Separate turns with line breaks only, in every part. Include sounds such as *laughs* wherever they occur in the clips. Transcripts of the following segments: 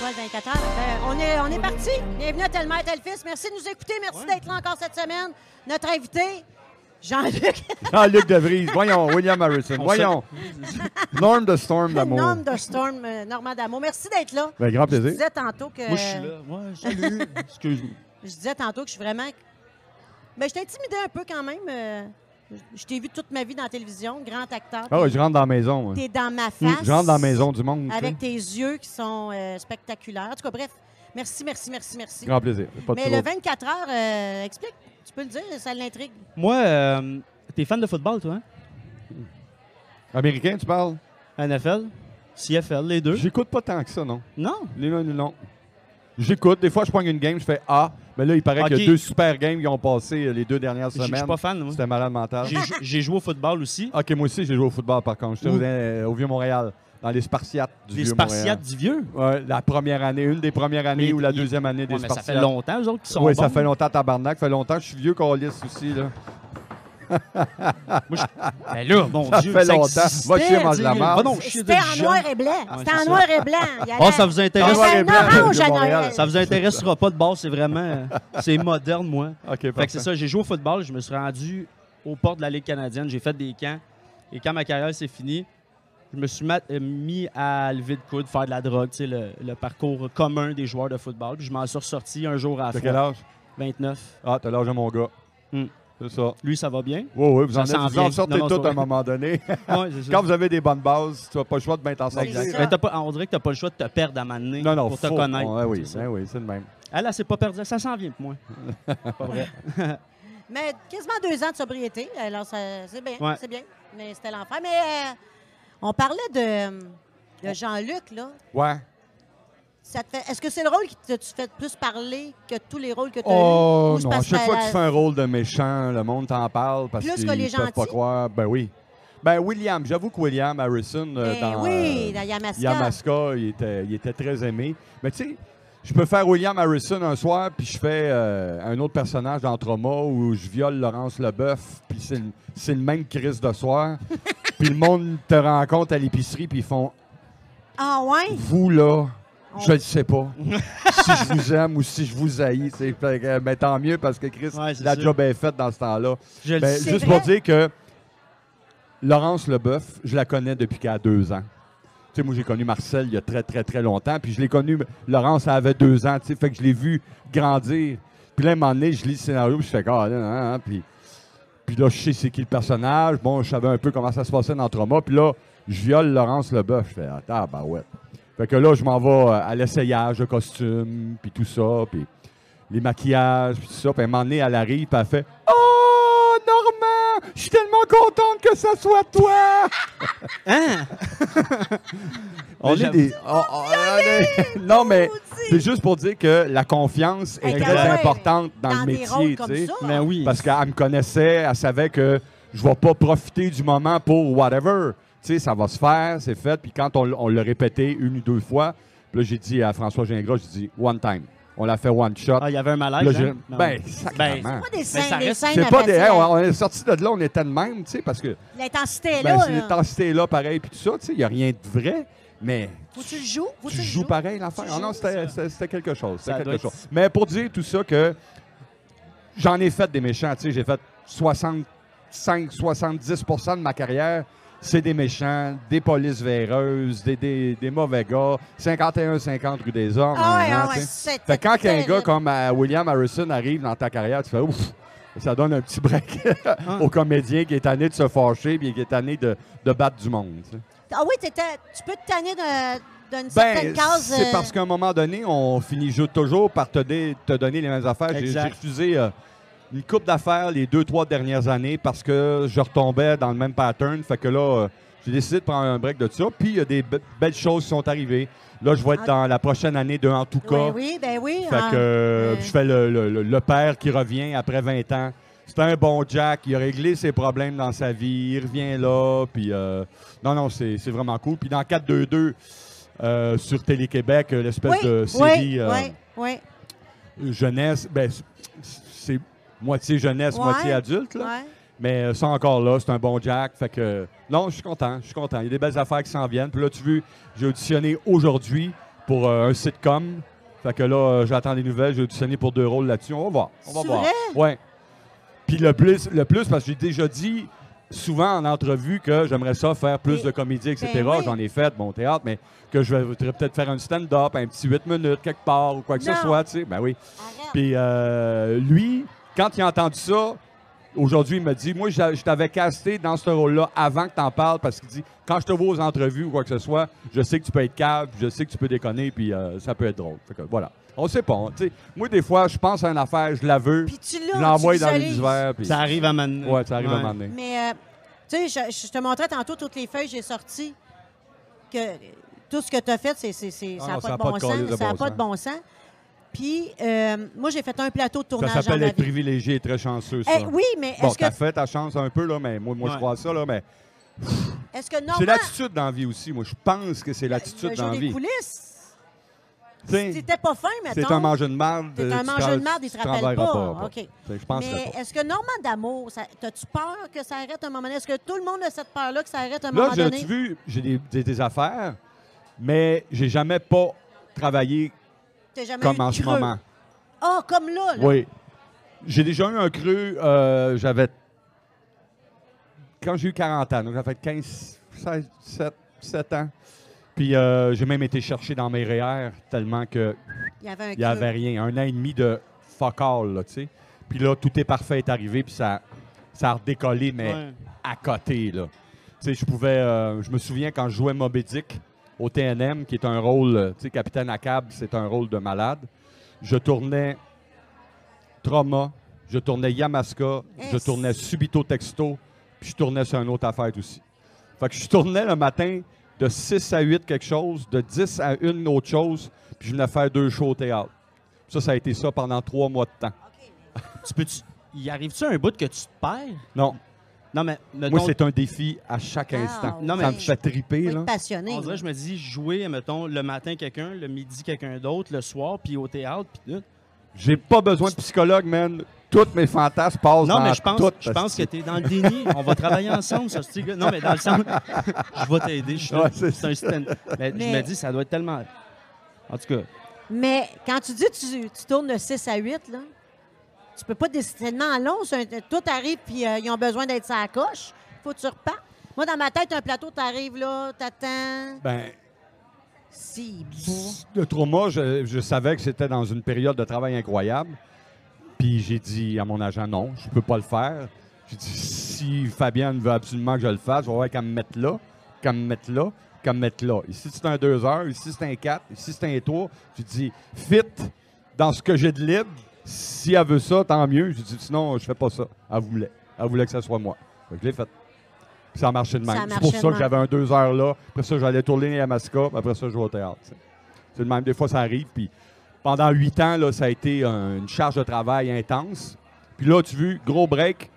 Parole 24 heures. Ben, on est, on est parti. Bienvenue à Tel Mère, Tel Fils. Merci de nous écouter. Merci d'être là encore cette semaine. Notre invité, Jean-Luc.
Jean-Luc Ah, De Vries, voyons, William Harrison,
On
voyons. Norm de Storm d'amour.
Norm de Storm, euh, Normand Damo. Merci d'être là.
Ben, grand
Je
plaisir.
disais tantôt que.
Moi, je suis là. Moi, salut. *laughs* Excuse-moi.
Je disais tantôt que je suis vraiment. Ben, je t'ai intimidé un peu quand même. euh, je- Je t'ai vu toute ma vie dans la télévision, grand acteur.
Ah ouais, je rentre dans la maison. moi.
T'es dans ma
Mm,
face.
Je rentre dans la maison du monde. tu sais.
Avec tes yeux qui sont euh, spectaculaires. En tout cas, bref, merci, merci, merci, merci.
Grand plaisir. Pas de
Mais le
trouble.
24 heures, euh, explique. Tu peux le dire, ça l'intrigue.
Moi, euh, t'es fan de football, toi,
Américain, tu parles?
hein? NFL, CFL, les deux.
J'écoute pas tant que ça, non.
Non.
Ni l'un ni l'autre. J'écoute. Des fois, je pogne une game, je fais Ah, mais là, il paraît
Ok.
qu'il y a deux super games qui ont passé euh, les deux dernières
Je je suis
semaines.
pas fan, moi.
C'était malade mental.
J'ai jou- J'ai joué au football aussi.
Ok, moi aussi, j'ai joué au football par contre. J'étais
Où?
au- euh, au Vieux-Montréal, dans les Spartiates du
Les
Vieux-Montréal.
Spartiates du vieux.
Ouais, la première année, une des premières années
Mais
ou la
il-
deuxième année des
Ouais, mais ça
Spartiates.
fait longtemps, eux autres, qui sont
Oui, ça
bons.
fait longtemps, tabarnak. Ça fait longtemps. Je suis vieux lisse aussi, là.
Ben là, mon
Ça
Dieu,
fait
ça
longtemps.
existait,
Va chier, mange
tu
la
sais.
marde.
Va donc chier
C'était
d'être
en
jeune.
noir et blanc.
Ouais,
C'était
c'est
en
ça.
noir et blanc. Il y
Ah,
avait-
ça vous
Il y avait
intéresse?
noir et
un
blanc,
orange
de
à
Montréal.
Noël.
Ça vous intéressera pas de base, c'est vraiment... euh, C'est moderne, moi.
OK,
Fait
parfait.
que c'est ça, j'ai joué au football, je me suis rendu au port de la Ligue canadienne, j'ai fait des camps. Et quand ma carrière s'est finie, je me suis mat- euh, mis à lever le coude, faire de la drogue, tu sais, le, le parcours commun des joueurs de football. Puis je m'en suis ressorti un jour à la
T'as
fois,
quel âge?
29.
Ah, t'as l'âge de mon gars.
Hmm.
C'est ça.
Lui, ça va bien.
Oui, oui, vous
Ça
en, êtes,
s'en
vous en
vient.
sortez
Non, non,
tout
c'est
à
vrai.
un moment
*laughs*
donné.
Ouais, c'est ça.
Ah, Quand vous avez des bonnes bases, tu n'as pas le choix de bien t'en sortir.
Exact.
ça.
Mais t'as pas- on dirait que tu n'as pas le choix de te perdre à un moment donné
Non, non,
pour te
faut.
connaître.
Ouais, oui,
C'est ça.
ben oui, c'est le même.
Elle, elle s'est pas perdue. Ça s'en vient pour moi. pas vrai.
Mais quasiment deux ans de sobriété. Alors, ça- c'est bien,
Ouais.
c'est bien. Mais c'était l'enfer. Mais euh, on parlait de, de Jean-Luc, là.
Ouais.
Ça te fait- Est-ce que c'est le rôle qui te tu fais plus parler que tous les rôles que tu as
Oh
eus? Ou c'est
non, à
parce
chaque
que
fois que
la-
tu fais un rôle de méchant, le monde t'en parle parce
Plus
qu'ils
que les
peuvent pas
gentils.
croire. Ben oui. Ben William, j'avoue que William Harrison euh,
Ben
dans
oui,
euh,
dans Yamaska.
Yamaska, il était, il était très aimé. Mais tu sais, je peux faire William Harrison un soir, puis je fais euh, un autre personnage dans Trauma où je viole Laurence Leboeuf, puis c'est le- c'est le même Chris de soir. puis le monde te rencontre à l'épicerie, puis ils font
Ah ouais?
vous là,
On-
je ne sais pas si je vous aime ou si je vous haïs. C'est- fait que, Mais tant mieux parce que Chris,
Ouais, c'est
la
sûr.
job est faite dans ce temps-là.
Je le
Ben,
sais.
c'est
juste
vrai.
pour dire que Laurence Leboeuf, je la connais depuis qu'elle a deux ans. Tu sais, moi, j'ai connu Marcel il y a très, très, très longtemps. Puis je l'ai connu, Laurence, elle avait deux ans. Tu sais, fait que je l'ai vu grandir. Puis là, à un moment donné, je lis le scénario, puis je fais ah, là, là, là, puis, puis là, je sais c'est qui le personnage. Bon, je savais un peu comment ça se passait dans Trauma. Puis là, je viole Laurence Leboeuf. Je fais attends, bah ouais. Fait que là, je m'en vais euh, à l'essayage de costumes, puis tout ça, puis les maquillages, puis tout ça. Puis à un moment donné, elle arrive, puis elle fait Oh, Normand, je suis tellement contente que ça soit
*laughs*
toi!
Hein?
*laughs* On est
j'avoue-
des. oh, oh, on est- *laughs* non, mais c'est
Maudit!
juste pour dire que la confiance est
Hey,
très
t'as raison.
importante dans,
Dans
le
des rôles
métier,
comme
tu sais.
ça.
Ben oui.
Parce qu'elle me connaissait, elle savait que je ne vais pas profiter du moment pour whatever. Tu sais, ça va se faire, c'est fait. Puis quand on, l- on l'a répété une ou deux fois, puis là, j'ai dit à François Gingras, j'ai dit one time. On l'a fait one shot.
Ah, il y avait un malaise.
Là, j'ai-
hein? Non.
ben, sacrément.
Pas des
ça
scènes, des
reste-
scènes
C'est pas
après
des.
ça,
hey,
la-
on, on est sorti de là, on était de même, tu sais, parce que
L'intensité est là.
ben,
euh,
c'est
là.
l'intensité là, pareil, puis tout ça, tu sais, il n'y a rien de vrai, mais
Faut que tu le joues. Faut que
tu
le
joues pareil l'affaire.
Tu
Ah non,
joues,
c'était-
ça.
c'était c'était quelque chose. c'était
Ça
quelque
doit être-
chose. Mais pour dire tout ça que j'en ai fait des méchants, tu sais, j'ai fait 65 70 de ma carrière, c'est des méchants, des polices véreuses, des, des, des mauvais gars, 51 50 rue des Hommes.
Ah ouais,
hein,
ah
tu
ouais,
sais.
c'est-
Fait que quand
c'est
un gars
terrible.
comme euh, William Harrison arrive dans ta carrière, tu fais ouf, ça donne un petit break
Ah.
*laughs* au comédien qui est tanné de se fâcher puis qui est tanné de, de battre du monde. tu sais.
Ah oui, t'étais- tu peux te tanner d'un- d'une certaine
Ben,
case.
c'est
euh,
parce qu'à un moment donné, on finit ju- toujours par te, dé- te donner les mêmes affaires. J'ai j'ai
Exact.
refusé euh, une coupe d'affaires les deux, trois dernières années parce que je retombais dans le même pattern. Fait que là, euh, j'ai décidé de prendre un break de ça. Puis il y a des be- belles choses qui sont arrivées. Là, je vais être
En-
dans la prochaine année de En tout cas.
Ah. Oui, oui, ben oui.
Fait
ah,
que euh,
ouais.
je fais le, le- le- le père qui revient après 20 ans. C'est un bon Jack, il a réglé ses problèmes dans sa vie, il revient là, puis euh, non, non, c'est c'est vraiment cool. Puis dans 4-2-2, euh, sur Télé-Québec, euh, l'espèce
oui,
de
oui,
série euh,
oui, oui,
jeunesse, ben, c'est- c'est moitié jeunesse,
Ouais,
moitié adulte, là.
ouais.
mais euh, ça encore là, c'est un bon Jack. Fait que euh, non, je suis content, je suis content. Il y a des belles affaires qui s'en viennent. Puis là, tu veux, j'ai auditionné aujourd'hui pour euh, un sitcom. Fait que là, euh, j'attends des nouvelles. J'ai auditionné pour deux rôles là-dessus. On va voir. On va
C'est
voir.
vrai?
Ouais. Puis le plus, le plus, parce que j'ai déjà dit souvent en entrevue que j'aimerais ça faire plus
Mais-
de comédie, etc.
ben oui.
J'en ai fait, mon théâtre, mais que je voudrais peut-être faire un stand-up, un petit 8 minutes quelque part ou quoi que
Non.
ce soit, tu sais. Ben oui.
Arrête.
Puis euh, lui, quand il a entendu ça, aujourd'hui, il m'a dit Moi, j'a- je t'avais casté dans ce rôle-là avant que t'en parles parce qu'il dit Quand je te vois aux entrevues ou quoi que ce soit, je sais que tu peux être cave, je sais que tu peux déconner, puis euh, ça peut être drôle. Fait que voilà. On sait pas. hein, tu sais. moi, des fois, je pense à une affaire, je la veux,
Puis tu l'as,
je l'envoie
tu
dans
visualises.
l'univers. puis-
Ça arrive à maintenant.
Ouais, ça arrive à un moment donné.
Mais, euh, tu sais, je, je te montrais tantôt toutes les feuilles que j'ai sorties. Que tout ce que tu as fait, c'est, c'est- c'est-
Ah
ça n'a
non,
pas, de bon sens.
calice de
mais Ça n'a
bon
pas de bon sens. Puis, euh, moi, j'ai fait un plateau de tournage
Ça
en
s'appelle être
avion.
privilégié et très chanceux, ça.
Eh, oui, mais
Bon,
est-ce
t'as
que,
fait ta chance un peu, là, mais moi, moi je
Ouais.
crois à ça, là, mais
est-ce que
c'est
Normand,
l'attitude dans la vie aussi. Moi, je pense que c'est
le
l'attitude
jeu
dans la
des
vie.
coulisses,
Tu sais,
c'était pas fin, mettons.
C'est un mangeur de marde. euh,
C'est un
tu
mangeur
tra-
de marde, il se
tu
rappelle
travailleras
pas. OK.
Tu sais, Je pense
mais euh,
que
est-ce que Normand d'amour, ça- t'as-tu peur que ça arrête un moment donné? Est-ce que tout le monde a cette peur-là que ça arrête un
pas. Là,
moment donné?
j'ai vu, j'ai des, des- des affaires, mais j'ai jamais pas travaillé
T'as jamais eu
comme
de
en ce
creux?
moment.
Ah, comme là, là.
Oui. J'ai déjà eu un creux, euh, j'avais. Quand j'ai eu 40 ans, donc j'avais 15, 16, 7, 7 ans. Puis euh, j'ai même été chercher dans mes REER tellement que
Il y avait un
Il n'y avait rien. Un an et demi de fuck all, là, tu sais. Puis là, tout est parfait est arrivé, puis ça, ça a redécollé, mais
Ouais.
à côté, là. Tu sais, je pouvais... euh, je me souviens quand je jouais Moby Dick au TNM, qui est un rôle... euh, Tu sais, Capitaine à câble, c'est un rôle de malade. Je tournais Trauma, je tournais Yamaska,
Yes.
je tournais Subito Texto, puis je tournais sur une autre affaire aussi. Fait que je tournais le matin de 6 à 8 quelque chose, de 10 à une autre chose, puis je venais faire deux shows au théâtre. Ça, ça a été ça pendant trois mois de temps.
Tu peux -tu, y arrive-tu un bout que tu te perds?
Non,
Euh,
Non, mais mettons,
moi, c'est un défi à chaque
Ah,
instant.
Non,
ça
mais-
me fait triper,
Faut
là.
être passionné.
on dirait, je me dis, jouer, mettons, le matin quelqu'un, le midi quelqu'un d'autre, le soir, puis au théâtre, puis tout.
J'ai pas besoin de psychologue, man. Toutes mes fantasmes passent
Non,
dans
mais je pense,
toutes,
je pense que
hostie.
t'es dans le déni. On va travailler ensemble, ce style. Non, mais dans le sens, je vais t'aider. je suis là.
Ouais, c'est
c'est un stand. Mais,
Mais-
je me dis, ça doit être tellement. En tout cas,
Mais quand tu dis que tu, tu tournes de 6 à 8, là, tu peux pas décider tellement long. c'est un- tout arrive, puis euh, ils ont besoin d'être sur la coche. faut que tu repartes. Moi, dans ma tête, un plateau, t'arrives là, t'attends.
Ben,
Si, bon.
Le trauma, je, je savais que c'était dans une période de travail incroyable. Puis j'ai dit à mon agent, non, je peux pas le faire. J'ai dit, si Fabienne veut absolument que je le fasse, je vais voir qu'elle me mette là, qu'elle me mette là, qu'elle me mette là. Ici, c'est un 2 heures, ici, c'est un 4, ici, c'est un 3. J'ai dit, fit dans ce que j'ai de libre. Si elle veut ça, tant mieux. J'ai dit, sinon, je fais pas ça. Elle voulait. Elle voulait que ça soit moi. Fait que je l'ai fait. Puis ça a marché de
Ça a
même. C'est
marché
pour
de
ça que
même.
j'avais un 2 heures là. Après ça, j'allais tourner à Masca. Après ça, je jouais au théâtre. tu sais. C'est le même. Des fois, ça arrive. Puis pendant huit ans, là, ça a été un- une charge de travail intense. Puis là, tu vois, gros break.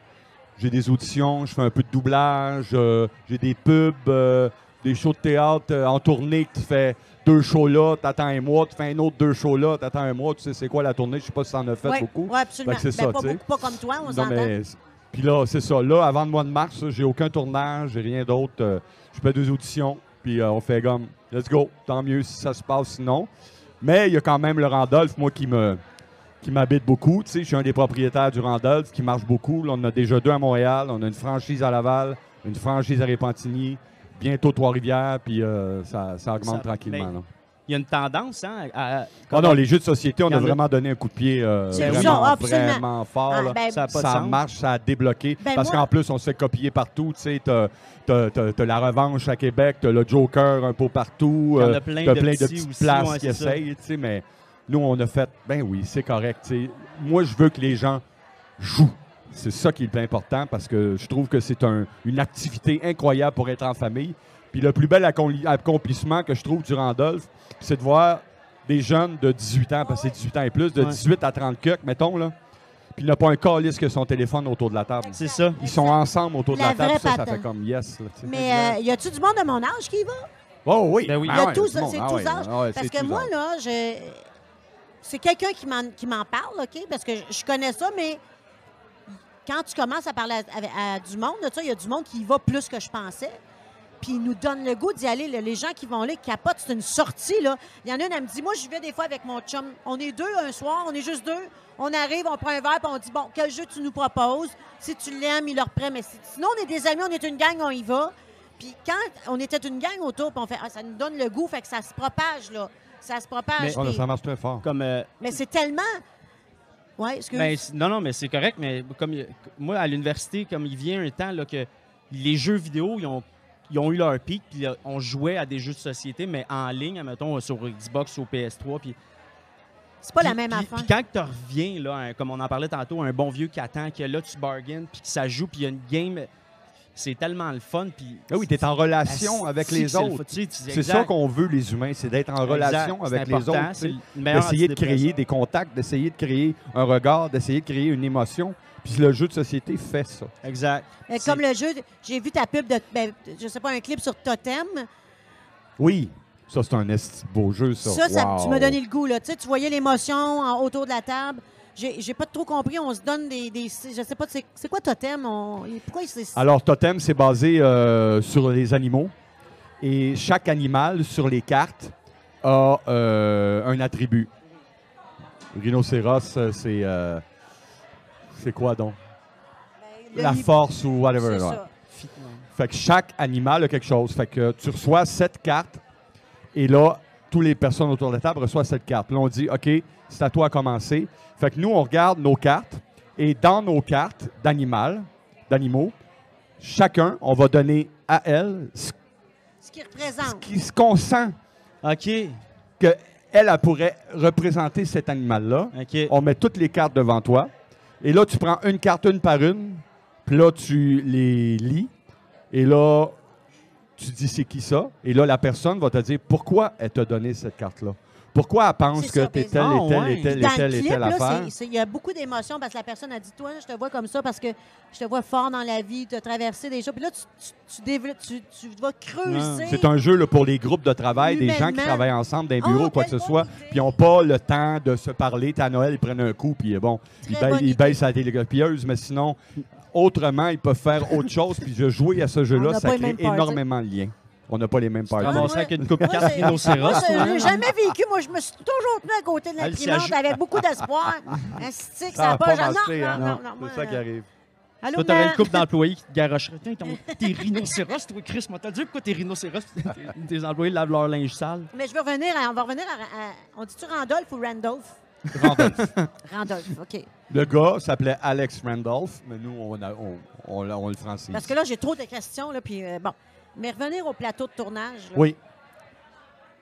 J'ai des auditions, je fais un peu de doublage, euh, j'ai des pubs, euh, des shows de théâtre euh, en tournée que tu fais deux shows là, t'attends un mois, tu fais un autre deux shows là, t'attends un mois, tu sais c'est quoi la tournée, je sais pas si t'en as fait
Ouais,
beaucoup.
ouais, absolument.
Fait que c'est
Ben,
ça,
pas
tu sais.
beaucoup, pas comme toi, on
Non,
s'entend.
mais. c'est- Puis là, c'est ça. Là, avant le mois de mars, j'ai aucun tournage, j'ai rien d'autre. Euh, je fais deux auditions, puis euh, on fait comme, let's go. Tant mieux si ça se passe, sinon. Mais il y a quand même le Randolph, moi, qui me qui m'habite beaucoup. Tu sais, je suis un des propriétaires du Randolph, qui marche beaucoup. Là, on en a déjà deux à Montréal. On a une franchise à Laval, une franchise à Repentigny, bientôt Trois-Rivières, puis euh, ça, ça augmente
Ça-
tranquillement.
ben,
là.
il y a une tendance, hein? à- à-
Ah non, les jeux de société, on
Il y
a
en a-
vraiment donné un coup de pied euh,
C'est
vraiment,
ça, absolument.
vraiment fort.
Ah,
là
ben,
ça a pas de
ça
sens.
marche, ça a débloqué.
Ben,
parce
moi-
qu'en plus, on se fait copier partout. Tu sais, t'as, t'as- t'as- t'as la revanche à Québec, t'as le Joker un peu partout.
Il y en a
euh,
plein
t'as
de
plein de
petits
petites
aussi,
places
ouais,
qui
c'est ça.
essayent. tu sais, Mais nous, on a fait, ben oui, c'est correct. tu sais. Moi, je veux que les gens jouent. C'est ça qui est le plus important parce que je trouve que c'est un- une activité incroyable pour être en famille. Puis le plus bel accom- accomplissement que je trouve du Randolph, c'est de voir des jeunes de 18 ans, parce que c'est 18 ans et plus, de
Ouais.
18 à 30 cucs, mettons, là. Puis il n'a pas un calice que son téléphone autour de la table.
C'est ça.
Ils sont ensemble autour de
La
la table,
vraie
ça, ça
patente.
fait comme yes. là, tu sais.
Mais euh, y a-tu du monde de mon âge qui y va?
oh oui,
Ben oui.
Il y a
Ah ouais,
tout,
du
ça,
monde.
c'est
Ah
tous
ouais,
âges.
ah ouais,
parce
c'est
que
tous
moi,
âges.
là, je... c'est quelqu'un qui m'en- qui m'en parle, OK? Parce que je, je connais ça, mais quand tu commences à parler à, à- à du monde, tu sais, il y a du monde qui y va plus que je pensais. puis ils nous donnent le goût d'y aller. là. Les gens qui vont là, ils capotent, c'est une sortie. Là. Il y en a une, elle me dit Moi, je vais des fois avec mon chum. On est deux un soir, on est juste deux. On arrive, on prend un verre, puis on dit Bon, quel jeu tu nous proposes Si tu l'aimes, il le reprend. Mais si- sinon, on est des amis, on est une gang, on y va. Puis quand on était une gang autour, puis on fait Ah, ça nous donne le goût, fait que ça se propage, là. Ça se propage.
Mais-
Oh, là,
puis-
ça marche très fort.
Comme, euh,
mais c'est tellement. Oui, excuse.
ben, c'est- non, non, mais c'est correct, mais comme il- moi, à l'université, comme il vient un temps là, que les jeux vidéo, ils ont, ils ont eu leur pic, puis là, on jouait à des jeux de société, mais en ligne, mettons, sur Xbox, au PS3, puis
c'est pas la
Puis-
même
puis-
affaire.
Puis quand tu reviens, là, un- comme on en parlait tantôt, un bon vieux qui attend, que là, tu bargain, puis que ça joue, puis il y a une game, c'est tellement le fun. Puis
Ah oui, tu es en relation
Asti
avec
que
les
c'est le
autres.
fun. Tu sais, tu-
C'est
exact,
ça qu'on veut, les humains, c'est d'être en
exact,
relation
c'est
avec les
important,
autres. tu
C'est
sais.
le meilleur
D'essayer de créer
antidépresseur.
des contacts, d'essayer de créer un regard, d'essayer de créer une émotion. Puis le jeu de société fait ça.
Exact.
Euh,
c'est-
Comme le jeu, de- j'ai vu ta pub de, ben, je sais pas, un clip sur Totem.
Oui. Ça, c'est un esti de beau jeu, ça.
Ça, ça-
Wow.
tu m'as donné le goût, là. Tu sais, tu voyais l'émotion en- autour de la table. J'ai j'ai pas trop compris. On se donne des. des- je sais pas, c'est c'est quoi Totem? On- et pourquoi il s'est.
Alors, Totem, c'est basé euh, sur les animaux. Et chaque animal sur les cartes a euh, un attribut. Rhinocéros, euh, c'est. euh, c'est quoi donc?
Ben, le
La
niveau,
force ou whatever.
c'est
ouais.
ça.
Fi-
Fait que chaque animal a quelque chose. Fait que tu reçois sept cartes et là, toutes les personnes autour de la table reçoivent cette carte. Là, on dit, OK, c'est à toi à commencer. Fait que nous, on regarde nos cartes et dans nos cartes d'animal, d'animaux, chacun, on va donner à elle ce
Ce qui
ce
représente.
qui- ce qu'on sent
OK.
qu'elle elle pourrait représenter cet animal-là.
OK.
On met toutes les cartes devant toi. Et là, tu prends une carte une par une. Puis là, tu les lis. Et là, tu dis c'est qui ça. Et là, la personne va te dire pourquoi elle t'a donné cette carte-là. Pourquoi elle pense
C'est
que
ça,
t'es
par
telle et
exemple.
telle
Ah
et
ouais.
telle et
Dans le
telle et
clip,
telle
là,
affaires.
c'est- c'est- il y a beaucoup d'émotions parce que la personne a dit Toi, je te vois comme ça parce que je te vois fort dans la vie, tu as traversé des choses. Puis là, tu, tu, tu développes- tu- tu vas creuser.
C'est un jeu là, pour les groupes de travail, des gens qui
Humainement.
travaillent ensemble dans les
Oh,
bureaux, quoi que ce
quelle bonne
soit,
idée.
puis ils n'ont pas le temps de se parler. T'es à Noël, ils prennent un coup, puis euh, bon, ils,
bonne
baissent- ils
idée.
baissent la télépieuse, mais sinon, autrement, ils peuvent faire autre chose, puis de jouer à ce
On
jeu-là,
n'a
ça
pas les
crée
mêmes parties.
énormément de liens. On n'a pas les mêmes
Tu te
parties.
ramasses
moi-
avec une coupe de
Ah, Moi,
cartes
c'est- moi,
rhinocéros.
c'est-
toi,
j'ai
hein?
jamais vécu. Moi, je me suis toujours tenue à côté de
Elle s'y
l'imprimante
ajoute.
avec beaucoup d'espoir. Astique, ça
a
n'a pas... genre-
marché,
non,
hein?
non, non, non, moi,
C'est ça qui
euh,
arrive.
Allô,
Toi, t'aurais
Nan?
une couple d'employés qui te garocheraient. Tiens, ton- T'es rhinocéros, toi, Chris, m'a dit pourquoi t'es rhinocéros? *laughs* Tes- Tes employés lavent leur linge sale.
Mais je veux revenir à- On va revenir à... à- on dit-tu Randolph ou *laughs* Randolph? Randolph, OK.
Le gars s'appelait Alex Randolph, mais nous, on, a- on- on l'a- on le francise.
*laughs* Parce que là, j'ai trop de questions, là, puis euh, bon. Mais revenir au plateau de tournage, là.
Oui.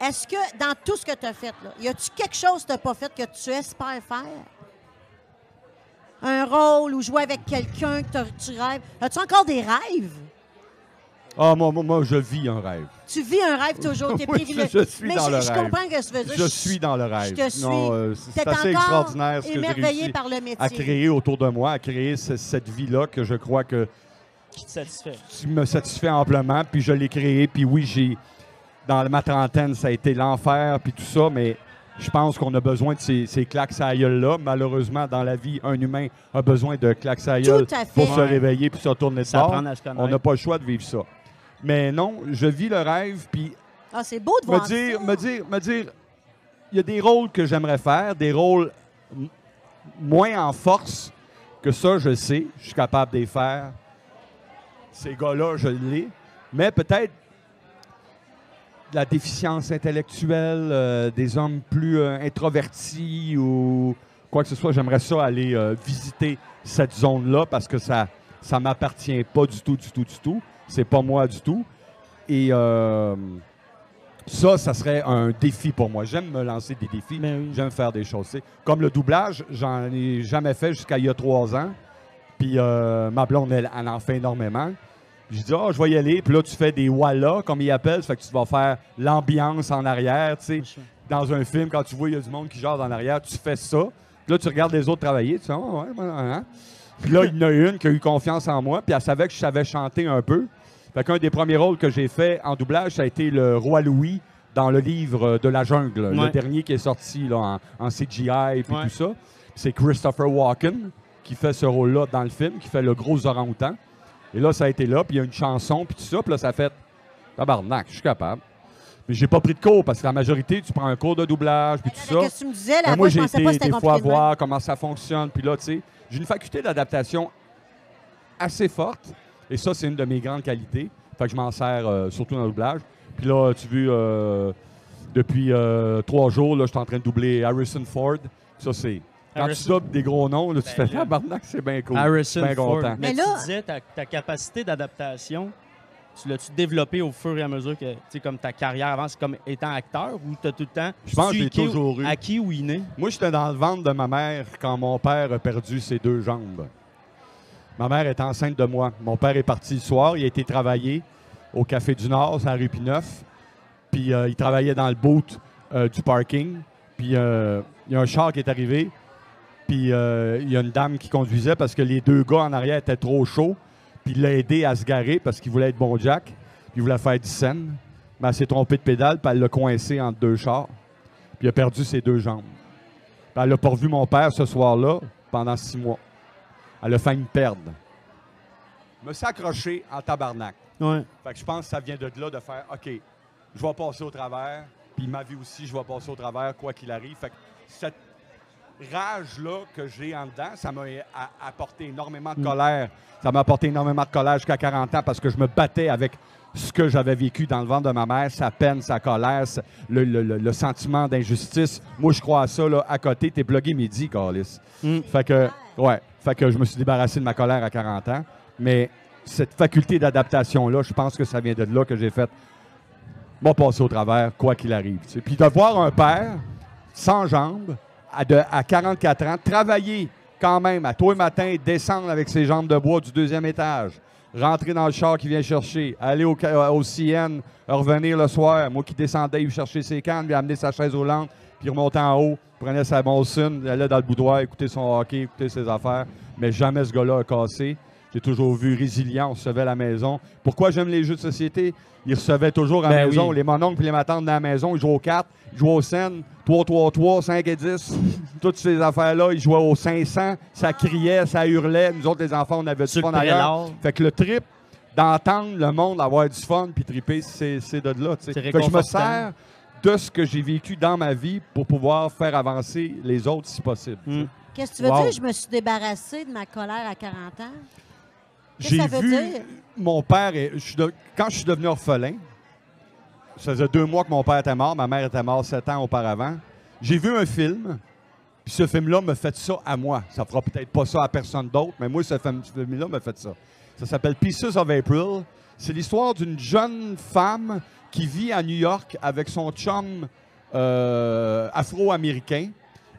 est-ce que dans tout ce que tu as fait, là, y a-tu quelque chose que tu n'as pas fait que tu espères faire? Un rôle ou jouer avec quelqu'un que t'as- tu rêves? As-tu encore des rêves?
Ah, moi, moi, moi, je vis un rêve.
Tu vis un rêve
*laughs*
toujours, tu es
Oui, je- je suis
Mais
dans
je,
le
je
rêve.
comprends ce que tu veux dire.
Je suis dans le rêve.
je te suis.
Non, euh, c'est
T'es
c'est assez
encore
extraordinaire ce que j'ai
émerveillé
réussi
par le
à
métier.
créer autour de moi, à créer ce- cette vie-là que je crois que
Qui te satisfait?
qui me satisfait amplement. Puis je l'ai créé. Puis oui, j'ai dans ma trentaine, ça a été l'enfer, puis tout ça, mais je pense qu'on a besoin de ces, ces claques à gueule là Malheureusement, dans la vie, un humain a besoin de claques à gueule
Tout à fait.
pour se réveiller puis se retourner de
Ça
bord.
apprend à se
On n'a
connaître.
pas le choix de vivre ça. Mais non, je vis le rêve, puis
Ah, c'est beau de
me
voir
dire,
ça.
me dire, me dire, il y a des rôles que j'aimerais faire, des rôles m- moins en force que ça, je le sais, je suis capable de les faire. Ces gars-là, je l'ai. Mais peut-être de la déficience intellectuelle, euh, des hommes plus euh, introvertis ou quoi que ce soit, j'aimerais ça aller euh, visiter cette zone-là parce que ça ça m'appartient pas du tout, du tout, du tout. C'est pas moi du tout. Et euh, ça, ça serait un défi pour moi. J'aime me lancer des défis.
Ben oui.
J'aime faire des choses. tu sais. Comme le doublage, j'en ai jamais fait jusqu'à il y a trois ans. Puis euh, ma blonde, elle, elle en fait énormément. Je dis, oh, je vais y aller. Puis là, tu fais des walla, comme ils appellent. Ça fait que tu vas faire l'ambiance en arrière. tu sais. Dans un film, quand tu vois, il y a du monde qui jase en arrière, tu fais ça. Puis là, tu regardes les autres travailler. Tu fais, oh, ouais, ouais, ouais, ouais. Puis là, il y en a une qui a eu confiance en moi. Puis elle savait que je savais chanter un peu. Fait qu'un des premiers rôles que j'ai fait en doublage, ça a été le Roi Louis dans le livre euh, de la jungle, le
Ouais.
dernier qui est sorti là, en, en CGI et puis
Ouais.
tout ça. Puis C'est Christopher Walken qui fait ce rôle-là dans le film, qui fait le gros orang-outan. Et là, ça a été là, puis il y a une chanson, puis tout ça, puis là, ça a fait Tabarnak, je suis capable. Mais j'ai pas pris de cours parce que la majorité, tu prends un cours de doublage, puis tout ça.
Ben, Qu'est-ce que tu me disais
Mais
là-bas?
Ben, moi,
Je
j'ai
pensais
été
pas que c'était
des fois
compliqué. de même.
voir comment ça fonctionne. Puis là, tu sais, j'ai une faculté d'adaptation assez forte. Et ça, c'est une de mes grandes qualités. Fait que je m'en sers euh, surtout dans le doublage. Puis là, tu vu, euh, depuis euh, trois jours, là, je suis en train de doubler Harrison Ford. Ça, c'est. Quand
Harrison-
tu doubles des gros noms, là, tu
Ben
fais
là.
Ah, barnac, c'est bien cool.
Harrison
Bien
Ford.
content.
Mais,
Mais là-
tu disais, ta, ta capacité d'adaptation, tu l'as-tu développée au fur et à mesure que, tu sais, comme ta carrière avance, comme étant acteur, ou t'as tout le temps...
Je pense que je l'ai
tweaké ou-
toujours eu.
Acquis ou inné?
Moi, j'étais dans le ventre de ma mère quand mon père a perdu ses deux jambes. Ma mère est enceinte de moi. Mon père est parti le soir. Il a été travailler au Café du Nord, sur la rue Pineuf. Puis euh, il travaillait dans le boot euh, du parking. Puis euh, il y a un char qui est arrivé. Puis euh, il y a une dame qui conduisait parce que les deux gars en arrière étaient trop chauds. Puis il l'a aidé à se garer parce qu'il voulait être bon Jack. Puis il voulait faire 10 cents. Mais elle s'est trompée de pédale, puis elle l'a coincé entre deux chars. Puis il a perdu ses deux jambes. Puis elle n'a pas revu mon père ce soir-là pendant six mois. Elle a failli me perdre. Me s'accrocher en tabarnak.
Ouais.
Fait que je pense que ça vient de là de faire OK, je vais passer au travers, puis ma vie aussi, je vais passer au travers, quoi qu'il arrive. Fait que cette rage-là que j'ai en dedans, ça m'a a- apporté énormément de
Mm.
colère. Ça m'a apporté énormément de colère jusqu'à 40 ans parce que je me battais avec ce que j'avais vécu dans le ventre de ma mère, sa peine, sa colère, sa- le, le- le- le sentiment d'injustice. Moi, je crois à ça, là, à côté, t'es blogué midi, Carlis.
Mm.
Fait que, ouais, fait que je me suis débarrassé de ma colère à 40 ans, mais cette faculté d'adaptation-là, je pense que ça vient de là que j'ai fait m'a passer au travers, quoi qu'il arrive. tu sais. Puis de voir un père sans jambes, à, de- à 44 ans, travailler quand même à tous les matins, descendre avec ses jambes de bois du deuxième étage, rentrer dans le char qui vient chercher, aller au, ca- au CN, revenir le soir, moi qui descendais, il cherchait ses cannes, lui amener sa chaise au land, puis remonter en haut, prenait sa monsoon, allait dans le boudoir, écouter son hockey, écouter ses affaires. Mais jamais ce gars-là a cassé. J'ai toujours vu résilient, on recevait à la maison. Pourquoi j'aime les jeux de société? Ils recevaient toujours à la
Ben
maison.
oui.
Les mononcles et les matantes dans la maison, ils jouaient aux cartes, ils jouaient aux scènes, 3, 3, 3, 5 et 10. Toutes ces affaires-là, ils jouaient aux 500. Ça criait, ça hurlait. Nous autres, les enfants, on avait du
Sur
fun
le
ailleurs.
prélard.
Fait que le trip d'entendre le monde avoir du fun puis triper, c'est c'est de là. tu sais.
C'est
Fait que je me
réconfortant.
sers de ce que j'ai vécu dans ma vie pour pouvoir faire avancer les autres si possible. tu sais.
Mm.
Qu'est-ce que tu veux
Wow.
dire? Je me suis débarrassée de ma colère à 40 ans. Qu'est-ce que
J'ai
ça veut
vu
dire?
mon père, et- je suis de- quand je suis devenu orphelin, ça faisait deux mois que mon père était mort, ma mère était morte sept ans auparavant. J'ai vu un film, puis ce film-là me fait ça à moi. Ça fera peut-être pas ça à personne d'autre, mais moi, ce film- ce film-là me fait ça. Ça s'appelle Pieces of April. C'est l'histoire d'une jeune femme qui vit à New York avec son chum euh, afro-américain.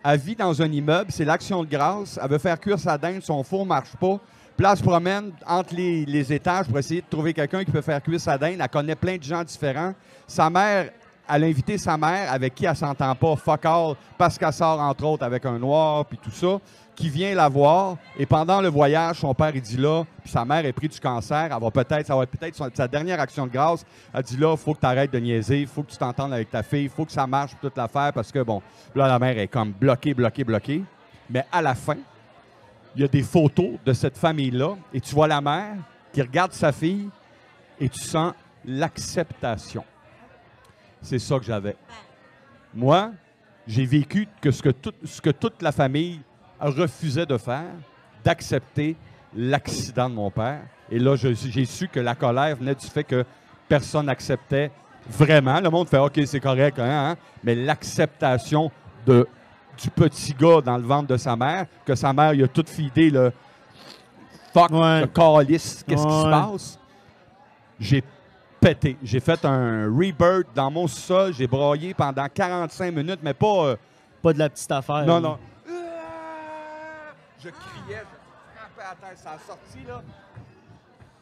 Elle vit dans un immeuble, c'est l'action de grâce. Elle veut faire cuire sa dinde, son four marche pas. Place promène entre les, les étages pour essayer de trouver quelqu'un qui peut faire cuire sa dinde. Elle connaît plein de gens différents. Sa mère, elle a invité sa mère avec qui elle s'entend pas, fuck all, parce qu'elle sort entre autres avec un noir, puis tout ça, qui vient la voir. Et pendant le voyage, son père, il dit là, puis sa mère est prise du cancer. Elle va peut-être, ça va être peut-être son- sa dernière action de grâce. Elle dit là, faut que tu arrêtes de niaiser, faut que tu t'entendes avec ta fille, faut que ça marche, toute l'affaire, parce que bon, là, la mère est comme bloquée, bloquée, bloquée. Mais à la fin, il y a des photos de cette famille-là et tu vois la mère qui regarde sa fille et tu sens l'acceptation. C'est ça que j'avais. Moi, j'ai vécu que ce que, tout- ce que toute la famille refusait de faire, d'accepter l'accident de mon père. Et là, je- j'ai su que la colère venait du fait que personne n'acceptait vraiment. Le monde fait OK, c'est correct, hein, hein. mais l'acceptation de du petit gars dans le ventre de sa mère, que sa mère, il a tout fidé le fuck,
Ouais.
le calice, qu'est-ce qui se
Ouais.
passe? J'ai pété. J'ai fait un rebirth dans mon sol, j'ai broyé pendant 45 minutes, mais pas. euh,
Pas de la petite affaire. hein?
non,
là.
non. Je criais, je frappais à terre, ça a sorti, là.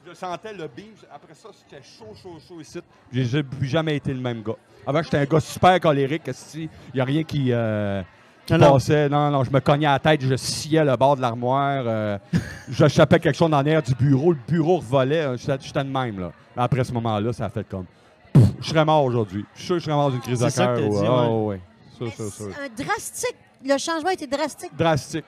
Je sentais le beam. Après ça, c'était chaud, chaud, chaud ici. J'ai j'ai plus jamais été le même gars. Avant, j'étais un gars super colérique. Il n'y a rien qui, euh, qui
Non, non.
passait. Non, non, je me cognais à la tête, je sciais le bord de l'armoire. euh, je chapais quelque chose dans l'air du bureau. Le bureau revolait. euh, J'étais j'étais de même, là. Mais Après ce moment-là, ça a fait comme... Pouf, je serais mort aujourd'hui. Je suis sûr que je serais mort d'une crise de
C'est ça que
cœur.
t'as
ou-
dit,
ah,
ouais.
ouais. Sûr, sûr, sûr.
Un drastique. Le changement était drastique.
Drastique.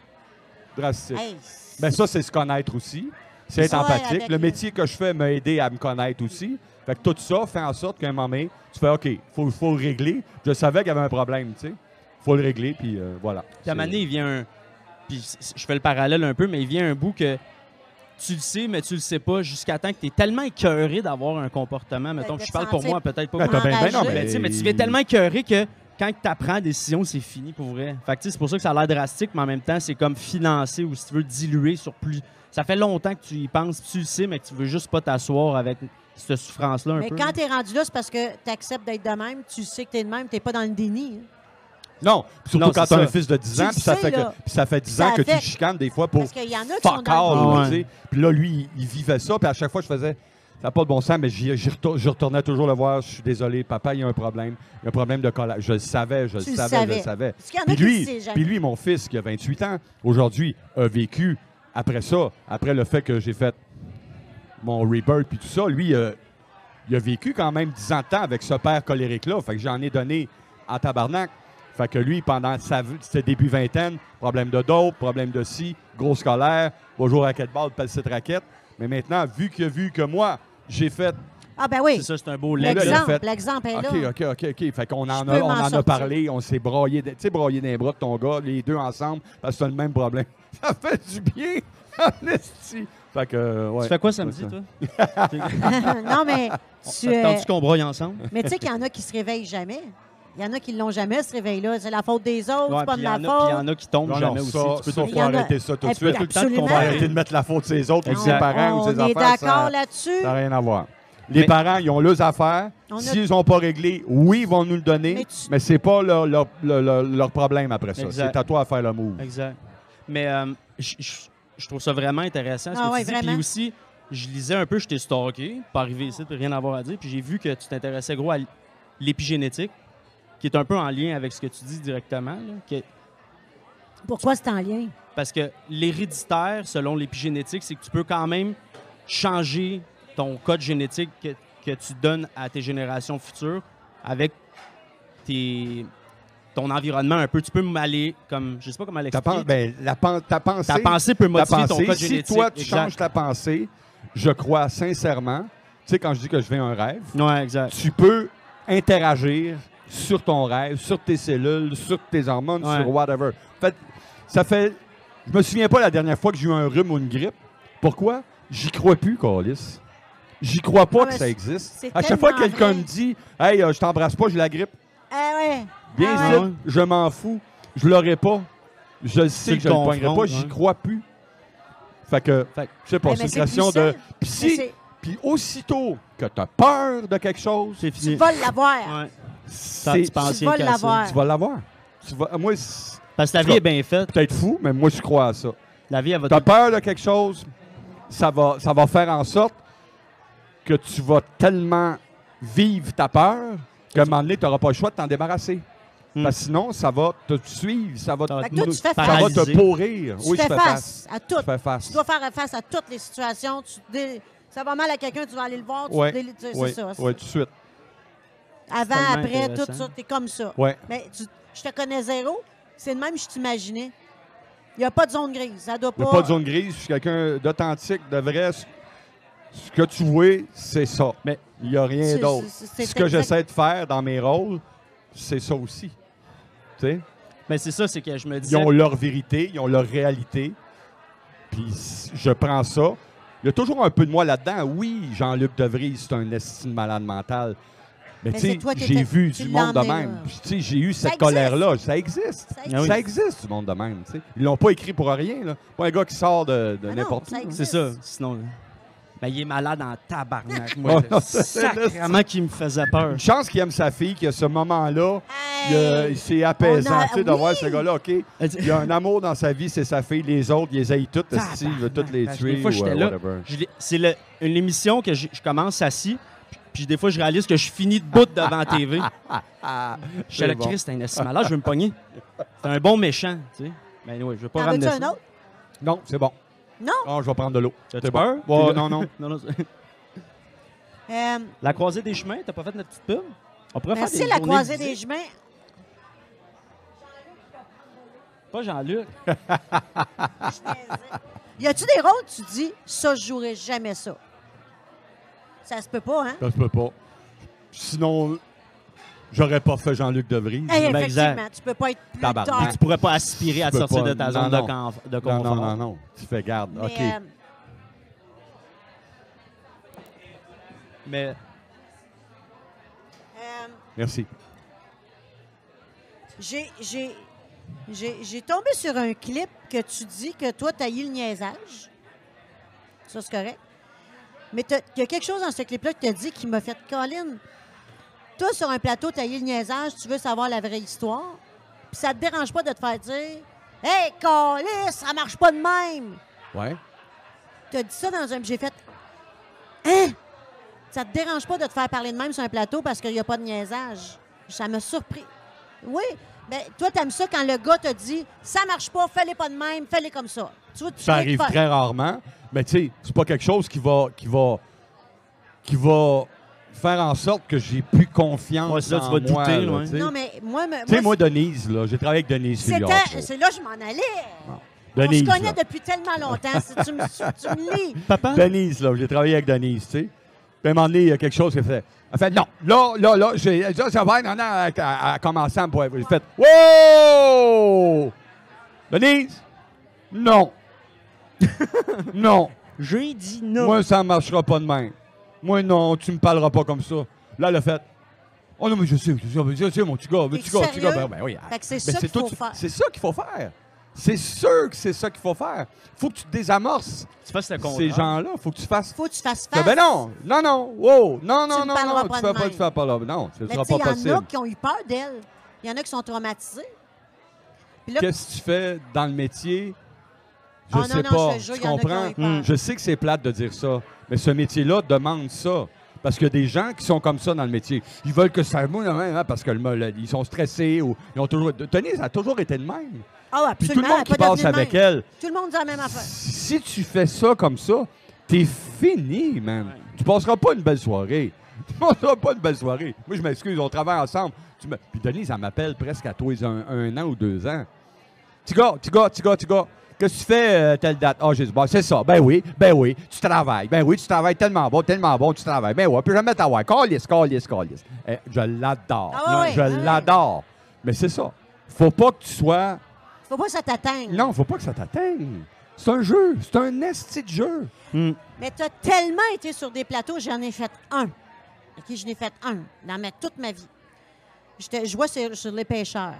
Drastique.
Hey,
Ben ça, c'est se connaître aussi. C'est être
Ouais,
empathique.
avec
Le
le-
métier que je fais m'a aidé à me connaître aussi. Fait que tout ça fait en sorte qu'à un moment donné, tu fais OK, il faut, faut le régler. Je savais qu'il y avait un problème, tu sais. faut le régler, puis euh, voilà.
Puis à un moment donné, il vient un. Puis c- c- je fais le parallèle un peu, mais il vient un bout que tu le sais, mais tu le sais pas, jusqu'à temps que tu es tellement écœuré d'avoir un comportement. Mettons,
de
je parle pour
sentir-
moi, peut-être pas
Ben,
pour
t'as bien- ben non,
enragé.
Mais, tu sais, mais tu deviens tellement écœuré que quand tu apprends la décision, c'est fini pour vrai. Fait que, tu sais, c'est pour ça que ça a l'air drastique, mais en même temps, c'est comme financer ou si tu veux diluer sur plus. Ça fait longtemps que tu y penses, puis tu le sais, mais que tu veux juste pas t'asseoir avec cette souffrance-là un
Mais
peu.
quand t'es rendu là, c'est parce que t'acceptes d'être de même, tu sais que t'es de même, t'es pas dans le déni. hein.
Non, surtout
Non,
quand
c'est
t'as un
ça.
fils de 10
Tu
ans,
le
puis ça,
sais,
fait que,
là.
puis ça fait 10
Ça
ans que tu
affecte.
chicanes des fois pour
Parce qu'il y en a qui sont
fuck
dans le
le
all,
monde.
tu sais. Puis là, lui, il, il vivait ça, puis à chaque fois, je faisais, ça n'a pas de bon sens, mais j'y- j'y retour- je retournais toujours le voir, je suis désolé, papa, il y a un problème, il y a un problème de colère. Je le savais, je le
Tu le
savais, je
savais.
le savais.
Parce qu'il y en a
Puis
qui
lui,
le savent jamais.
puis lui, mon fils, qui a 28 ans, aujourd'hui, a vécu après ça, après le fait que j'ai fait mon rebirth puis tout ça, lui, euh, il a vécu quand même 10 ans de temps avec ce père colérique-là. Fait que j'en ai donné en tabarnak. Fait que lui, pendant sa, v- ses débuts vingtaine, problème de dope, problème de ci, grosse colère, bonjour raquette-balle, pelle cette raquette. Mais maintenant, vu que vu que moi, j'ai fait.
Ah ben oui.
C'est ça, c'est un beau leg. là.
L'exemple.
L'exemple, l'exemple
fait-
est
OK,
là.
OK, OK, OK. Fait qu'on en,
Je
a,
peux
on
m'en
en a
sortir.
parlé, on s'est broyé, de- tu sais, broyé d'un bras de ton gars, les deux ensemble, parce que c'est le même problème. *laughs* Ça fait du bien, *laughs* en esti. Fait que, euh, ouais.
Tu fais quoi samedi,
Ouais, ça.
toi?
non,
*laughs*
mais tu, euh,
Attends-tu qu'on broye ensemble?
mais tu sais qu'il y en a qui se réveillent jamais. Il y en a qui l'ont jamais, ce réveil-là. C'est la faute des autres,
Ouais,
c'est pas de
puis il y
la
en a- puis il y
faute.
en a qui tombent
Non, non,
jamais aussi.
ça,
Tu peux
ça,
tout-
Il
faut
y en a-
arrêter ça tout de
Eh,
suite.
tout le temps de
absolument.
On va arrêter de mettre la faute sur les autres ou
Exact.
ses parents ou
On
ses
est
enfants.
d'accord
Ça
là-dessus.
n'a rien à voir. Les
Mais-
parents, ils ont leurs affaires.
On a-
S'ils n'ont pas réglé, oui, ils vont nous le
Mais
donner,
tu-
mais c'est pas leur, leur- leur- leur- leur problème après ça.
Exact.
C'est à toi à faire le move.
Exact. Mais euh, je- je je trouve ça vraiment intéressant. Ce
Ah
que
ouais,
tu dis.
vraiment.
Puis aussi, je lisais un peu, je t'ai stalké, pas arrivé ici, puis rien à voir à dire. Puis j'ai vu que tu t'intéressais gros à l- l'épigénétique, qui est un peu en lien avec ce que tu dis directement. là, que-
Pourquoi c'est en lien?
parce que l'héréditaire, selon l'épigénétique, c'est que tu peux quand même changer ton code génétique que, que tu donnes à tes générations futures avec tes, ton environnement un peu. Tu peux aller comme, je sais pas comment
Ta,
l'expliquer.
pen- ben, la pen- ta pensée,
Ta pensée peut
ta
modifier ton
pensée,
code
si
génétique.
toi, tu
Exact.
changes ta pensée, je crois sincèrement, tu sais, quand je dis que je vais un rêve,
Ouais, exact.
tu peux interagir sur ton rêve, sur tes cellules, sur tes hormones,
Ouais.
sur whatever. Fait- ça fait. Je me souviens pas la dernière fois que j'ai eu un rhume ou une grippe. Pourquoi? J'y crois plus, Carlis. J'y crois pas
Ah,
que
mais
ça
c'est-
existe.
c'est
À chaque fois que
tellement
quelqu'un
vrai.
me dit Hey, euh, je t'embrasse pas, j'ai la grippe.
Ah ouais.
Bien
Ah
sûr,
ouais.
je m'en fous. Je l'aurai pas. Je le sais
le
que je le poignerai pas,
confrontes,
j'y
ouais.
crois plus. Fait que,
Fait que-
je sais pas,
Mais-
c'est
mais
une
c'est
question
puissant.
de. Puis
Mais
si-
c'est-
puis aussitôt que t'as peur de quelque chose,
C'est
Tu
fini.
vas l'avoir.
Ouais. Ça,
c'est
tu penses
tu vas
rien qu'à
l'avoir.
ça.
Tu vas l'avoir. Tu vas- moi, c'est
Parce que la vie est bien faite.
peut-être fou, mais moi, je crois à ça.
La vie, elle va
T'as peur de quelque chose, ça va, ça va faire en sorte que tu vas tellement vivre ta peur qu'à un moment donné, tu n'auras pas le choix de t'en débarrasser.
Hmm.
Parce que sinon, ça va te suivre, ça va, te-
Ça va
Fait que toi, tu fais
ça va te
paralyser.
pourrir.
Tu
oui,
fais
je fais
face à tout.
Je fais face.
Tu dois faire face à toutes les situations. Tu dé- Ça va mal à quelqu'un, tu vas aller le voir. Tu
Ouais,
dé- tu- c'est
Oui,
ça.
oui, tout de suite.
Avant,
tellement
après, tout
intéressant.
ça, t'es comme ça.
Ouais.
Mais tu- je te connais zéro. C'est de même que je t'imaginais. Il n'y a pas de zone grise. Ça doit
Il n'y
pas.
a pas de zone grise, je suis quelqu'un d'authentique, de vrai. Ce- Ce que tu vois, c'est ça.
Mais-
il n'y a rien
C'est-
d'autre.
c'est- c'est
Ce que
exact-
j'essaie de faire dans mes rôles, c'est ça aussi. Tu sais,
Mais c'est ça, c'est que je me
Ils
disais...
ont leur vérité, ils ont leur réalité. Puis s- je prends ça. Il y a toujours un peu de moi là-dedans. Oui, Jean-Luc Devries, c'est un estime malade mental. Mais,
Mais
tu sais,
c'est toi qui
j'ai
étais-
vu
tu
du monde de
l'emmenais,
même.
là.
Puis, tu sais, j'ai eu cette
existe.
colère-là. Ça existe.
Ça
Ah oui.
Ça existe, du monde de même. tu sais. Ils l'ont pas écrit pour rien. Là. Pas un gars qui sort de, de
Ah non,
n'importe
ça
où.
existe.
C'est ça, sinon... là. Ben, il est malade en tabarnak,
*laughs*
moi.
Oh,
là.
euh, c'est-
Sacrement qu'il me faisait peur.
Une chance qu'il aime sa fille, qu'il y a ce moment-là.
Hey!
il, euh, C'est apaisant
On a-
tu sais, de
oui!
voir ce gars-là. OK, il y a un amour dans sa vie, c'est sa fille. Les autres, il les haït toutes.
Tabarnak.
esti, Il veut toutes les
Des
tuer.
fois,
ou,
j'étais
euh,
là.
whatever.
Je l'ai- C'est le- une émission que je, je commence assis, puis, puis des fois, je réalise que je finis debout devant TV.
*laughs*
Je suis
C'est
là,
bon.
Chris, t'es un esti malade, je veux me pogner. T'es un bon méchant, tu sais. Ben oui, je veux pas
T'en veux-tu
ramener ça.
un autre?
Non, c'est bon.
Non?
Oh, je vais prendre de l'eau.
T'as-tu
C'est
peur?
bon. Ouais,
T'es
non, *laughs*
là-
non.
*laughs* non, non, c'est-
Ah.
Euh,
La croisée des chemins, t'as pas fait notre petite pub? On pourrait faire
merci,
des
la
journées
croisée
visite.
des chemins.
Pas Jean-Luc.
y a-tu des rôles, tu dis, ça, je jouerai jamais ça? Ça se peut pas, hein?
Ça se peut pas. Sinon, j'aurais pas fait Jean-Luc Devries.
Hey,
ben,
Eh, effectivement,
exact.
tu peux pas être plus
Tabarnak.
Ah,
tard.
tu pourrais pas aspirer à te
peux
sortir
pas.
de ta
Non,
zone
non.
de, conf- de
non,
confort.
non, non, non. Tu fais garde.
Mais,
OK.
euh,
Mais
euh,
Merci.
j'ai- j'ai- j'ai j'ai tombé sur un clip que tu dis que toi, t'as eu le niaisage. Ça, c'est correct. Mais t'as- il y a quelque chose dans ce clip-là que tu as dit qui m'a fait Colin. Toi, sur un plateau, t'as eu le niaisage, tu veux savoir la vraie histoire. Puis ça te dérange pas de te faire dire Hey, Colin, ça marche pas de même.
Ouais.
T'as dit ça dans un. J'ai fait. Hein? Ça te dérange pas de te faire parler de même sur un plateau parce qu'il n'y a pas de niaisage? Ça m'a surpris. Oui. Ben, toi, t'aimes ça quand le gars te dit ça marche pas, fais-les pas de même, fais-les comme ça. Tu vois, tu
Ça
viens de
arrive
faire-
très rarement, mais tu sais, c'est pas quelque chose qui va qui va qui va faire en sorte que j'ai plus confiance
Ouais, c'est là,
en
tu vas te
moi.
douter,
là,
ouais.
tu sais.
Non, mais moi, me-
Tu sais,
moi,
moi, Denise, là, j'ai travaillé avec Denise
c'était.
Filiard.
C'est là que je m'en allais.
Denise,
On se connaît
là.
depuis tellement longtemps. Si tu me, si tu me lis.
papa,
Denise, là, j'ai travaillé avec Denise, tu sais. Puis à un moment donné, il y a quelque chose qui fait. Elle fait non, là, là, là, j'ai, là ça va, non, non, elle elle- elle a commencé à me poivrer. J'ai fait Wow! Denise? Non. *laughs* non.
j'ai dit non.
Moi, ça ne marchera pas de même. Moi, non, tu me parleras pas comme ça. Là, elle a fait. Oh non, mais je sais, je sais, je sais, mon petit gars, mon
T'es
petit gars, petit gars.
sérieux?
Ben, ben oui,
Fait que c'est
ben,
ça qu'il
toi
faut
qui-
faire.
C'est ça qu'il faut faire. C'est sûr que c'est ça qu'il faut faire. faut que tu te désamorces
tu fasses le contraire.
ces gens-là. faut que tu fasses.
Faut que tu fasses
Ah,
face.
Ben non, non, non, wow, non, non,
me
non,
parleras
non,
pas
tu
de
fais pas,
même.
tu fais pas là. Non, ce
Mais
sera
tu sais,
pas
il y en
possible.
a qui ont eu peur d'elle. Il y en a qui sont traumatisés. Puis là,
Qu'est-ce que tu fais dans le métier? Je
Ah, non,
sais
non,
pas.
je te jure,
tu
il y en a qui ont
comprends?
eu peur.
Je sais que c'est plate de dire ça, mais ce métier-là demande ça. Parce qu'il y a des gens qui sont comme ça dans le métier. Ils veulent que ça moule hein, hein, parce que le, le- ils sont stressés ou ils ont toujours. Denise a toujours été de même.
ah ouais,
Puis
absolument.
tout le monde
elle
qui
est pas
passe
devenue de
avec
même.
elle,
Tout le monde dit la même affaire.
si tu fais ça comme ça, t'es fini, man. Tu passeras pas une belle soirée. *laughs* Tu passeras pas une belle soirée. Moi, je m'excuse, on travaille ensemble. Tu me... Puis Denise, elle m'appelle presque à tous les un, un an ou deux ans. Tiga, Tiga, Tiga, Tiga, qu'est-ce que tu fais euh, telle date? Ah, j'ai dit, bon, c'est ça. Ben oui, ben oui, tu travailles. Ben oui, tu travailles tellement bon, tellement bon, tu travailles. Ben ouais, puis jamais t'avoir. Calisse, calisse, calisse. Eh, je l'adore.
Ah ouais,
je
ouais, ouais.
l'adore. Mais c'est ça. Faut pas que tu sois
Faut pas que ça t'atteigne.
non, faut pas que ça t'atteigne. C'est un jeu, c'est un esti de jeu.
Mais tu as tellement été sur des plateaux, j'en ai fait un. OK, je n'ai fait un dans ma- toute ma vie. J'étais- Je vois sur, sur les pêcheurs.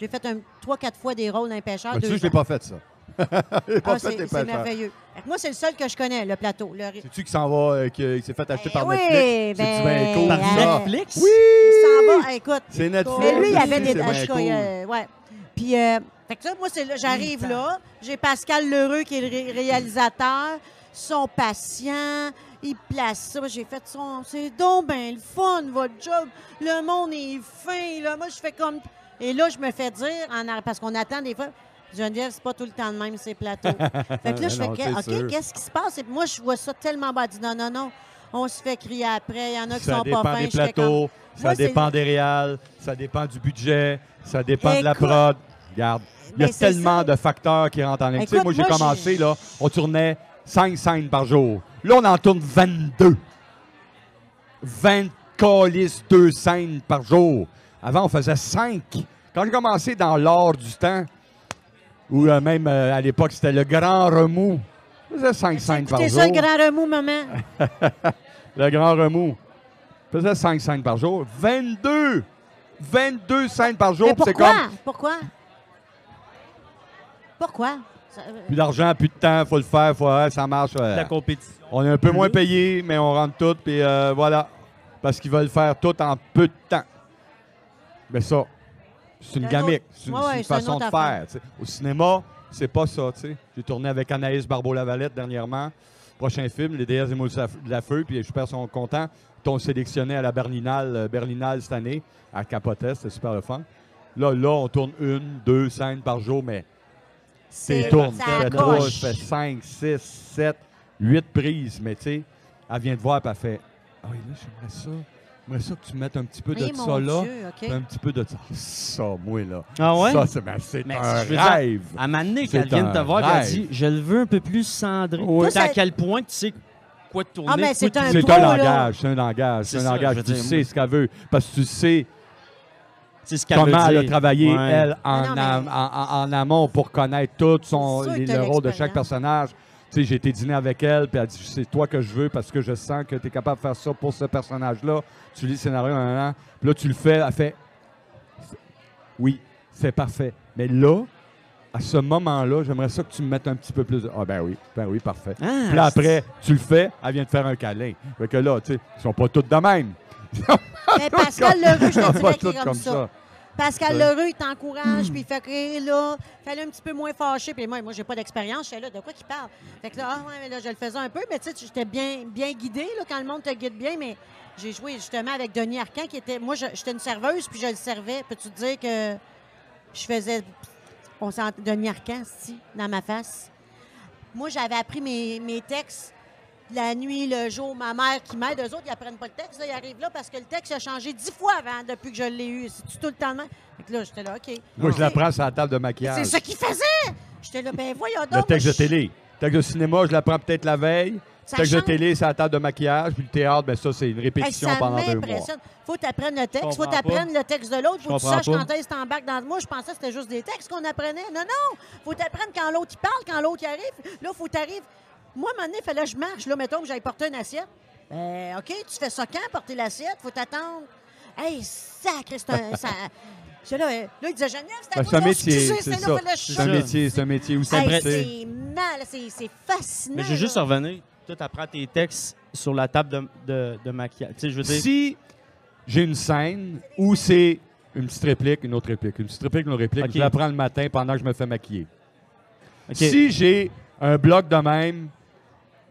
J'ai fait un, trois, quatre fois des rôles d'un pêcheur.
Mais tu
Ah, deux
sais, je l'ai
ans.
pas fait, ça. *laughs* Je l'ai pas
Ah,
fait,
c'est
les
c'est
pêcheurs.
merveilleux. Fait que Moi, c'est le seul que je connais, le plateau. Le... ri-
C'est-tu qui s'en va, euh, qui, qui s'est fait acheter
Eh
par
oui,
Netflix?
ben,
C'est-tu bien cool,
Par
ça?
Netflix?
Oui!
Il s'en va, hey, écoute.
C'est Netflix.
Mais lui, il avait
C'est
des.
bien
en tout cas, il,
cool.
euh, ouais. Puis, euh, fait que ça, moi, c'est là, j'arrive là. J'ai Pascal Lheureux qui est le ré- réalisateur. Son patient. Il place ça. J'ai fait son. C'est donc ben le fun, votre job. Le monde est fin. Là. Moi, je fais comme. Et là, je me fais dire, en arrière- parce qu'on attend des fois. Geneviève, c'est pas tout le temps de même, ces
*laughs*
plateaux. fait que là, je fais,
Non,
que-
c'est sûr.
OK, qu'est-ce qui se passe? Et puis moi, je vois ça tellement bas. Elle dit, non, non, non. On se fait crier après. Il y en a qui
Ça
sont pas
dépend
fins.
des
Je fais comme-
plateaux, ça
Moi, c'est-
dépend des réals, ça dépend du budget, ça dépend de la
Écoute.
prod. Regarde, il y a
Mais c'est
tellement de facteurs qui rentrent en ligne. Tu sais,
Écoute,
moi, j'ai
moi,
commencé,
j'ai-
là, on tournait 5 scènes par jour. Là, on en tourne 22. 20 colis, 2 scènes par jour. Avant, on faisait 5. Quand j'ai commencé dans l'or du temps, ou euh, même euh, à l'époque, c'était le grand remous, on faisait 5 scènes par
Écoutez
jour.
ça, le grand remous, maman.
Le grand remous. Faisait 5 scènes par jour. 22! 22 scènes par jour.
Mais
puis C'est
pourquoi?
comme
Pourquoi? Pourquoi? Ça- euh,
plus d'argent, plus de temps, faut le faire, faut, ouais, ça marche. ouais.
La compétition.
On est un peu moins
Mhm.
payé, mais on rentre tout, puis euh, voilà. Parce qu'ils veulent faire tout en peu de temps. Mais ça, c'est une
Un
gamique.
autre-
C'est une,
Ouais,
c'est
ouais,
une
c'est une
façon de
autre
faire. tu sais. Au cinéma, c'est pas ça. tu sais. J'ai tourné avec Anaïs Barbeau-Lavalette dernièrement. Prochain film, Les Déesses des Mots de la Feu, puis les super sont contents. Ils t'ont sélectionné à la Berlinale, euh, Berlinale cette année, à Capotes, c'était super le fun. Là, là, on tourne une, deux scènes par jour, mais
C'est
c'est tourne.
ça
Fait
accroche.
3, fait 5, 6, 7, 8 prises. Mais tu sais, elle vient te voir et elle fait Ah oui, là, j'aimerais ça. J'aimerais ça que tu mettes un petit peu de
Eh,
ça
mon
là.
Dieu, OK.
puis Un petit peu de ça. Ça, moi, là.
Ah ouais?
Ça, c'est ben, c'est
Mais
un
je veux dire,
rêve.
À un moment donné,
C'est
qu'elle vient de te
un
voir et elle
rêve.
dit Je le veux un peu plus cendré.
Oui.
Tu sais, à
Ça-
quel point tu sais quoi de tourner.
Ah, mais
de quoi
c'est
de
un
tourner.
C'est
pro,
un
là.
langage, c'est un langage, c'est un
C'est ça, je
langage.
veux
Tu
dire,
sais
moi-
ce qu'elle veut. Parce que tu sais
C'est ce qu'elle veut
comment elle a
dire.
travaillé,
Ouais.
elle, en,
Mais Ah non, mais-
am- en- en- en amont pour connaître tout son,
C'est sûr
les-
que t'as
le rôle de
l'expérience.
chaque personnage. Tu sais, j'ai été dîner avec elle, puis elle dit C'est toi que je veux parce que je sens que tu es capable de faire ça pour ce personnage-là. Tu lis le scénario, nan, nan, nan. puis là, tu le fais. Elle fait Oui, c'est parfait. Mais là, à ce moment-là, j'aimerais ça que tu me mettes un petit peu plus. de- Ah, ben oui, ben oui, parfait.
Ah,
Puis là, après, tu le fais, elle vient te faire un câlin. Fait que là, tu sais, ils sont pas tous de même.
Mais Pascal Lheureux, je
*laughs* Ils sont
te
pas
dirais qu'il
tous
est comme ça. Pascal
Ouais.
Lheureux, il t'encourage, puis il fait que hey, là, fallait un petit peu moins fâché. Puis moi, moi j'ai pas d'expérience, je suis là, de quoi qu'il parle? Fait que là, ah ouais, mais là, je le faisais un peu, mais tu sais, j'étais bien, bien guidée, là, quand le monde te guide bien, mais j'ai joué justement avec Denis Arcan, qui était. Moi, je- j'étais une serveuse, puis je le servais. Peux-tu te dire que je faisais. On s'en. Denis Arcan, si, dans ma face. Moi, j'avais appris mes, mes textes la nuit, le jour, ma mère qui m'aide. Eux autres, ils apprennent pas le texte. là, ils arrivent là parce que le texte a changé dix fois avant depuis que je l'ai eu. C'est tout le temps de même. Fait que là, j'étais là, OK.
Moi, je
C'est-
la prends sur la table de
C'est
maquillage.
ça qu'ils faisaient! J'étais là, ben voyons donc.
Le texte
moi,
de
je-
télé. Le texte de cinéma, je la prends peut-être la veille.
Ça
Le texte
change.
de télé, c'est la table de maquillage. Puis le théâtre, ben ça, c'est une
Hey,
répétition
ça
pendant deux mois. Ben,
m'impressionne. Faut t'apprendre le texte, faut
comprends pas.
t'apprendre le texte de l'autre,
Je
faut que tu
comprends
saches
pas.
quand est-ce que t'embarques dans. Moi, je pensais que c'était juste des textes qu'on apprenait. Non, non! Faut t'apprendre quand l'autre il parle, quand l'autre il arrive. Là, faut t'arrives. Moi, à un moment donné, fallait que je marche. Là, mettons que j'aille porter une assiette. Ben, OK, tu fais ça quand, porter l'assiette? Faut t'attendre. Hey, sacré, c'est un. ça... C'est Là, euh, là, il disait Geneviève, c'est à
Ben, c'est un
toi de
métier,
refuser,
c'est
là,
ça.
fallait que je
C'est un
sorte.
ça.
métier, c'est un métier où
Hey,
ça
vrai,
tu sais.
c'est mal, c'est c'est fascinant.
Mais je veux juste
là.
revenir. Toi, t'apprends tes textes sur la table de, de, de maquillage. Tu sais, je veux dire.
Si j'ai une scène où c'est une petite réplique, une autre réplique, une petite réplique, une autre réplique,
Ok.
je la prends le matin pendant que je me fais maquiller.
OK,
Si j'ai un bloc de même,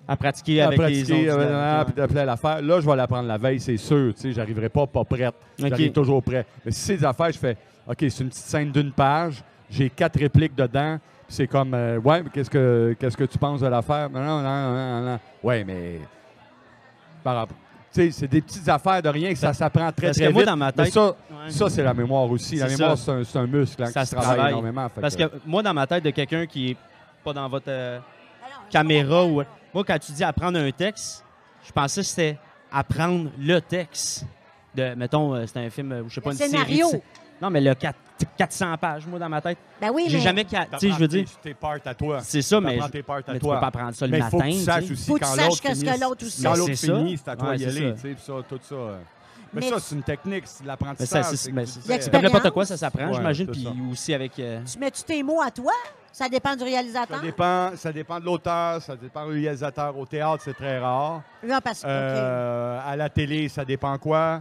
à pratiquer
à
avec
pratiquer,
les autres.
euh,
là,
nanana,
ok,
puis d'appeler à l'affaire. Là, je vais la prendre la veille, c'est sûr. Tu sais, j'arriverai pas pas prête. J'arrive
Ok.
toujours prêt. Mais si c'est des affaires, je fais OK, c'est une petite scène d'une page, j'ai quatre répliques dedans, puis c'est comme euh, Ouais, mais qu'est-ce que qu'est-ce que tu penses de l'affaire? Non, non, non, non, non, non. Ouais, mais par rapport. Tu sais, c'est des petites affaires de rien que ça s'apprend très,
Ben, Parce
très
que moi,
vite.
dans ma
Mais
tête-
ça,
ouais.
ça c'est la mémoire aussi. La
C'est
mémoire, c'est un, c'est un muscle hein,
Ça
qui
se
se travaille,
travaille.
énormément. Fait
Parce
que-
que moi, dans ma tête de quelqu'un qui est pas dans votre euh,
Alors, je
caméra,
comprends.
ou, moi, quand tu dis apprendre un texte, je pensais que c'était apprendre le texte. De, mettons, euh, c'est un film, euh, ou je sais pas,
Le
une série,
scénario.
tu sais. Non, mais le quatre- 400 pages, moi, dans ma tête.
Ben oui,
J'ai
mais-
jamais. ca- Tu sais, je veux dire,
Tes parts à toi.
c'est ça, mais,
T'apprends
je-
tes parts à
mais tu
toi.
peux pas apprendre ça le
Mais il
matin.
faut que tu
tu
saches
sais.
aussi
Faut que tu
quand
saches
l'autre
qu'est-ce que
finit-
l'autre aussi
Quand
fait.
l'autre
C'est ça.
finit, c'est à toi
Ouais,
d'y
c'est
aller,
ça.
tu sais, puis ça, tout ça. euh. Mais,
Mais
ça,
tu-
c'est une technique, c'est de
Mais ça,
l'apprentissage.
c'est-
c'est que
mais
tu
c'est-
fais-
c'est-
Comme n'importe quoi, ça s'apprend,
Ouais,
j'imagine,
c'est
puis
ça.
aussi avec. euh,
Tu mets-tu tes mots à toi? Ça dépend du réalisateur?
Ça dépend, ça dépend de l'auteur, ça dépend du réalisateur. Au théâtre, c'est très rare.
Non, parce que.
Euh, À la télé, ça dépend quoi.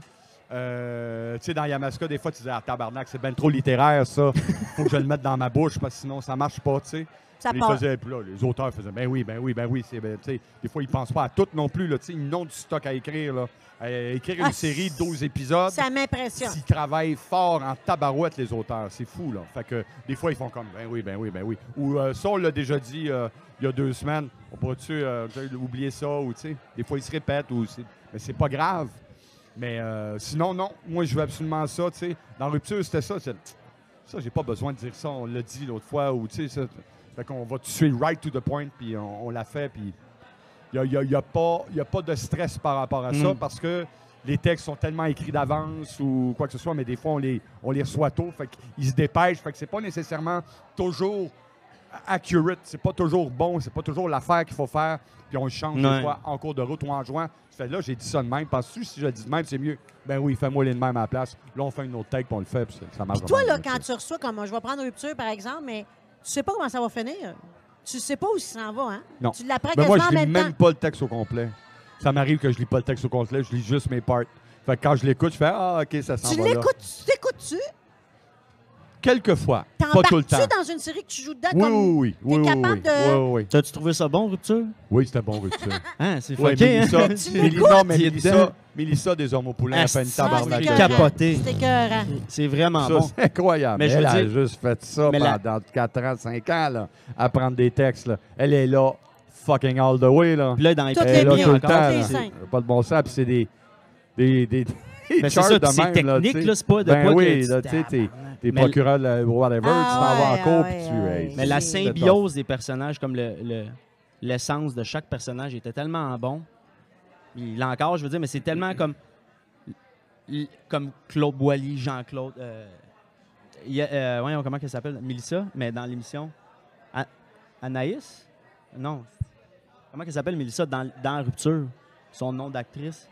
Euh, tu sais, dans Yamaska, des fois, tu dis Ah, tabarnak, c'est ben trop littéraire, ça.
*laughs*
Faut que je le mette dans ma bouche, parce que sinon, ça marche pas, tu sais.
Ça
Puis ils
part.
faisaient- puis là, les auteurs faisaient Ben oui, ben oui, ben oui. c'est- ben, tu sais, des fois, ils pensent pas à tout non plus, là, tu sais, ils ont du stock à écrire, là. Euh, écrire une
Ah,
série de 12 épisodes.
Ça m'impressionne.
Ils travaillent fort en tabarouette, les auteurs. C'est fou, là. Fait que des fois, ils font comme, ben oui, ben oui, ben oui. Ou euh, ça, on l'a déjà dit euh, il y a deux semaines, on pourrait-tu euh, oublier ça? Ou, tu sais, des fois, ils se répètent. Ou c'est- mais c'est pas grave. Mais euh, sinon, non. Moi, je veux absolument ça, tu sais. Dans Rupture, c'était ça. c'est- Ça, j'ai pas besoin de dire ça. On l'a dit l'autre fois. Ou, tu sais, ça- fait qu'on va tuer right to the point, puis on, on l'a fait, puis il n'y a, y a pas y a pas de stress par rapport à ça
Mm.
parce que les textes sont tellement écrits d'avance ou quoi que ce soit, mais des fois, on les, on les reçoit tôt, fait qu'ils se dépêchent, fait que c'est pas nécessairement toujours accurate, c'est pas toujours bon, c'est pas toujours l'affaire qu'il faut faire, puis on le change
Ouais.
des fois en cours de route ou en jouant. Tu fais là, j'ai dit ça de même, penses-tu si je le dis de même, c'est mieux? Ben oui, fais-moi les de même à la place. Là, on fait une autre take, puis on le fait, puis ça, ça marche.
Puis toi,
Ah, vraiment
là,
bien,
quand tu
ça.
reçois, comme je vais prendre rupture, par exemple, mais tu sais pas comment ça va finir. Tu sais pas où ça s'en va, hein?
Non.
Tu l'apprends
Ben
quasiment
moi,
en
je lis
même,
même
temps.
pas le texte au complet. Ça m'arrive que je lis pas le texte au complet, je lis juste mes parts. Fait que quand je l'écoute, je fais Ah, OK, ça s'en
Tu
va là.
l'écoutes, tu t'écoutes-tu?
Quelquefois, pas tout le temps.
T'embarques-tu dans une série que tu joues dedans
Oui,
comme. Ah,
oui, oui.
t'es
oui,
capable
oui,
de-
oui, oui.
T'as-tu trouvé ça bon, Rupture?
Oui, c'était
*laughs*
bon, Rupture.
Hein, c'est
Oui,
fucké, hein?
Mélissa,
Tu
Méli-
l'écoutes?
non, mais
Il est dedans.
Mélissa, Mélissa des Hommes au Poulet a fait une
Asti, Ah,
Ah, c'est
tabarnak. de-
écœurant.
Capoté.
C'est écœurant.
C'est vraiment
Ça,
bon.
c'est incroyable.
Mais je
elle
veux
a
dire-
juste fait ça
Mais la-
pendant 4 ans, 5 ans, là, à prendre des textes. là. Elle est là, fucking all the way. Là.
Puis là, dans les
Toutes
Elle est
les
Eh, là
miens,
tout le temps.
encore,
là.
les cinq.
C'est Pas de bon sens, puis c'est des. des, des, des
Mais c'est
charts
ça,
de
c'est
même, là,
technique,
tu sais.
là, c'est pas de
ben
quoi
oui,
que
là,
tu
tu sais, t'es- t'es
Mais-
procureur de la- whatever,
Ah
tu t'en vas en
ouais,
cours, puis
ah
tu...
ouais,
hey,
Mais la
c'est-
symbiose des personnages, comme le- le- l'essence de chaque personnage était tellement bon Il l'a encore, je veux dire, mais c'est tellement comme. l- Comme Claude Boilly, Jean-Claude. euh, il y a- euh, voyons, comment elle s'appelle Mélissa, mais dans l'émission. A- Anaïs Non. Comment elle s'appelle Mélissa dans, dans Rupture Son nom d'actrice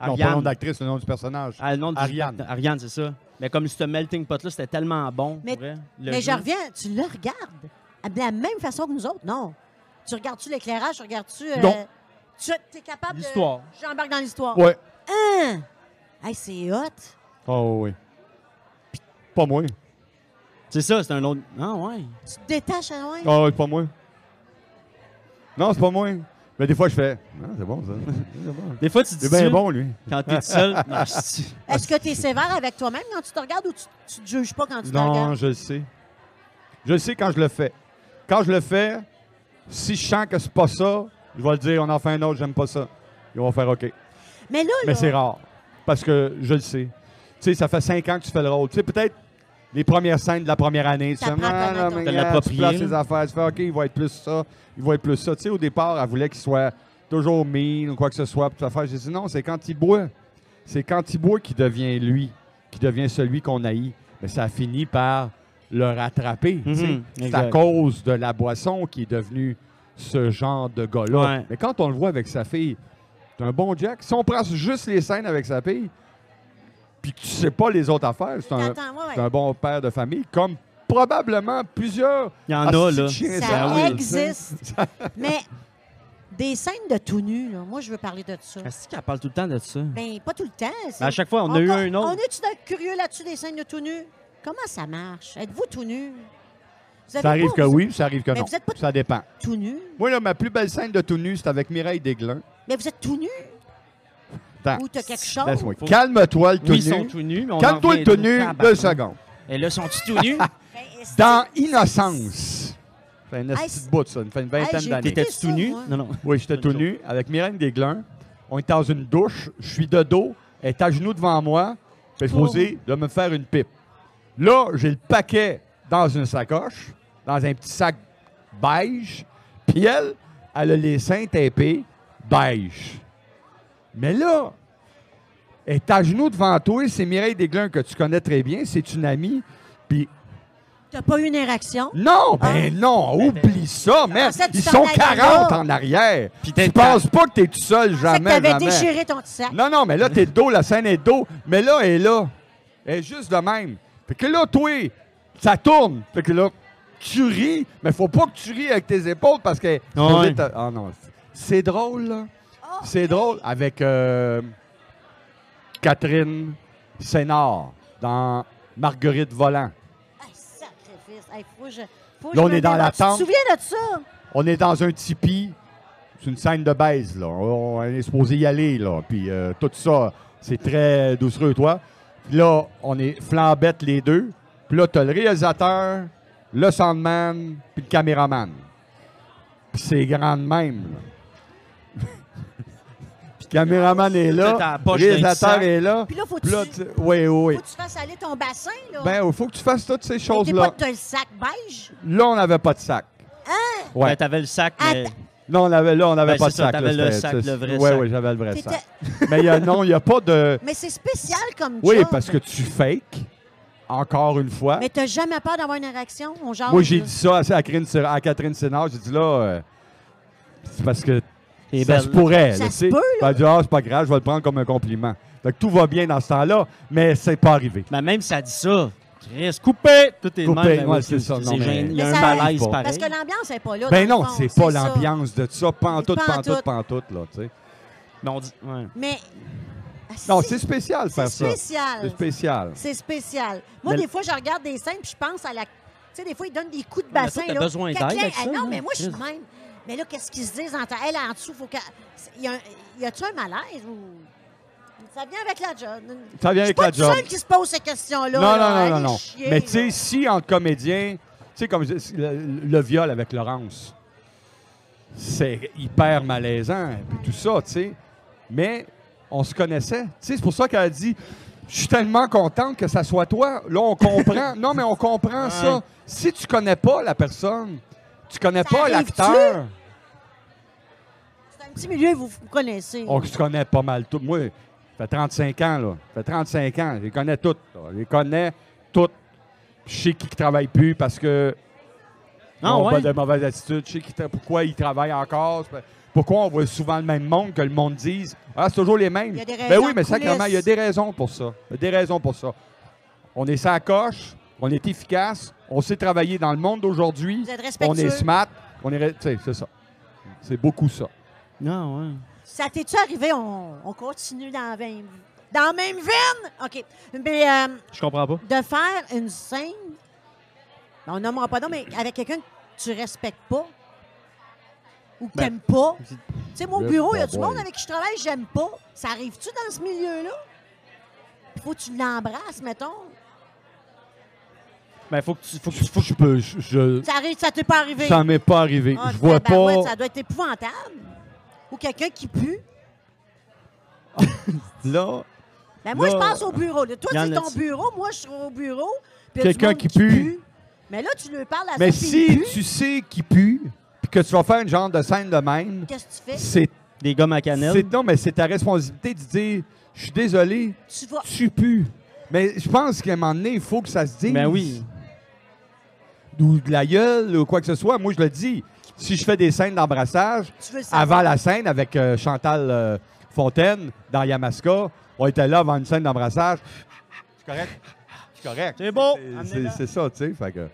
Non, pas le nom d'actrice, le nom du personnage.
Ah, le nom du-
Ariane.
Ariane, c'est ça. Mais comme ce melting pot-là, c'était tellement bon.
Mais-
pour vrai, le
Mais
jeu.
je reviens, tu le regardes de la même façon que nous autres, non. Tu regardes-tu l'éclairage, tu regardes-tu. euh,
Non.
Tu es capable
L'histoire.
de. J'embarque dans l'histoire.
Ouais.
Hein? Hey, c'est hot.
Oh oui. Pis Pas moi.
C'est ça, c'est un autre. Ah, ouais.
Tu te détaches hein, à loin.
Ah oui, pas moi. Non, c'est pas moi. Mais des fois, je fais. Non, c'est bon, ça. *laughs* C'est bon.
Des fois, tu dis
C'est bien
ça,
bon, lui.
quand t'es
*laughs*
tout seul. Non, je dis-
Est-ce que tu es sévère avec toi-même quand tu te regardes ou tu, tu te juges pas quand tu te
Non,
regardes?
je le sais. Je le sais quand je le fais. Quand je le fais, si je sens que c'est pas ça, je vais le dire, on en fait un autre, j'aime pas ça. Ils vont faire OK.
Mais là,
Mais
là,
c'est rare. Parce que je le sais. Tu sais, ça fait cinq ans que tu fais le rôle. Tu sais, peut-être les premières scènes de la première année. Tu fais, Ah,
T'apprends à connaître ton
mais
T'as
gars, tu
l'approprié,
places
là.
les affaires. Tu fais, OK, il va être plus ça. Il va être plus ça. Tu sais, au départ, elle voulait qu'il soit toujours mean ou quoi que ce soit. Puis, affaire. J'ai dit, non, c'est quand il boit. C'est quand il boit qu'il devient lui, qui devient celui qu'on haït. Mais ça finit par le rattraper. tu sais.
Mhm,
c'est à
exact.
cause de la boisson qui est devenu ce genre de gars-là.
Ouais.
Mais quand on le voit avec sa fille, c'est un bon Jack. Si on prend juste les scènes avec sa fille, puis que tu sais pas les autres affaires, c'est un,
t'entends, ouais, ouais.
c'est un bon père de famille, comme probablement plusieurs.
Il y en
Ah,
a,
c'est
là.
chiant,
ça
Ah oui, je le sais. *laughs*
existe. mais des scènes de tout nu, là, moi, je veux parler de ça.
Ah,
Est-ce qu'elle parle tout le temps de ça?
Ben, pas tout le temps. c'est-
à chaque fois, on a eu
Encore-
un autre.
On est-tu d'être curieux là-dessus des scènes de tout nu? Comment ça marche? Êtes-vous tout nu? Vous avez
Ça arrive
pas-
que oui, puis ça arrive que
Mais
non.
vous êtes pas-
Ça dépend.
Tout nu?
Moi, là, ma plus belle scène de tout nu, c'est avec Mireille Desglin.
Mais vous êtes tout nu?
Attends.
Ou t'as quelque chose?
Laisse-moi. Calme-toi, le tout
Oui, ils sont
nu.
tout nus, mais on
Calme-toi, le tout nu, deux
secondes.
secondes.
Et là, sont-ils tout *laughs* nus?
Ben, est-ce-
Dans Innocence. Ça fait une petite
c'est-
bout, ça, ça fait une
Hey,
vingtaine
j'ai
d'années.
écouté
T'étais-tu tout nu?
moi.
Non, non.
Oui, j'étais
Bonne
tout
chose.
nu avec Mireille Desglins. On est dans une douche. Je suis de dos. Elle est à genoux devant moi. Elle est supposée de me faire une pipe. Là, j'ai le paquet dans une sacoche, dans un petit sac beige. Puis elle, elle a les seins tapés beige. Mais là, elle est à genoux devant toi. C'est Mireille Desglins que tu connais très bien. C'est une amie. Puis
T'as pas eu une érection?
non,
Ah.
ben non, oublie ça, man.
ça, tu
Ils
t'en
sont
allais
40
là. Ah,
en arrière.
Puis t'es-
tu penses pas que t'es tout seul,
C'est que
jamais,
t'avais
jamais.
déchiré ton petit sac.
Non, non, mais là, t'es de dos, la scène est de dos. Mais là, elle est là. Elle est juste de même. Fait que là, toi, ça tourne. Fait que là, tu ris, mais faut pas que tu ris avec tes épaules parce que...
Ouais.
Ah non, c'est drôle, là.
Oh,
C'est drôle avec euh, Catherine Sénard dans Marguerite Volant.
hey, sacrifice. Hey, faut que je- faut que
Là,
je
on
me
est dans
démarque.
l'attente.
Tu te souviens de ça?
On est dans un tipi. C'est une scène de baise, là. On on est supposé y aller, là. Puis euh, tout ça, c'est très doucereux, toi. Puis là, on est flambette les deux. Puis là, t'as le réalisateur, le soundman, puis le caméraman. Puis c'est grand de même, là. *laughs* puis le caméraman est
Là, t'as
là,
la
le
poche d'un
réalisateur
petit
est là.
Puis là, faut que
Puis là,
tu-
tu- oui, oui, oui.
Faut que tu fasses aller ton bassin, là.
Ben, il faut que tu fasses toutes ces
Mais t'es pas
choses-là.
t'as le sac beige?
Là, on n'avait pas de sac. Ouais.
Hein?
Ben, t'avais le sac, mais.
Attends.
Non, on avait, là, on n'avait
Ben,
pas de
c'est ça,
sac.
t'avais
là,
le
c'était-
sac,
c'est-
le vrai
ouais,
sac.
ouais, j'avais le vrai
T'étais-
sac. Mais il y a- non, il n'y a
*laughs*
pas de.
Mais c'est spécial comme
Oui,
job.
parce que tu fakes, encore une fois.
Mais t'as jamais peur d'avoir une érection? On jase,
Moi, j'ai
là.
dit ça à Catherine, Sé- à Catherine Sénard. J'ai dit là, euh, c'est parce que
Et
ça
ben,
se pourrait.
Ça
là,
se
tu sais.
peut, là.
Elle a dit, ah, c'est pas grave, je vais le prendre comme un compliment. Fait que tout va bien dans ce temps-là, mais c'est pas arrivé.
ben, même si elle dit ça, Chris, coupé! Tout est de
Coupé,
même. ben
ouais,
oui,
c'est ça, non, mais-
gênant. Il y a
Mais
un
ça-
malaise
Parce
Parce
pareil.
que l'ambiance n'est pas là.
Ben
dans
non,
le fond,
c'est pas
ça.
l'ambiance de ça, pantoute,
Pantoute.
pantoute, pantoute, là, tu sais.
Mais on dit. ouais.
Mais. Ah,
Non,
si,
c'est spécial de faire
c'est
ça. C'est
spécial.
spécial.
C'est spécial. Moi,
Mais-
des fois, je regarde des scènes puis je pense à la. Tu sais, des fois, ils donnent des coups de
mais toi,
bassin.
t'as
là.
besoin
Quelqu'un-
d'aide avec
Ah
ça,
Non,
là,
mais moi, je suis de
Chris.
même. Mais là, qu'est-ce qu'ils se disent entre elle en dessous? Faut qu'elle- C'est- y a un- Y a-tu un malaise ou. Ça vient avec la job. Je
Ça vient
suis
avec
pas
la
le
job.
seul qui se pose ces questions-là.
Non,
là.
non, non,
Allez
non, non.
chier,
Mais tu sais,
là.
si entre comédiens, tu sais, comme je dis, le, le viol avec Laurence, c'est hyper malaisant, puis tout ça, tu sais. Mais on se connaissait. Tu sais, c'est pour ça qu'elle a dit Je suis tellement contente que ça soit toi. Là, on comprend. non, mais on comprend ça. Si tu connais pas la personne, tu connais
Ça
pas
arrive-tu?
l'acteur.
C'est un petit petit milieu, vous vous connaissez.
On se connaît pas mal tout. Moi, ça fait 35 ans, là. Ça fait 35 ans. Je les connais toutes. là. Je les connais toutes. Je sais qui ne travaille plus parce que
Ah,
n'ont
ouais?
pas de mauvaise attitude. Je sais qui tra- pourquoi ils travaillent encore. C'est pas- Pourquoi on voit souvent le même monde que le monde dise Ah, c'est toujours les mêmes.
Il y a des
Ben
raisons
oui, mais
de coulisses.
sacrément, il y a des raisons pour ça. Il y a des raisons pour ça. On est sans coche, on est efficace, on sait travailler dans le monde d'aujourd'hui.
Vous êtes
On
respectueux.
est smart, on est. re- Tu sais, c'est ça. C'est beaucoup ça.
Non, ouais.
Ça t'est-tu arrivé? On, on continue dans la même... Dans la même veine? OK. Mais euh,
Je comprends pas.
de faire une scène, ben, on nommera pas non, mais avec quelqu'un que tu respectes pas ou que
Ben,
t'aimes pas. Tu sais, moi, au
Yes,
bureau, il y a
boy,
du
boy.
monde avec qui je travaille, j'aime pas. Ça arrive-tu dans ce milieu-là? Il faut que tu l'embrasses, mettons.
Ben, faut que tu. Faut que tu-
je peux. Je,
Ça arrive, ça t'est pas arrivé.
ça m'est pas arrivé.
Ah,
je vois pas.
tabarouette, ça doit être épouvantable. Ou quelqu'un qui pue.
Là,
Ben moi,
Là,
je passe au bureau. là. Toi,
y en
c'est
a-
ton bureau. Moi, je suis au bureau. Puis il y a du
Quelqu'un
monde
qui pue.
Mais là, tu lui parles à
Mais
ça, puis
si
il pue,
tu sais qu'il pue, puis que tu vas faire une genre de scène de même,
qu'est-ce que tu fais?
c'est
des gommes à cannelle.
c'est- non, mais c'est ta responsabilité de dire Je suis désolé,
Tu vas...
tu pues. Mais je pense qu'à un moment donné, il faut que ça se dise.
Ben oui.
Ou de la gueule, ou quoi que ce soit. Moi, je le dis. Si je fais des scènes d'embrassage,
Tu veux le savoir.
avant la scène avec euh, Chantal euh, Fontaine dans Yamaska, on était là avant une scène d'embrassage. C'est correct. C'est correct.
C'est beau.
Oh,
C'est-
Amenez-la.
C'est c'est ça, tu sais. fait que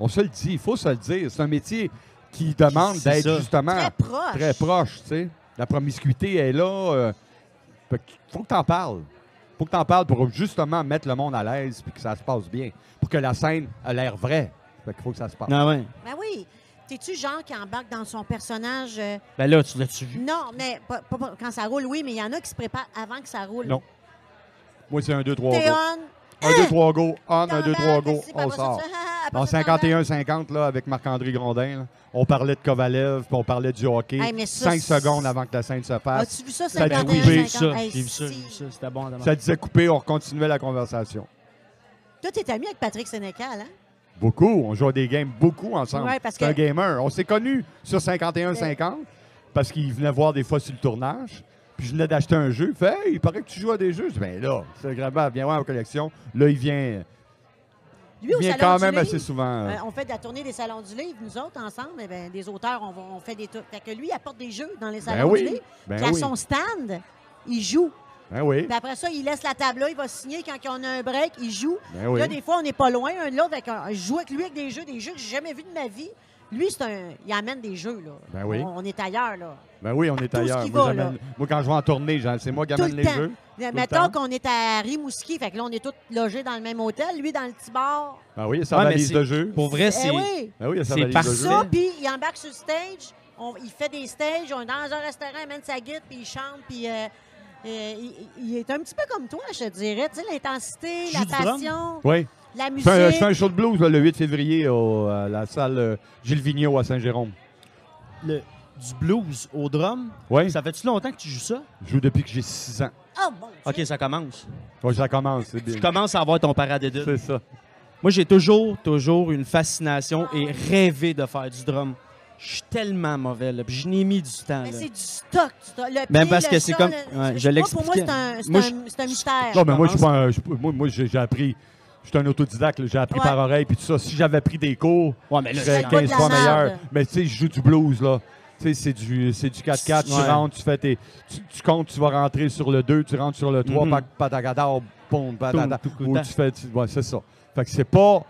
On se le dit, il faut se le dire. C'est un métier qui demande
C'est
d'être
ça.
justement
Très proche.
très proche, tu sais. La promiscuité est là. euh, fait que faut que t'en parles. Faut que t'en parles pour justement mettre le monde à l'aise puis que ça se passe bien. Pour que la scène a l'air vraie. Fait qu'il faut que ça se passe.
Non, ouais.
Ben oui. T'es-tu genre qui embarque dans son personnage? euh,
Ben là, tu l'as-tu vu?
Non, mais pas- pas- pas- quand ça roule, oui, mais il y en a qui se préparent avant que ça roule.
Non. Moi, c'est un, deux, trois,
T'es
go.
on,
Un, deux, trois, go. On, un, deux,
t'embarques,
trois, go.
ici, par
On
là, ça,
sort.
ça, ah, après
En
ça, t'embarques.
51-50, là, avec Marc-André Grondin, là, on parlait de Kovalev, puis on parlait du hockey.
Hey, mais ça,
Cinq
c'est-
secondes avant que la scène se passe.
As-tu vu ça,
Ça a
51,
été coupé,
50? Hey,
J'ai vu ça,
si.
j'ai vu ça. C'était bon. d'abord.
Ça disait coupé, on continuait la conversation.
Toi, t'es ami avec Patrick Sénécal, hein?
Beaucoup. On joue à des games beaucoup ensemble.
Ouais, parce
C'est un
que-
gamer. On s'est connus sur 51-50 parce qu'il venait voir des fois sur le tournage. Puis je venais d'acheter un jeu. Il fait Hey, il paraît que tu joues à des jeux. Je dis Ben là, c'est grave, viens voir en collection. Là, il vient,
Lui, au
il vient
Salon
quand
du
même
Livre,
assez souvent.
euh, on fait de la tournée des salons du livre, nous autres, ensemble. Eh ben, des auteurs, on, va- on fait des trucs. Fait que lui, il apporte des jeux dans les salons
ben
du
oui.
livre.
Ben
Puis à
oui.
son stand, il joue.
Ben oui.
Puis après ça, il laisse la table là, il va signer quand on a un break, il joue.
Ben oui.
Là, des fois, on n'est pas loin un de l'autre. Fait qu'on- Je joue avec lui avec des jeux, des jeux que j'ai jamais vus de ma vie. Lui, c'est un, il amène des jeux. Là.
Ben oui.
on, on est ailleurs. Là.
Ben oui, on est
Tout ce
ailleurs.
qui
Moi,
va,
j'amène-
là.
moi, quand je vais en tournée, j'en- c'est moi qui
Tout
amène
le
les
temps.
jeux.
Mais
le
Mettons
temps.
qu'on est à Rimouski. Fait que là, on est tous logés dans le même hôtel. Lui, dans le petit bar.
Ben oui, il y a sa
Ouais, mais
valise
c'est-
de jeu.
Pour vrai,
Eh
c'est.
oui!
Ben oui, il y a sa
c'est
valise
par
de jeu.
ça, puis il embarque sur le stage, on- il fait des stages, on est dans un restaurant, il mène sa guide, puis il chante, puis euh, euh, il, il est un petit peu comme toi, je te dirais. Tu sais, l'intensité,
Tu
la
joues du drum?
passion,
Oui.
la
Je
musique.
fais, un, je fais un show de blues là, le 8 février au- à la salle euh, Gilles Vigneault à Saint-Jérôme.
le- du blues au drum.
Oui,
Ça fait-tu longtemps que tu joues ça?
je joue depuis que j'ai 6 ans.
Oh, mon Dieu!
OK, ça commence.
Ouais, ça commence, c'est bien.
Tu commences à avoir ton paradédule.
C'est ça.
Moi, j'ai toujours, toujours une fascination et rêvé de faire du drum. Je suis tellement mauvais, là. Puis je n'ai mis du temps,
Mais
là.
c'est du stock, du stock. Le
Ben,
pied,
parce
le
que c'est
chat,
comme-
le-
ouais,
c'est-
je
moi, Pour moi, c'est
l'expliquais.
un, c'est
Moi,
un- c'est un mystère.
Non, mais moi, je suis
commence-
pas un- je suis pas- moi, moi, j'ai j'ai appris. J'étais un autodidacte, là, j'ai appris
Ouais.
par oreille puis tout ça. Si j'avais pris des cours,
Ouais, mais
je
là,
serais
pas de
15
la
fois
merde.
meilleur. Mais tu sais, je joue du blues, là. Tu sais, c'est du, c'est du 4-4.
Ouais.
Tu rentres, tu fais tes. Tu, tu comptes, tu vas rentrer sur le 2, tu rentres sur le 3,
Mhm.
pac patacadar, oh, boum, patata.
tout coup
Ou
de
tu fais. tu- ouais, c'est ça. Fait que c'est pas.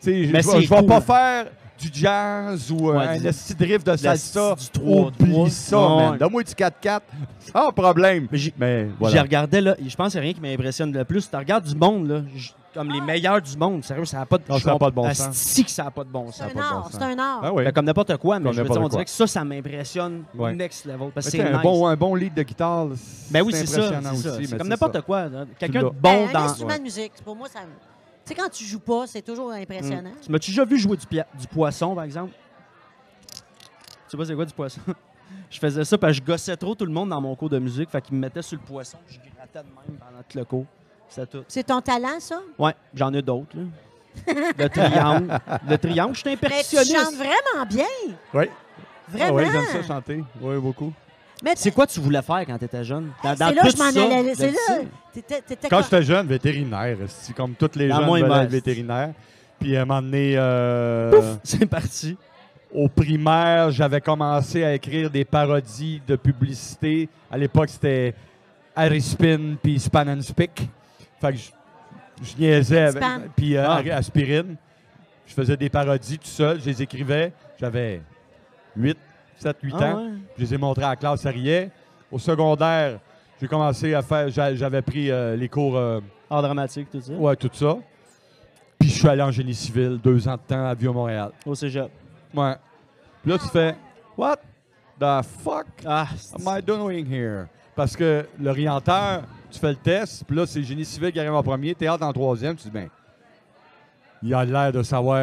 Tu sais, je
Mais
vais-
c'est
je vais
cool.
pas faire du jazz ou euh,
Ouais,
un
du-
esti de riff de salsa.
esti du trois, trois.
Oublie ça,
Ouais,
man.
ouais.
Donne-moi du 4-4, *laughs* sans problème.
Mais j'ai-
Mais
J'ai
voilà.
regardé, là, et je pense qu'il n'y a rien qui m'impressionne le plus. Tu regardes du monde, là, j- comme
Ah.
les meilleurs du monde. Sérieux, ça n'a pas de, Ah,
Non, ça a pas de bon sens.
Si que ça n'a pas de bon
C'est
sens.
pas
un
de bon
art,
sens.
c'est un art.
Ah oui.
Ben, comme n'importe quoi, mais
Comme
je veux dire,
n'importe
on
quoi.
dirait que ça, ça m'impressionne
Ouais.
next level. Parce
Mais
que
tu
c'est
sais, un,
nice.
bon, un bon lead de guitare, là, c'est
Ben oui, c'est ça.
impressionnant
C'est ça.
aussi.
C'est
mais
comme
c'est
n'importe
ça.
quoi. là. Quelqu'un de
l'as.
bon
Ben, Un
dans.
instrument de musique, pour moi, ça... me- Tu sais, quand tu joues pas, c'est toujours impressionnant.
Mm. Tu m'as-tu déjà vu jouer du, pia- du poisson, par exemple? Tu sais pas c'est quoi du poisson? *laughs* je faisais ça parce que je gossais trop tout le monde dans mon cours de musique. Fait qu'ils me mettaient sur le poisson. Je grattais de même pendant tout le cours. C'est tout.
C'est ton talent, ça? Ben,
Ouais, j'en ai d'autres. là.
*laughs*
Le triangle. le triangle, je suis un
Mais tu chantes
perfectionniste.
vraiment bien!
Oui.
Vraiment!
Ah ouais, j'aime ça chanter. Oui, beaucoup.
Mais
C'est quoi tu voulais faire quand tu étais jeune? Dans, dans
C'est là
tout
que je m'en
ça, *laughs*
allais.
de
C'est là.
petit.
T'étais- t'étais
Quand
cor-
j'étais jeune, vétérinaire, c'est comme tous les
Dans
jeunes
moi, il
veulent
meurt,
être vétérinaire. Puis à un moment donné, euh,
C'est parti.
au primaire, j'avais commencé à écrire des parodies de publicité. À l'époque, c'était Arispin puis Span and Spic. Fait que je, je niaisais avec
Span.
puis euh,
Ah.
Ari- aspirine. Je faisais des parodies tout seul, je les écrivais. J'avais 8, 7, 8
Ah
ans.
ouais?
Je les ai montrés à la classe, ça riait. Au secondaire, j'ai commencé à faire. j'a- J'avais pris euh, les cours, euh,
Art dramatique, tout ça.
ouais, tout ça. Puis je suis allé en génie civil, deux ans de temps à Vieux-Montréal.
Au cégep.
Ouais. Puis là, tu fais What the fuck
Ah,
am I doing here? Parce que l'orienteur, tu fais le test, puis là, c'est génie civil qui arrive en premier, théâtre en troisième, tu dis, ben, il a l'air de savoir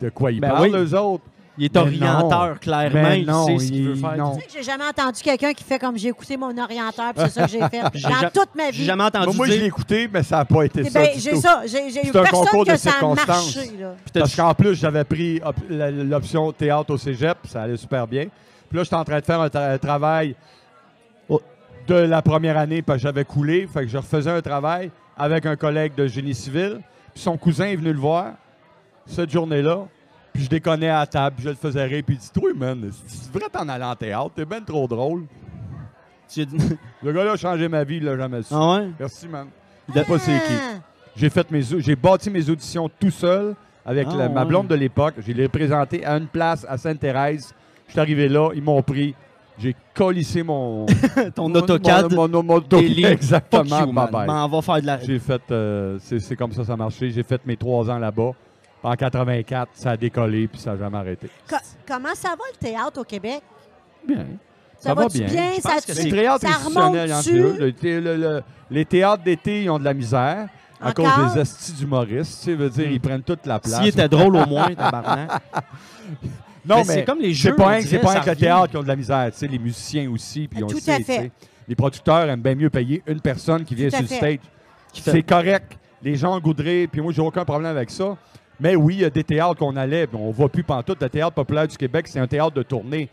de quoi il
Ben
parle,
oui.
eux autres.
il est
Mais
orienteur,
non.
clairement.
Mais
il
non,
sait ce qu'il
il-
veut faire.
non.
Tu sais que j'ai jamais entendu quelqu'un qui fait comme j'ai écouté mon orienteur, puis c'est ça que j'ai fait.
*laughs* J'ai
Dans
ja-
toute ma
J'ai
vie.
jamais entendu
Moi, moi, je l'ai
dire.
écouté, mais ça n'a pas été
Eh
ça.
ben,
du
j'ai
tout.
ça. J'ai j'ai eu
C'est un
personne
concours
que
de
ça a
circonstances.
marché. Là.
Puis t'as-
Parce qu'en plus, j'avais pris op- la- l'option théâtre au cégep, ça allait super bien. Puis là, j'étais en train de faire un, tra- un travail au- de la première année, parce que j'avais coulé. Fait que je refaisais un travail avec un collègue de génie civil. Puis son cousin est venu le voir cette journée-là. Puis je déconnais à la table, puis je le faisais rire. Puis il dit Toi, man, c'est vrai t'en aller en théâtre, t'es ben trop drôle.
tu as dit-
Le gars-là a changé ma vie, il l'a jamais su.
Ah ouais?
Merci, man. Il a pas c'est qui.
Ah!
J'ai fait mes au- j'ai bâti mes auditions tout seul avec
Ah,
la- ma
ouais.
blonde de l'époque. Je l'ai présenté à une place à Sainte-Thérèse. Je suis arrivé là, ils m'ont pris. J'ai collissé mon
*laughs* *laughs* Ton
mon-
AutoCAD.
Mon, mon- mon auto-
Daily.
*laughs*
Fuck
exactement.
you,
bye
man.
bye.
M'en va faire de la.
J'ai fait euh, c'est c'est comme ça ça a marché. J'ai fait mes trois ans là-bas. En 84, ça a décollé puis ça n'a jamais arrêté.
Co- comment ça va le théâtre au Québec?
Bien.
Ça,
Ça va
va-tu
bien.
bien?
Je
Ça,
pense que
tu-
Les théâtres
ça
institutionnels,
remonte-tu?
il y en a deux. Le thé- le- le- les théâtres d'été, ils ont de la misère à
Encore?
cause des estis d'humoristes. Tu sais, veut dire,
Hmm.
ils prennent toute la place.
S'il était drôle au moins, tabarnak.
*laughs* Non,
Mais
mais,
c'est comme
C'est
les jeux,
pas
on
rien que- c'est
dirait,
pas
ça
rien que le
revient.
théâtre qui ont de la misère, tu sais, les musiciens aussi, puis on
Ah, Tout
le
à
sait, tu
fait.
sais. Les producteurs aiment bien mieux payer une personne qui vient
Tout à
sur le
fait.
stage.
Qui fait-
C'est correct. Les gens goudraient, puis moi, j'ai aucun problème avec ça. Mais oui, il y a des théâtres qu'on allait, puis on voit plus pantoute. Le théâtre populaire du Québec, c'est un théâtre de tournée.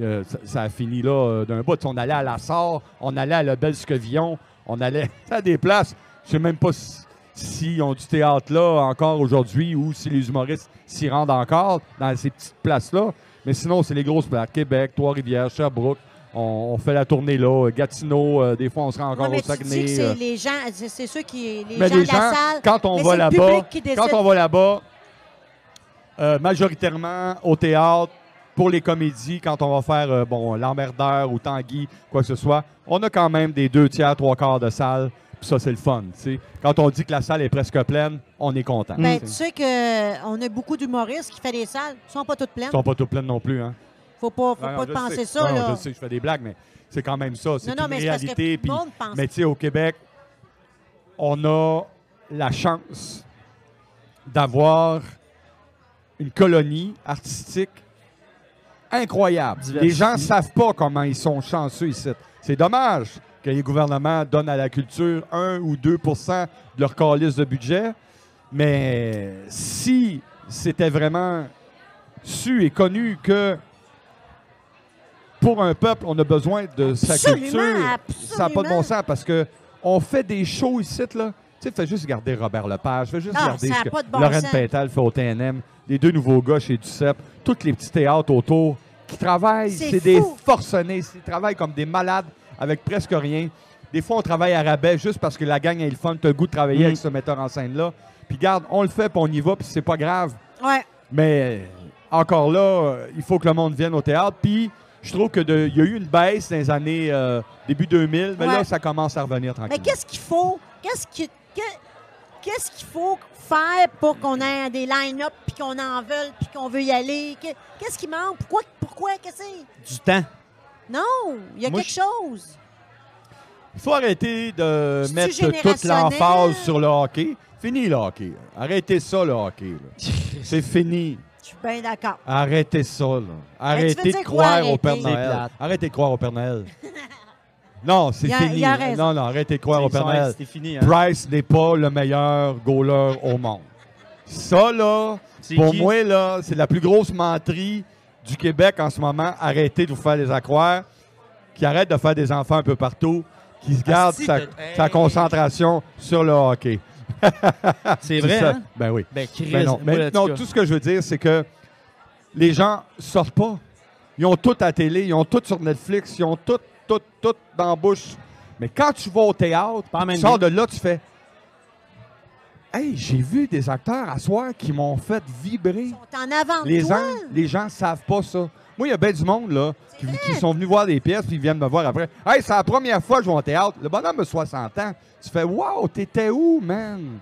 Euh, ça, ça a fini là euh, d'un bout. Tu sais, On allait à la Sarre, on allait à la Belle Scovillon, on allait *laughs* à des places. Je sais même pas si- s'ils ont du théâtre là encore aujourd'hui ou si les humoristes s'y rendent encore dans ces petites places-là. Mais sinon, c'est les grosses places. Québec, Trois-Rivières, Sherbrooke. On, on fait la tournée là. Gatineau, euh, des fois, on se rend
Ouais,
encore
mais
au
tu dis
Saguenay.
que
euh,
c'est les gens, c'est c'est ceux qui, les
mais
gens
les
de
gens,
la salle.
quand on
mais
va
c'est le
là-bas,
public qui décide.
quand on va là-bas, euh, majoritairement au théâtre, pour les comédies, quand on va faire euh, bon l'emmerdeur ou Tanguy, quoi que ce soit, on a quand même des deux tiers, trois quarts de salle. Puis ça, c'est le fun. tu sais. Quand on dit que la salle est presque pleine, on est content.
Ben,
tu
tu
sais.
sais qu'on a beaucoup d'humoristes qui font des salles. Ils sont pas toutes pleines.
Ils sont pas tout pleins non plus. Hein?
Faut pas, faut
Non, non,
pas
je
penser
sais.
ça.
Non,
là.
Je sais, je fais des blagues, mais c'est quand même ça. C'est
Non,
une
non, mais c'est parce que
réalité.
tout le
puis-
monde pense.
Mais tu sais, au Québec, on a la chance d'avoir une colonie artistique incroyable.
Diversifiée.
Les gens ne savent pas comment ils sont chanceux ici. C'est dommage que les gouvernements donnent à la culture 1 ou 2 de leur calice de budget, mais si c'était vraiment su et connu que pour un peuple, on a besoin de sa
Absolument,
culture, ça n'a pas de
absolument.
bon sens parce que on fait des shows ici, là. Tu sais, fais juste garder Robert Lepage, fais juste
Ah,
garder
ça a
ce que
pas de bon
Lorraine
sens.
Pintal fait au TNM, les deux nouveaux gars chez Duceppe, tous les petits théâtres autour qui travaillent,
C'est
c'est des
fou.
forcenés, ils travaillent comme des malades avec presque rien. Des fois, on travaille à rabais juste parce que la gang a le fun, t'as le goût de travailler
Mm.
avec ce metteur en scène-là. Puis garde, on le fait, puis on y va, puis c'est pas grave.
Ouais.
Mais encore là, euh, il faut que le monde vienne au théâtre. Puis je trouve qu'il y a eu une baisse dans les années euh, début 2000, mais
Ouais.
là, ça commence à revenir
Mais
tranquillement.
qu'est-ce qu'il faut? Qu'est-ce qui- que- Qu'est-ce qu'il faut faire pour qu'on ait des line-up, puis qu'on en veuille, puis qu'on veut y aller? Que- Qu'est-ce qui manque? Pourquoi? Pourquoi? Qu'est-ce que c'est?
*laughs* Du temps.
Non, il y a
Moi,
quelque chose.
Il faut arrêter de
C'est-tu
mettre toute
générationnel?
l'emphase sur le hockey. Fini le hockey. Arrêtez ça, le hockey. là. C'est fini.
Je suis bien d'accord.
Arrêtez ça. là.
Mais tu veux
Arrêtez de
dire quoi,
croire au
arrêter?
Père
C'est
Noël.
plate.
Arrêtez de croire au
*laughs*
Père Noël. Non, c'est
Il y a- il
fini.
y a raison.
Non, non, arrêtez de croire au Père Noël.
C'était fini. hein.
Price n'est pas le meilleur goaler au monde. Ça, là,
C'est
pour
qui?
moi, là, c'est la plus grosse menterie du Québec en ce moment. Arrêtez de vous faire les accroire. qui arrête de faire des enfants un peu partout, qui se garde
si,
sa,
t'as- hey!
sa concentration sur le hockey.
C'est
Puis
vrai,
ça-
hein?
Ben oui.
Ben, Chris,
Mais non,
moi,
mais
là, en tout
non,
cas.
tout ce que je veux dire, c'est que les gens sortent pas. Ils ont tout à télé, ils ont tout sur Netflix, ils ont tout, tout, tout dans la bouche. Mais quand tu vas au théâtre,
Pas en
tu
même
sors de là, tu fais Hey, j'ai vu des acteurs à soir qui m'ont fait
Ils
vibrer.
sont en avant de
Les
toi.
gens, les gens savent pas ça. Moi, il y a bien du monde là, qui,
vrai.
qui sont venus voir des pièces puis ils viennent me voir après. Hey, c'est la première fois que je vais au théâtre. Le bonhomme a 60 ans. Tu fais Wow, t'étais où, man?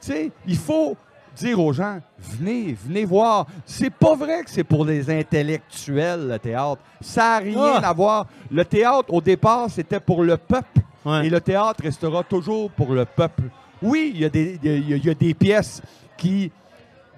Tu sais, il faut dire aux gens Venez, venez voir. C'est pas vrai que c'est pour les intellectuels, le théâtre. Ça n'a rien
Ah.
à voir. Le théâtre, au départ, c'était pour le peuple.
Ouais.
Et le théâtre restera toujours pour le peuple. Oui, il y, a des- il y a- il y a- il y a des pièces qui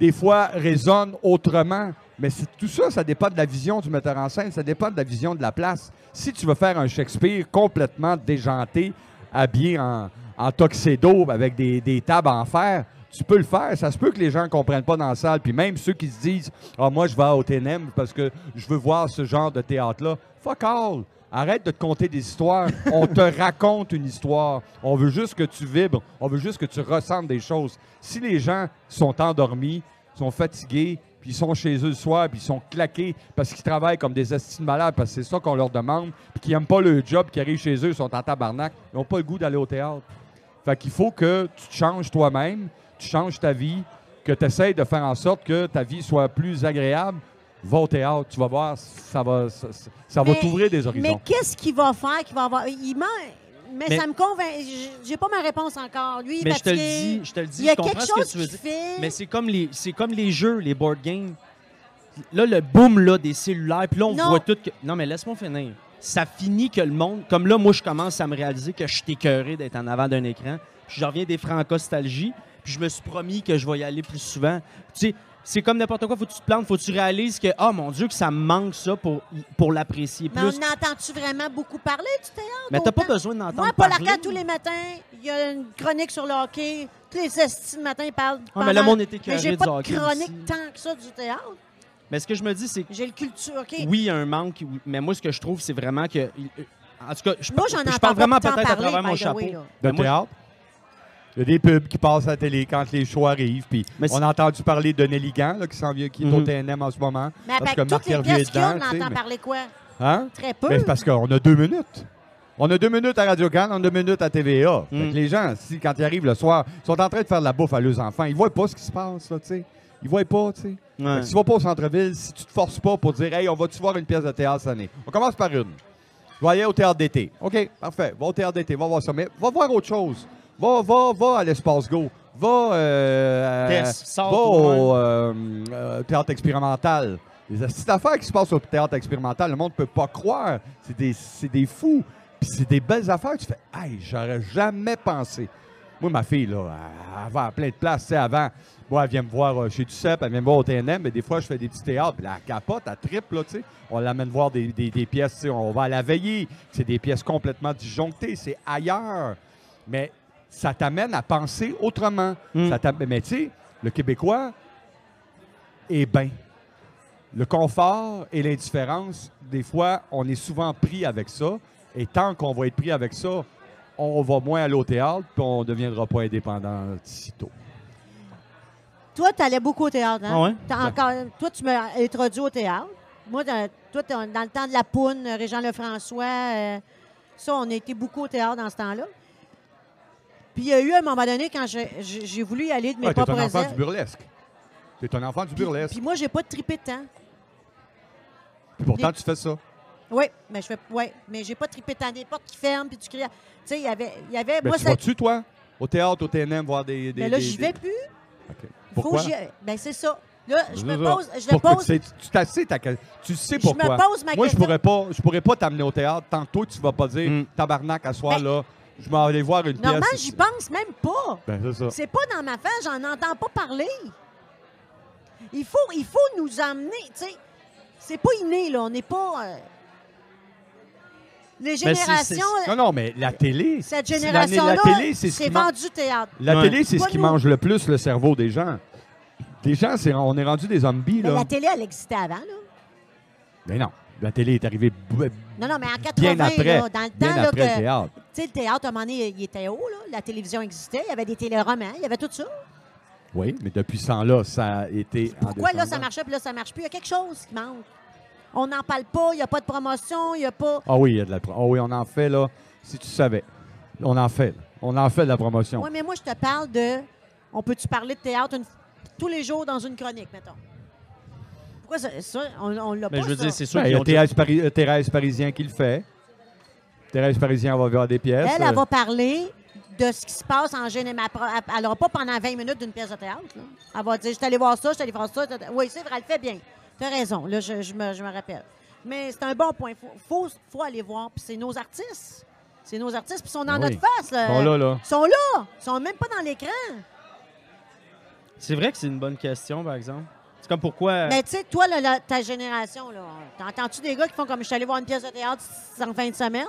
des fois résonne autrement. Mais c'est- tout ça, ça dépend de la vision du metteur en scène, ça dépend de la vision de la place. Si tu veux faire un Shakespeare complètement déjanté, habillé en, en tuxedo avec des, des tables en fer, tu peux le faire. Ça se peut que les gens ne comprennent pas dans la salle. Puis même ceux qui se disent Ah, moi, je vais au TNM parce que je veux voir ce genre de théâtre-là. Fuck all! Arrête de te conter des histoires. On te raconte une histoire. On veut juste que tu vibres. On veut juste que tu ressentes des choses. Si les gens sont endormis, sont fatigués, puis ils sont chez eux le soir, puis ils sont claqués parce qu'ils travaillent comme des astis de malades, parce que c'est ça qu'on leur demande, puis qu'ils n'aiment pas le job, qui arrivent chez eux, ils sont en tabarnak, ils n'ont pas le goût d'aller au théâtre. Fait qu'il faut que tu te changes toi-même, tu changes ta vie, que tu essaies de faire en sorte que ta vie soit plus agréable. Va au théâtre, tu vas voir, ça va, ça, ça- ça va
Mais-
t'ouvrir des horizons.
Mais qu'est-ce qu'il va faire qu'il va avoir. Il ment, mais,
Mais-
ça me convainc. j- J'ai pas ma réponse encore. Lui, il est
Mais je te le
fatigué.
dis, je te le dis,
Il y a
je comprends
quelque
ce que
chose
tu veux
qui
dire.
fait.
Mais c'est comme les c'est comme les jeux, les board games. Là, le boom là, des cellulaires, puis là, on
Non.
voit tout que. Non, mais laisse-moi finir. Ça finit que le monde. Comme là, moi, je commence à me réaliser que je suis écœuré d'être en avant d'un écran. Puis je reviens des francostalgies, puis je me suis promis que je vais y aller plus souvent. Tu sais, c'est comme n'importe quoi, faut que tu te plantes, faut que tu réalises que, oh mon Dieu, que ça me manque ça pour, pour l'apprécier
mais
plus.
on entend-tu vraiment beaucoup parler du théâtre?
Mais t'as pas
autant.
besoin d'entendre
Moi, Paul
parler.
Arcade, tous les matins, il y a une chronique sur le hockey. Tous les estis le matin, il parle.
Ah, mais le
pendant-
monde était
Mais j'ai
écœuré
pas
du
de
hockey
chronique
aussi.
tant que ça du théâtre.
Mais ce que je me dis, c'est que
J'ai le culture. OK.
oui, il y a un manque, oui, mais moi, ce que je trouve, c'est vraiment que. En tout cas, je,
Moi,
par-
j'en
je
entends
parle
pas
vraiment
tant
peut-être à
parler,
travers mon
by the
chapeau.
way, là.
de
Ben, moi,
théâtre. Il y a des pubs qui passent à la télé quand les shows arrivent. Puis
Mais c'est-
on a entendu parler de Nelly Gant, là, qui s'en vient, qui est au
Mhm.
TNM en ce moment.
Mais avec
parce que
toutes
Marc
les
Hervieux
pièces
est
qu'il y a,
dedans.
on
tu sais,
entend
mais-
parler quoi?
Hein?
Très peu.
Mais c'est parce qu'on a deux minutes. On a deux minutes à radio can on a deux minutes à TVA. Fait que
Mm.
les gens, si, quand ils arrivent le soir, ils sont en train de faire de la bouffe à leurs enfants. Ils voient pas ce qui se passe, là, tu sais. Ils voient pas, tu sais. Fait
Ouais.
que Si tu vas pas au centre-ville, si tu te forces pas pour dire, hey, on va-tu voir une pièce de théâtre cette année? On commence par une. Je vais aller au théâtre d'été. OK, parfait. Va au théâtre d'été, va voir ça. Mais va voir autre chose. Va, va, va à l'espace Go. Va, euh,
Test, sors,
va
tout le
au euh, euh, théâtre expérimental. Les petites affaires qui se passent au théâtre expérimental, le monde peut pas croire. C'est des, c'est des fous. Puis c'est des belles affaires. Tu fais, hey, j'aurais jamais pensé. Moi, ma fille, là, elle, elle va à plein de places. Tu sais, avant, moi, elle vient me voir euh, chez Duceppe, elle vient me voir au TNM, mais des fois, je fais des petits théâtres, puis la capote, elle tripe, là, tu sais. On l'amène voir des, des- des pièces, tu sais, on va à la veillée. C'est des pièces complètement disjonctées, c'est ailleurs. Mais ça t'amène à penser autrement.
Mm.
Ça t'amène- mais tu sais, le Québécois est bien. Le confort et l'indifférence, des fois, on est souvent pris avec ça. Et tant qu'on va être pris avec ça, on va moins aller au théâtre, puis on ne deviendra pas indépendant si tôt.
Toi, tu allais beaucoup au théâtre. Hein?
Ah ouais?
Ben.
T'as encore... Toi, tu m'as introduit au théâtre. Moi, dans- toi, t'es dans le temps de la Poune, euh, Régent Lefrançois, euh, ça, on a été beaucoup au théâtre dans ce temps-là. Puis il y a eu un moment donné, quand j'ai- j'ai j'ai voulu y aller de mes
Ouais, Ah, t'es
propres
un enfant
ailes,
du burlesque. T'es un enfant du
puis-
burlesque.
Puis moi, j'ai pas de tripé de temps.
Puis pourtant, tu fais ça.
Oui, mais je fais. Oui, mais j'ai pas tripé de temps. Des portes qui ferment, puis tu cries. Tu sais, il y avait. il Y avait
Ben,
moi,
tu
ça.
vas-tu, toi, au théâtre, au TNM, voir des... des
mais là,
des-
j'y
des-
vais plus.
OK.
Faut que
Pourquoi?
j'y aille. Ben, c'est ça. Là, je me
C'est
pose.
ça.
Je le
Pourquoi
pose.
tu sais- Tu t'assieds ta question. Tu
Je
sais
me
pourquoi.
pose ma
Moi, je
question.
pourrais pas, je pourrais pas t'amener au théâtre. Tantôt, tu vas pas dire
Mm.
tabarnak à soir,
Ben,
là. Je m'en vais voir une
Normal,
pièce.
j'y pense même pas.
Ben, c'est ça.
C'est pas dans ma face, j'en entends pas parler. Il faut, il faut nous emmener, tu sais. C'est pas inné, là. On n'est pas. euh, Les
c'est- c'est-
générations. euh,
Non, non, mais la télé.
Cette
Ben, c'est la-
génération-là,
La télé, c'est ce
c'est
qui man-
vendu théâtre.
La
Ouais.
télé, c'est ce
Pas
qui
nous.
mange le plus le cerveau des gens. Des gens, c'est on est rendu des zombies,
Mais
là.
la télé, elle existait avant, là.
Mais non. La télé est arrivée b-
Non, non, mais en 80,
bien après,
là, dans le
bien
temps, là,
après le
que-
théâtre.
tu sais, le théâtre, à un moment donné, il était haut, là. la télévision existait, il y avait des téléromans, il y avait tout ça.
Oui, mais depuis 100 là, ça a été. en
Pourquoi là, ça
descendant.
marchait, puis là, ça marche plus? Il y a quelque chose qui manque. On n'en parle pas, il n'y a pas de promotion, il n'y a pas...
Ah oui, il y a de la pro- Ah oui, on en fait là. Si tu savais, on en fait. là. On en fait de la promotion.
Oui, mais moi, je te parle de... On peut-tu parler de théâtre une- tous les jours dans une chronique, mettons? Pourquoi ça, ça, on, on l'a
Mais
pas,
je veux
ça?
dire, c'est sûr
Ben, il
qu'ils
y
ont
a Thérèse, Pari- euh, Thérèse Parisien qui le fait. Thérèse Parisien va voir des pièces.
Elle,
euh,
elle va parler de ce qui se passe en général. Elle n'aura pas pendant 20 minutes d'une pièce de théâtre. là. Elle va dire, je suis allée voir ça, je suis allée voir ça. tata- Oui, c'est vrai, elle le fait bien. Tu as raison, là, je, je me, je me rappelle. Mais c'est un bon point. Il faut, faut, faut aller voir. Puis c'est nos artistes. C'est nos artistes, puis ils sont dans
Oui.
notre face. là.
Bon, là, là.
Ils sont là. Ils sont même pas dans l'écran.
C'est vrai que c'est une bonne question, par exemple. C'est comme
Euh.
pourquoi.
Mais tu sais, toi, là, là, ta génération, là, t'entends-tu des gars qui font comme je suis allé voir une pièce de théâtre en fin de semaine?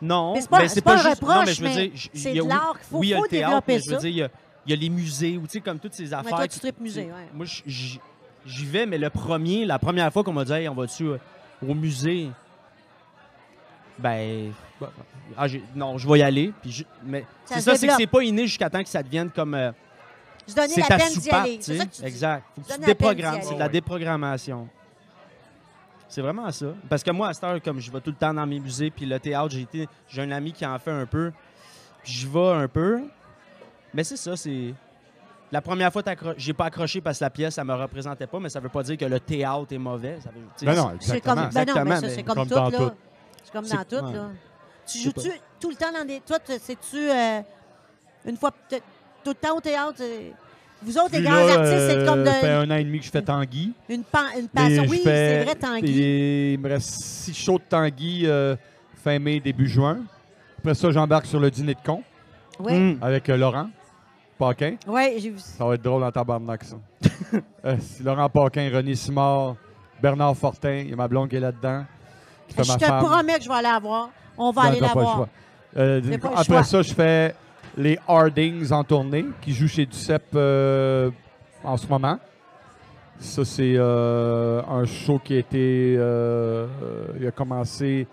non,
mais c'est pas- c'est pas un
juste-
reproche,
veux
mais
j-
c'est
il y a-
de l'art qu'il faut-
oui, il y a
faut
le théâtre, mais
développer
je
ça.
veux dire, il y a, il y a les musées, ou tu sais, comme toutes ces affaires.
toi, tu
qui-
tripes musée,
tu-
ouais.
Moi, j- j- j'y vais, mais le premier, la première fois qu'on m'a dit, Hey, on va-tu euh, au musée? Ben. ah, j'ai- non, je vais y aller. Puis je- mais
Ça
c'est
se
ça, c'est que
développe.
c'est pas inné jusqu'à temps que ça devienne comme. euh,
Je donnais
c'est
la
ta
peine d'y
soupape,
aller.
tu
C'est
sais.
ça que tu dis.
Exact. Faut que
Donne
tu
la peine d'y
déprogrammes.
aller.
C'est de la déprogrammation. C'est vraiment ça. Parce que moi, à cette heure, comme je vais tout le temps dans mes musées, puis le théâtre, j'ai été, j'ai un ami qui en fait un peu, puis j'y vais un peu. Mais c'est ça, c'est. La première fois, t'accro- j'ai pas accroché parce que la pièce, ça me représentait pas, mais ça veut pas dire que le théâtre est mauvais. Ça veut- tu sais,
Ben non,
C'est comme,
exactement.
ben non, mais
Exactement,
ça,
mais
c'est comme,
comme
tout,
dans
là.
tout.
C'est comme
C'est-
dans tout,
ouais.
là. Tu
Je sais
joues-tu tout le temps dans des... Toi, tu- sais-tu... euh, une fois... peut- Tout le temps au théâtre... euh, Vous autres, les
Puis
grands
là,
artistes, c'est
euh,
comme de-
Ça fait un an et demi que je fais Tanguy.
une, pan- une
Mais
passion.
je
Oui, c'est
fais-
vrai, Tanguy.
et il me reste six shows de Tanguy euh, fin mai, début juin. Après ça, j'embarque sur le dîner de con
Oui,
Mm.
avec euh, Laurent Paquin.
ouais, j'ai vu ça.
Ça va être drôle en tabarnak,
*laughs*
ça. Euh, c'est Laurent Paquin, René Simard, Bernard Fortin, il y a ma blonde qui est là-dedans, qui fait
Je
ma
te
femme.
promets que je vais aller la voir. On va aller
T'as
la
pas le
voir.
choix. Euh,
J'ai pas le
après
choix.
ça, je fais les Hardings en tournée, qui jouent chez Ducep euh, en ce moment. Ça, c'est euh, un show qui a été. euh, euh, il a commencé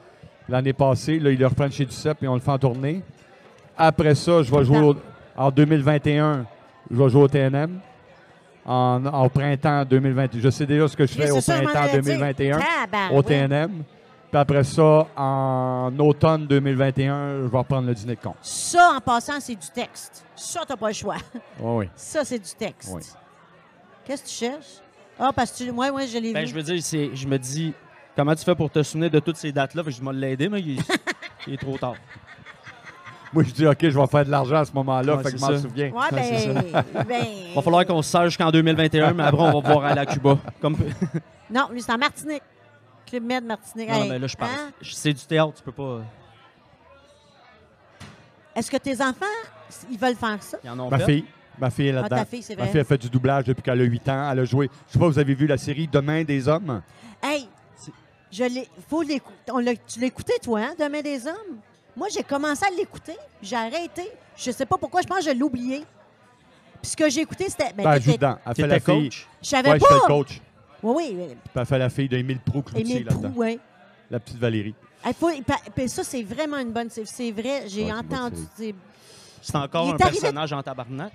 l'année passée. Là, ils le reprennent chez Ducep et on le fait en tournée. Après ça, je vais jouer au- en 2021. Je vais jouer au TNM. En, en printemps 2021. Je sais déjà ce que je
Mais
fais au
c'est ça, je m'en
printemps
allais dire.
2021 au
Tabarouette.
TNM. Puis après ça, en automne 2021, je vais reprendre le dîner de con.
Ça, en passant, c'est du texte. Ça, t'as pas le choix.
Oui, oui.
Ça, c'est du texte.
Oui.
Qu'est-ce que tu cherches? Ah, parce que tu... Oui, oui, je l'ai
Ben,
vu.
je veux dire, c'est, je me dis, comment tu fais pour te souvenir de toutes ces dates-là? Fait que je vais l'aider, mais il, il est *laughs* trop tard.
Moi, je dis, OK, je vais faire de l'argent à ce moment-là,
Ouais,
fait que je
c'est
m'en
ça.
souviens.
Ouais,
Ouais, c'est
ben, *laughs* ben...
Il *laughs* va falloir qu'on se serre jusqu'en 2021, mais après, on va voir aller à Cuba.
*laughs*
Comme...
Non, lui, c'est en Martinique. Club Med Martinique.
Non, non,
Hey,
mais là, je parle.
hein?
C'est du théâtre, tu peux pas.
Est-ce que tes enfants, ils veulent faire ça?
Ils en ont
Ma
fait.
fille. Ma fille est
Ah,
là-dedans.
ta fille, c'est
Ma
vrai.
fille a fait du doublage depuis qu'elle a 8 ans. Elle a joué. Je sais pas, vous avez vu la série Demain des hommes?
Hey,
C'est-
je l'ai. Faut l'écouter. On l'a- Tu l'écoutais, toi, hein, Demain des hommes? Moi, j'ai commencé à l'écouter. J'ai arrêté. Je sais pas pourquoi. Je pense que je l'ai oublié. Puis ce que j'ai écouté, c'était. ben,
Ben, elle
t'étais-
joue dedans. Elle fait
T'étais
la fille.
coach.
Je savais
ouais, je
pas.
fais le coach.
Oui, oui.
Puis elle fait la fille d'Émile Proux,
Et mes
Cloutier, là-dedans.
trous, oui.
La petite Valérie.
Hey, Ah, faut- pa- pa- ça, c'est vraiment une bonne. C'est c'est vrai, j'ai
Ouais, c'est une bonne
entendu. dire-
C'est encore
Il est
un
arrivé-
personnage en tabarnak.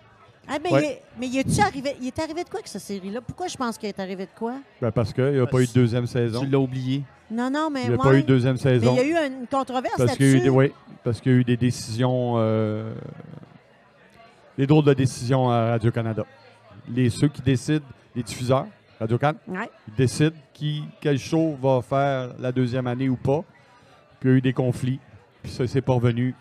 Ah, ben,
Ouais.
il- mais il est-tu arrivé, il est arrivé de quoi avec cette série-là? Pourquoi je pense qu'il est arrivé de quoi?
Ben, parce qu'il n'y a
Euh,
pas eu de deuxième saison.
Tu l'as oublié.
Non, non, mais.
Il n'y a
ouais.
pas eu de deuxième
Mais
saison.
il y a eu une controverse
Parce qu'il y a eu
là-dessus.
des, oui, parce qu'il y a eu des décisions, euh, des drôles de décisions à Radio-Canada. Les, ceux qui décident, les diffuseurs, Radio-Can,
Ouais.
ils décident qui, quel show va faire la deuxième année ou pas. Puis il y a eu des conflits. Puis ça, c'est pas revenu.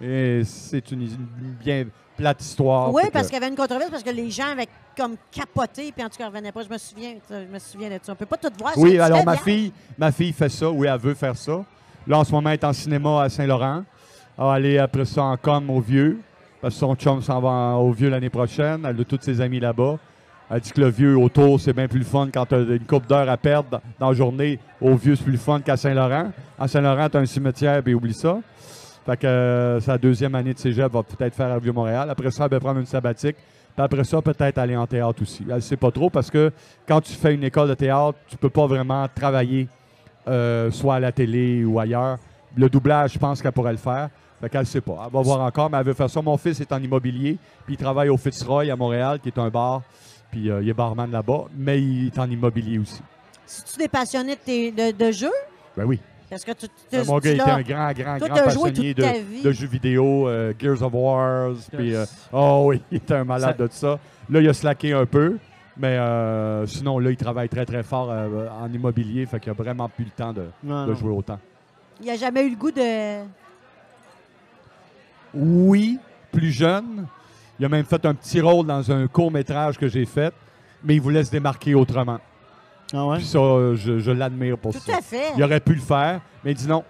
Et c'est une, une bien plate histoire.
oui,
Fait que-
parce qu'il y avait une controverse, parce que les gens avaient comme capoté, puis en tout cas, ils revenaient pas. Je me souviens, ça, je me souviens de ça. On peut pas tout voir. ça,
Oui,
tu
alors
fais
ma
bien.
fille, ma fille fait ça. Oui, elle veut faire ça. Là, en ce moment, elle est en cinéma à Saint-Laurent. Elle va aller après ça en com au Vieux. Parce que son chum s'en va en- au Vieux l'année prochaine. Elle a tous ses amis là-bas. Elle dit que le Vieux, autour, c'est bien plus le fun quand tu une coupe d'heure à perdre dans- dans la journée. Au Vieux, c'est plus le fun qu'à Saint-Laurent. À Saint-Laurent, tu as un cimetière, puis oublie ça. Fait que euh, sa deuxième année de cégep va peut-être faire à Vieux-Montréal. Après ça, elle va prendre une sabbatique. puis Puis après ça, peut-être aller en théâtre aussi. Elle ne sait pas trop parce que quand tu fais une école de théâtre, tu peux pas vraiment travailler euh, soit à la télé ou ailleurs. Le doublage, je pense qu'elle pourrait le faire. Fait qu'elle ne sait pas. Elle va voir encore, mais elle veut faire ça. Mon fils est en immobilier, puis il travaille au Fitzroy à Montréal, qui est un bar. Puis euh, il est barman là-bas, mais il est en immobilier aussi.
Si tu des passionnés de, tes- de- de jeu,
Ben oui.
parce que tu, tu-
Ben, mon
tu
gars
l'as-
était un grand, grand,
Toi,
grand
t'as joué
passionné
toute ta vie.
de, de jeux vidéo, euh, Gears of Wars, puis... euh, oh oui, *laughs* il était un malade
Ça-
de tout ça. Là, il a slacké un peu, mais euh, sinon, là, il travaille très, très fort euh, en immobilier, fait qu'il a vraiment plus le temps de,
Ah Non,
de
non.
jouer autant.
il n'a jamais eu le goût de.
Oui, plus jeune. Il a même fait un petit rôle dans un court-métrage que j'ai fait, mais il voulait se démarquer autrement.
Ah ouais?
Puis ça, euh, je, je l'admire pour
Tout
ça.
à fait.
Il aurait pu le faire, mais il dit non.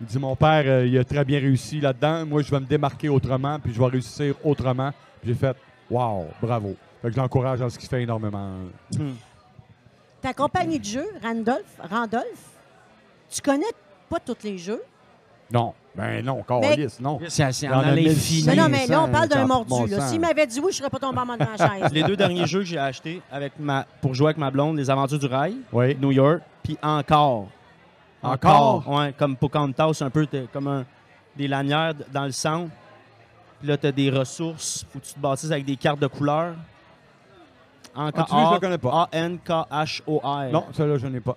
Il dit Mon père, euh, il a très bien réussi là-dedans. Moi, je vais me démarquer autrement, puis je vais réussir autrement. Puis j'ai fait Wow, bravo. Fait que je l'encourage dans ce qu'il fait énormément.
Hmm.
Ta compagnie de jeu, Randolph, Randolph, tu connais pas tous les jeux.
Non, ben non, Carlis, non.
C'est c'est
Il y
en
en a
allait
mille
infinie,
Mais
Oui,
non, mais
ça,
là, on parle
ça
d'un
a pas de
mordu.
bon
là.
sens.
S'il m'avait dit oui, je serais pas tombé en bas de ma chaise.
Les deux derniers jeux que j'ai achetés avec ma, pour jouer avec ma blonde, Les Aventures du Rail,
Oui.
New York, puis encore.
Encore?
Ouais, comme Pocahontas, un peu t'as comme un, des lanières d- dans le centre. Puis là, tu as des ressources. Faut que tu te bâtisses avec des cartes de couleurs.
Ah,
Encore.
tu sais, je le connais pas.
A-N-K-H-O-R.
Non, celui-là, je n'ai pas.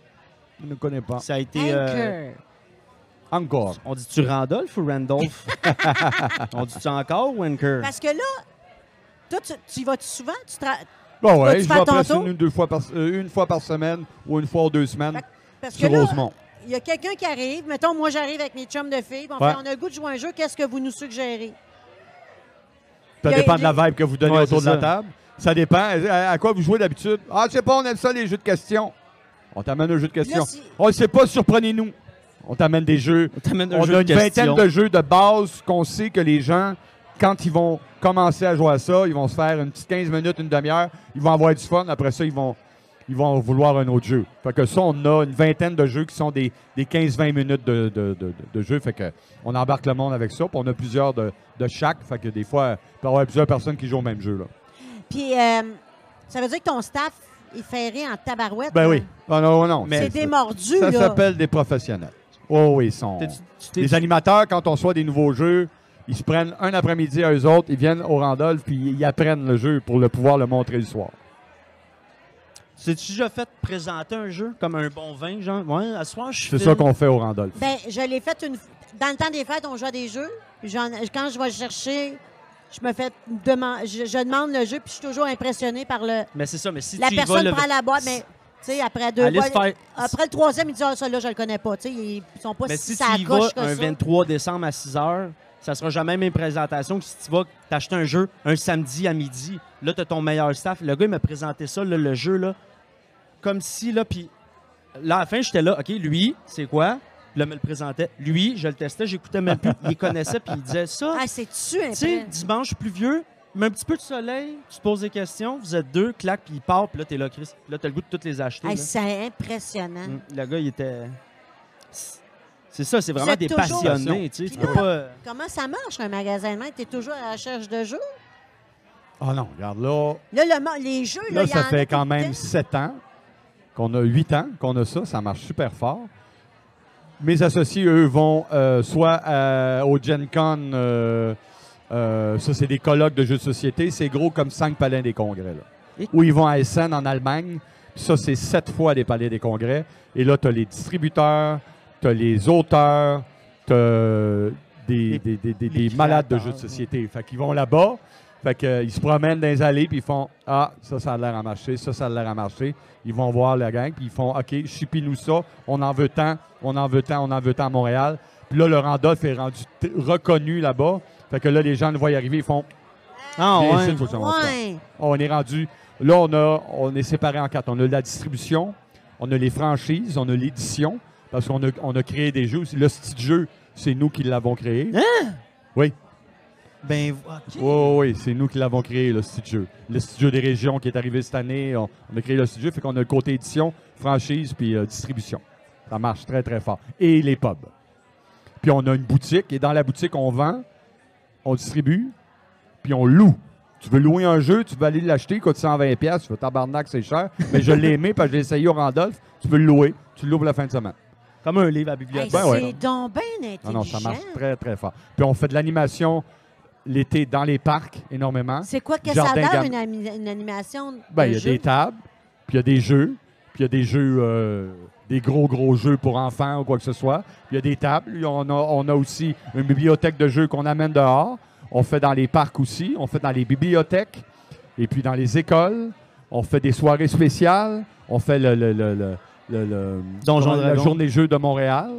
Je ne connais pas.
Ça a été. euh,
Anchor.
Encore.
on dit-tu Randolph ou Randolph? *laughs* on dit-tu encore ou Anchor?
Parce que là, toi, tu, tu y vas-tu souvent? Tu tra-
Bon, ouais,
tu
je
vas
vais
à ton
placer
tour?
une, ou deux fois par, euh, une fois par semaine ou une fois ou deux semaines
Fait- Parce que
sur
là,
Rosemont.
il y a quelqu'un qui arrive. Mettons, moi, j'arrive avec mes chums de filles. puis On,
Ouais.
fait, on a le goût de jouer à un jeu. Qu'est-ce que vous nous suggérez?
Ça
il y a-
dépend de la vibe que vous donnez
Ouais,
autour de
c'est
la
ça.
table. Ça dépend. À, à quoi vous jouez d'habitude? Ah, je sais pas, on aime ça, les jeux de questions. On t'amène un jeu de questions.
Là, si-
On ne sait pas, surprenez-nous. On t'amène des jeux.
On t'amène un
On
jeu
a
de
une
questions.
vingtaine de jeux de base qu'on sait que les gens, quand ils vont commencer à jouer à ça, ils vont se faire une petite 15 minutes, une demi-heure, ils vont avoir du fun. Après ça, ils vont, ils vont vouloir un autre jeu. Fait que ça, on a une vingtaine de jeux qui sont des, des 15-20 minutes de, de, de- de jeu. Fait que on embarque le monde avec ça. Puis on a plusieurs de, de chaque. Fait que des fois, il peut y avoir plusieurs personnes qui jouent au même jeu. Là.
Puis, euh, ça veut dire que ton staff est ferré en tabarouette.
Ben
là.
oui. Ah non, non.
C'est
ça-
des mordus,
Ça
là.
s'appelle des professionnels. Oh oui, ils sont.
T'es- tu- t'es-
Les animateurs, quand on soit des nouveaux jeux, ils se prennent un après-midi à eux autres, ils viennent au Randolph, puis ils apprennent le jeu pour le pouvoir le montrer le soir.
T'es-tu déjà fait présenter un jeu comme un bon vin, genre? Ouais, à ce soir, je
C'est
filme.
ça qu'on fait au Randolph.
Ben, je l'ai fait une. Dans le temps des fêtes, on joue à des jeux. J'en- Quand je vais chercher, je me fais demand- je, je demande le jeu, puis je suis toujours impressionnée par le.
Mais c'est ça, mais si
La
tu y vas
personne
le-
prend la boîte, mais tu sais, après deux
Allez
boîtes,
se faire-
après le troisième, il dit Ah, celui-là, je le connais pas. Tu sais, ils sont pas
Mais
si
si
ça
tu y vas
coche que
un
ça.
23 décembre à 6 h, ça sera jamais mes présentations que si tu vas t'acheter un jeu un samedi à midi. Là, tu as ton meilleur staff. Le gars, il m'a présenté ça, là, le jeu, là, comme si, là, puis là, à la fin, j'étais là, OK, lui, c'est quoi? Puis Là, il me le présentait. Lui, je le testais, j'écoutais même plus. Il connaissait, puis il disait ça.
Ah, c'est-tu
Tu sais,
impressionnant?
dimanche pluvieux, mais un petit peu de soleil, tu te poses des questions, vous êtes deux, clac, puis il part, puis là, t'es là, Chris. Puis Là, t'as le goût de toutes les acheter.
Ah,
là.
c'est impressionnant.
Mm. Le gars, il était. C'est ça, c'est vraiment
êtes
des
toujours-
passionnés. Tu sais, tu
Puis
peux
là-
pas.
Comment ça marche, un magasin de main? T'es toujours à la recherche de jeux?
Ah non, regarde là.
Là, le mo- les jeux, là,
Là,
il y
ça
en a
fait
tout le
quand même
temps.
sept ans qu'on a huit ans qu'on a ça. Ça marche super fort. Mes associés, eux, vont euh, soit à- au Gen Con, euh, euh, ça, c'est des colloques de jeux de société. C'est gros comme cinq palais des congrès. Là.
Et-
Ou ils vont à Essen, en Allemagne. Puis ça, c'est sept fois des palais des congrès. Et là, tu as les distributeurs, tu as les auteurs, tu des, des,
Les-
des- des-
les
des malades de
créateurs,
jeux de société. Fait qu'ils vont là-bas, fait qu'ils se promènent dans les allées, puis ils font Ah, ça, ça a l'air à marcher, ça, ça a l'air à marcher. Ils vont voir la gang, puis ils font OK, chipie-nous ça, on en veut tant, on en veut tant, on en veut tant à Montréal. Puis là, le Randolph est rendu t- reconnu là-bas. Fait que là, les gens le voient arriver, ils font
Ah,
Bien
ouais.
sûr, faut que ça monte ça.
Ouais.
On est rendu. Là, on, a, on est séparé en quatre. On a la distribution, on a les franchises, on a l'édition, parce qu'on a, on a créé des jeux. aussi. Le style de jeu, c'est nous qui l'avons créé.
Ben, OK.
Oui, oui, oui, c'est nous qui l'avons créé, le style de jeu. Le style de jeu des régions qui est arrivé cette année, on, on a créé le style de jeu. Fait qu'on a le côté édition, franchise, puis euh, distribution. Ça marche très, très fort. Et les pubs. Puis on a une boutique, et dans la boutique, on vend, on distribue, puis on loue. Tu veux louer un jeu, tu veux aller l'acheter, il coûte 120$, piastres, tu veux tabarnak, c'est cher, mais je l'ai aimé parce que j'ai essayé au Randolph, tu veux le louer, tu l'ouvres la fin de semaine.
Comme un livre à la
Hey,
bibliothèque.
Ben ouais.
C'est donc bien intelligent.
Non, non, ça marche très, très fort. Puis on fait de l'animation l'été dans les parcs énormément.
C'est quoi que ça
Jardin
donne,
Gam-
une, ami- une animation de
Ben, il y a
jeu?
des tables, puis il y a des jeux, puis il y a des jeux, euh, des gros, gros jeux pour enfants ou quoi que ce soit. Puis il y a des tables. Puis On a, on a aussi une bibliothèque de jeux qu'on amène dehors. On fait dans les parcs aussi. On fait dans les bibliothèques. Et puis dans les écoles. On fait des soirées spéciales. On fait le, le, le, le- le- le-
Donjon
la
Dragon.
journée jeu de Montréal.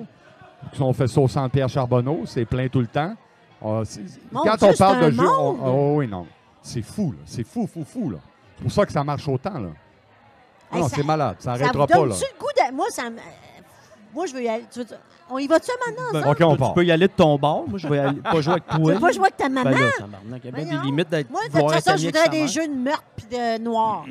On fait ça au centre Pierre Charbonneau. C'est plein tout le temps. On- Ah, c'est-
Mon
quand
Dieu,
on parle
c'est
de
un
jeu, on-
monde!
oh oui, non. C'est fou, là. C'est fou, fou, fou, là. C'est pour ça que ça marche autant, là. Ah
Hey,
non,
ça-
c'est malade. Ça
Ça
n'arrêtera
vous
pas, là.
donne-tu le goût de... Moi, ça me- euh, Moi, je veux y aller. Tu veux- On y va-tu maintenant?
Ben,
OK, on
toi,
part.
Tu peux y aller de ton bord. Moi, je vais aller- pas jouer avec toi.
Tu veux pas jouer avec ta maman?
Ben là, tabarnak, il y a bien
Voyons.
des limites d'être
Moi, de
voir
toute
être
façon,
ami
je
avec
voudrais
sa
des
mère.
jeux de meurtre puis de noir.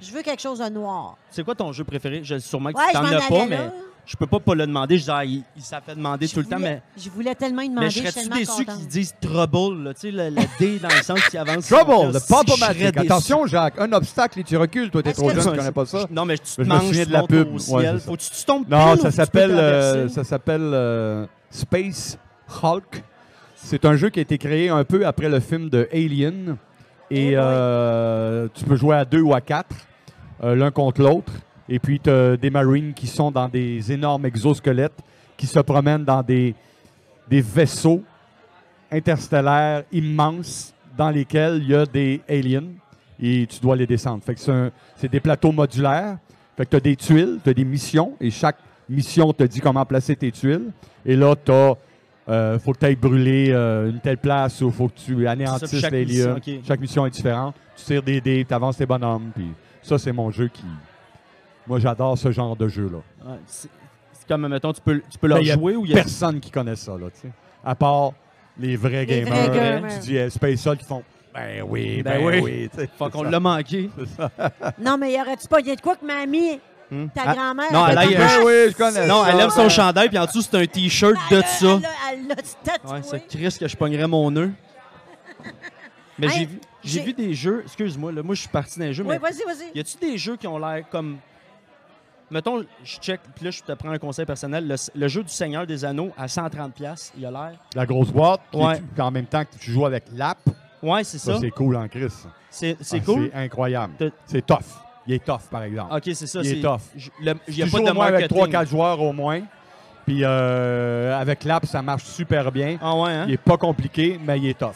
Je veux quelque chose de noir.
C'est quoi ton jeu préféré? Je sûrement que
Ouais,
tu
je
t'en
m'en
as pas,
allais
mais
là.
je peux pas pas le demander. Je dis, ah, il, il s'en fait demander
Je
tout le temps,
voulais-
mais,
Je voulais tellement y demander.
mais je
suis
serais-tu
tellement
déçu
contente.
qu'ils disent trouble, là, tu sais, le, le D dans le sens qui avance.
Trouble,
Je
le
serais
pop-o-matic.
déçu.
Attention, Jacques, un obstacle et tu recules. Toi, t'es
Est-ce
trop
que-
jeune, tu connais pas ça.
Non, mais tu
Je
te
me
manges,
souviens
tu
de la
montes
pub.
au
Ouais,
ciel.
c'est ça.
Faut que tu tu tombes
Non,
pile ou
ça
tu peux
s'appelle
traverser,
euh,
là?
ça s'appelle euh, Space Hulk. C'est un jeu qui a été créé un peu après le film de Alien.
Eh
Oh,
Et
boy.
euh, tu peux jouer à deux ou à quatre, euh, l'un contre l'autre. Et puis, tu as des Marines qui sont dans des énormes exosquelettes qui se promènent dans des, des vaisseaux interstellaires immenses dans lesquels il y a des aliens et tu dois les descendre. Fait que c'est un- c'est des plateaux modulaires. Fait que tu as des tuiles, tu as des missions et chaque mission te dit comment placer tes tuiles. Et là, tu faut que tu ailles brûler euh, une telle place ou faut que tu
C'est ça,
anéantisses
chaque
les
mission,
liens.
ok.
Chaque mission est différente. Tu tires des dés, tu avances tes bonhommes. Puis ça, c'est mon jeu qui. Moi, j'adore ce genre de jeu-là.
Ouais, c'est c'est comme, mettons, tu peux, tu peux leur
Ben,
Mais il y a
jouer ou il y a.
Personne qui connaît ça, là, tu sais. À part les vrais
Les
gamers.
vrais gamers.
Tu dis eh, Space Hulk, qui font Ben oui, ben,
Ben oui.
oui. tu sais.
Fait qu'on l'a manqué.
Non, mais y aurait-tu pas... Y a de quoi que mamie,
Hum.
ta
Ah,
grand-mère...
non, elle
avait
aille-
pas
Ben oui, je connais
assez-
Non, elle
ça.
lève son chandail, puis en dessous, c'est un T-shirt de ça.
Elle a- Elle l'a tatoué.
Ouais, c'est Chris que je pognerais
*laughs*
mon nœud. Mais
Hey,
j'ai vu, j'ai
j'ai-
vu des jeux. Excuse-moi, là, moi je suis parti dans les jeux,
Oui,
mais
vas-y, vas-y.
y a-tu des jeux qui ont l'air comme. Mettons, je check, puis là je te prends un conseil personnel. Le, le jeu du Seigneur des Anneaux à 130$, il a l'air.
La grosse boîte, puis
Ouais.
tu- puis en même temps que tu joues avec l'app,
Ouais, c'est
ça,
ça.
c'est cool en Chris.
C'est c'est
Ah,
cool.
C'est incroyable.
T'as-
C'est tough. Il est tough, par exemple.
Ok, c'est ça.
Il est
c'est-
tough.
j- le- Il n'y a
tu
pas
joues
de
au moins avec
marketing.
3-4 joueurs au moins. Puis euh, avec l'app, ça marche super bien.
Ah ouais, hein?
Il est pas compliqué, mais il est tough.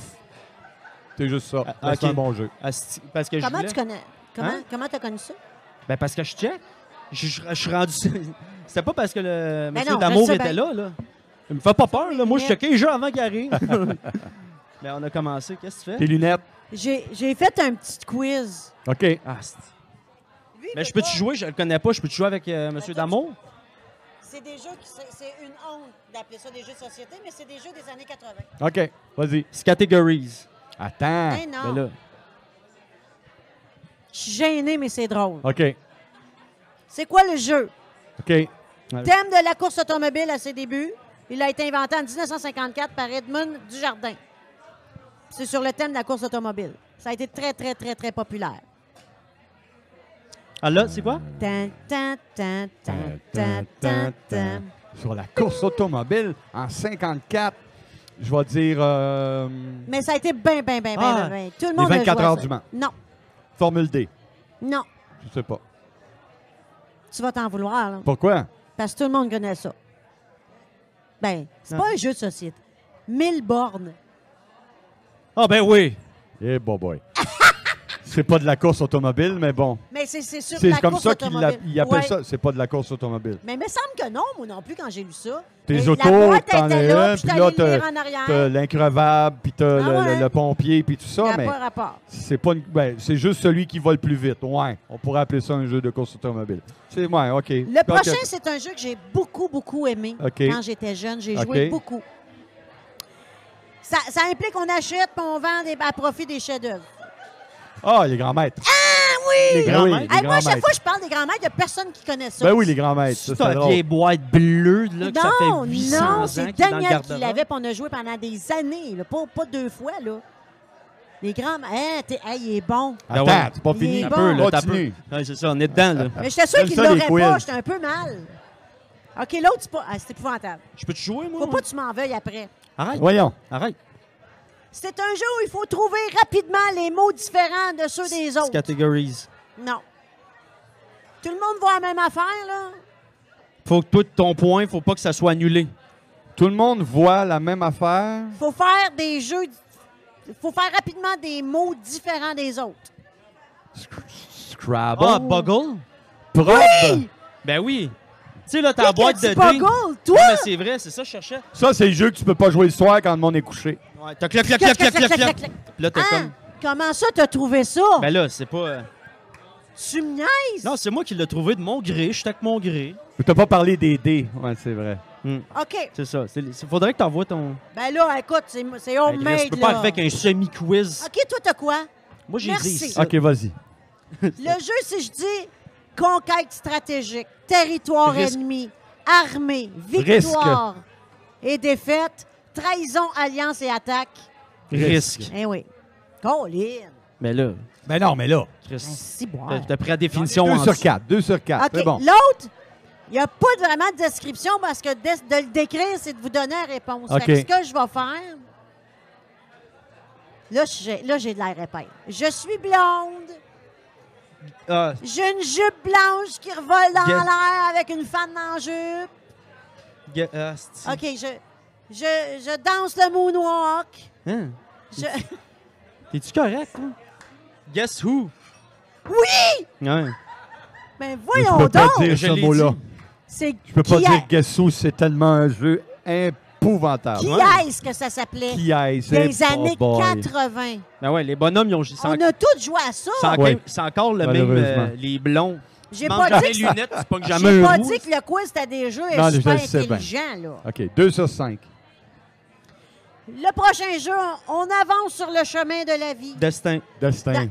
C'est juste ça.
Ah,
Là, C'est
ok.
un bon jeu.
Asti- Parce que je
Comment
voulais-
tu connais... Comment
Hein?
comment t'as connu ça?
Ben parce que je check. Je, je- je suis rendu. *laughs* C'était pas parce que le monsieur
Ben non, je
d'amour
sais
était
bien.
là, là. Il me fait pas peur, là. Moi, je
Ouais.
checkais les jeux avant qu'il arrive. *laughs* Mais on a commencé. Qu'est-ce que tu
Tes
fais?
lunettes.
J'ai j'ai fait un petit quiz.
OK.
Ah, c'est-
Lui,
mais Ben, je
veut
peux-tu
pas.
jouer? Je le connais pas. Je peux-tu jouer avec euh, monsieur d'amour?
C'est des jeux qui... c'est- C'est une honte d'appeler ça des jeux de société, mais c'est des jeux des années 80.
OK. Vas-y.
C'est categories.
Attends.
Hein, non.
Ben là,
Je suis gênée, mais c'est drôle.
OK.
C'est quoi le jeu?
OK.
Thème de la course automobile à ses débuts. Il a été inventé en 1954 par Edmund Dujardin. C'est sur le thème de la course automobile. Ça a été très, très, très, très populaire.
ah là, c'est quoi?
Tan, tan, tan, tan, tan, tan, tan.
Sur la course automobile en 54, je vais dire euh,
Mais ça a été bien, bien, bien, bien, bien,
Ah,
bien. Tout le
les
monde a
24
joué à
heures
ça.
du Mans.
Non,
Formule D.
non.
Je sais pas.
Tu vas t'en vouloir, là,
Pourquoi?
parce que tout le monde connaît ça. Ben, c'est
Ah.
Non.
pas un jeu de société. Mille bornes.
Ah ben oui!
Eh, bon
*laughs*
boy. C'est pas de la course automobile, mais bon.
Mais c'est c'est sur
C'est
la
comme
course
ça qu'il
automobile.
l'a- il appelle
Ouais.
ça. C'est pas de la course automobile.
Mais il me semble que non, moi non plus, quand j'ai lu ça.
Tes
Mais
autos,
la boîte
t'en
était
as
là,
un,
puis j'étais
puis
allée le
là,
lire
t'as-
en
T'as
arrière.
l'increvable, puis t'as
Ah
le, le-
ouais.
le pompier, puis tout
Il
ça,
n'y a
mais
pas rapport.
c'est pas une- ben, c'est juste celui qui va le plus vite. Ouais, on pourrait appeler ça un jeu de course automobile. C'est ouais, ok.
Le
Ok.
prochain, c'est un jeu que j'ai beaucoup, beaucoup aimé
euh, OK.
quand j'étais jeune. J'ai joué
OK.
beaucoup. Ça, ça implique qu'on achète puis on vend des- à profit des chefs-d'œuvre.
Ah, les grands maîtres.
Ah oui!
Les grands
oui.
maîtres.
Hey,
Les
moi, à
grands
chaque
maîtres.
fois que je parle des grands-mères, il n'y a personne qui connaît ça.
Ben oui, les grands maîtres. Ça,
C'est
c'est
une
drôle.
vieille boîte bleue, là, que ça
non,
fait 800
non,
ans
c'est
qu'il est dans le
Daniel qui
garde-robe.
l'avait, puis on a joué pendant des années, là, pas, pas deux fois. Là. Les grands. Hein, t'es- hey, il est bon.
Ben
Attends,
ouais.
c'est pas
Il
fini.
est
Un
bon.
peu, là, t'as
Continue.
peu. Ouais, c'est ça, on est dedans, là.
Mais j'étais sûre
J'aime
qu'il
ça, les
l'aurait pas.
quiz.
J'étais un peu mal. OK, l'autre, c'est pas. ah, c'est épouvantable.
Je peux te jouer, moi?
Faut pas que tu m'en veuilles après.
Arrête,
Voyons.
arrête.
C'est un jeu où il faut trouver rapidement les mots différents de ceux des
C'est
autres.
categories.
Non. Tout le monde voit la même affaire, là?
Faut que toi, de ton point, faut pas que ça soit annulé.
Tout le monde voit la même affaire.
faut faire des jeux. faut faire rapidement des mots différents des autres.
Sc- Scrabble.
Ah, Buggle?
Prob.
Ben oui. Tu sais, là, ta boîte de
pas
dés.
toi!
Non, mais c'est vrai, c'est ça que je cherchais.
Ça, c'est le jeu que tu peux pas jouer le soir quand le monde est couché.
Ouais, t'as clac, clac, clac, clac, clac, clac. Puis Là, t'es
Hein?
comme.
Comment ça, t'as trouvé ça?
Ben là, c'est pas. euh,
tu me niaises?
Non, c'est moi qui l'ai trouvé de mon gré. J'étais avec mon gré.
Tu t'as pas parlé des dés. Ouais, c'est vrai.
OK.
C'est ça. C'est- c'est- Faudrait que t'envoies ton.
Ben là, écoute, c'est c'est
Ben, Chris,
homemade,
tu peux
là.
pas arriver avec un semi-quiz.
OK, toi, t'as quoi?
Moi, j'ai
Ah, merci.
dit. ça.
OK, vas-y.
Le jeu, si je dis conquête stratégique, territoire
Risque.
ennemi, armée, victoire et défaite, trahison, alliance et attaque.
Risque.
Eh oui. Colin!
Ben Mais là,
Mais non, mais là.
Chris,
Ah, Si
t'as-
boire.
t'as pris la définition
2
en
sur
dessous.
4. 2 sur 4.
OK.
Ah, C'est bon.
L'autre, il n'y a pas vraiment de description parce que de, de le décrire, c'est de vous donner la réponse. Fait que
OK.
ce que je vais faire. Là, j'ai, là, j'ai de l'air épais. Je suis blonde.
Ah,
J'ai une jupe blanche qui revole dans
Yes.
l'air avec une fan en jupe.
ga- ah, c'est-
OK, je, je, je danse le moonwalk.
Hein?
Je- ben,
T'es-tu correct, toi? Guess who?
Oui!
Ouais.
Mais
Mais
voyons donc!
Je l'ai dit.
C'est
Je peux pas
qui
dire Guessou, c'est tellement un jeu épouvantable.
qui
Ouais.
est-ce que ça s'appelait?
Qui est c'est
Des
pas
années
boy.
80.
Ben ouais, les bonhommes, ils ont. C'est en-
On a tous joué à ça.
c'est en-
Ouais.
c'est encore le même.
Malheureusement.
euh, les blonds.
J'ai
Tu manques
pas
jamais
dit que
les lunettes, tu pognes jamais
J'ai
un
pas
roux.
dit que le quiz à des jeux est
Non, je
super
le sais bien.
intelligent, là.
OK, 2 sur 5.
Le prochain jeu, on avance sur le chemin de la vie.
Destin.
Destin.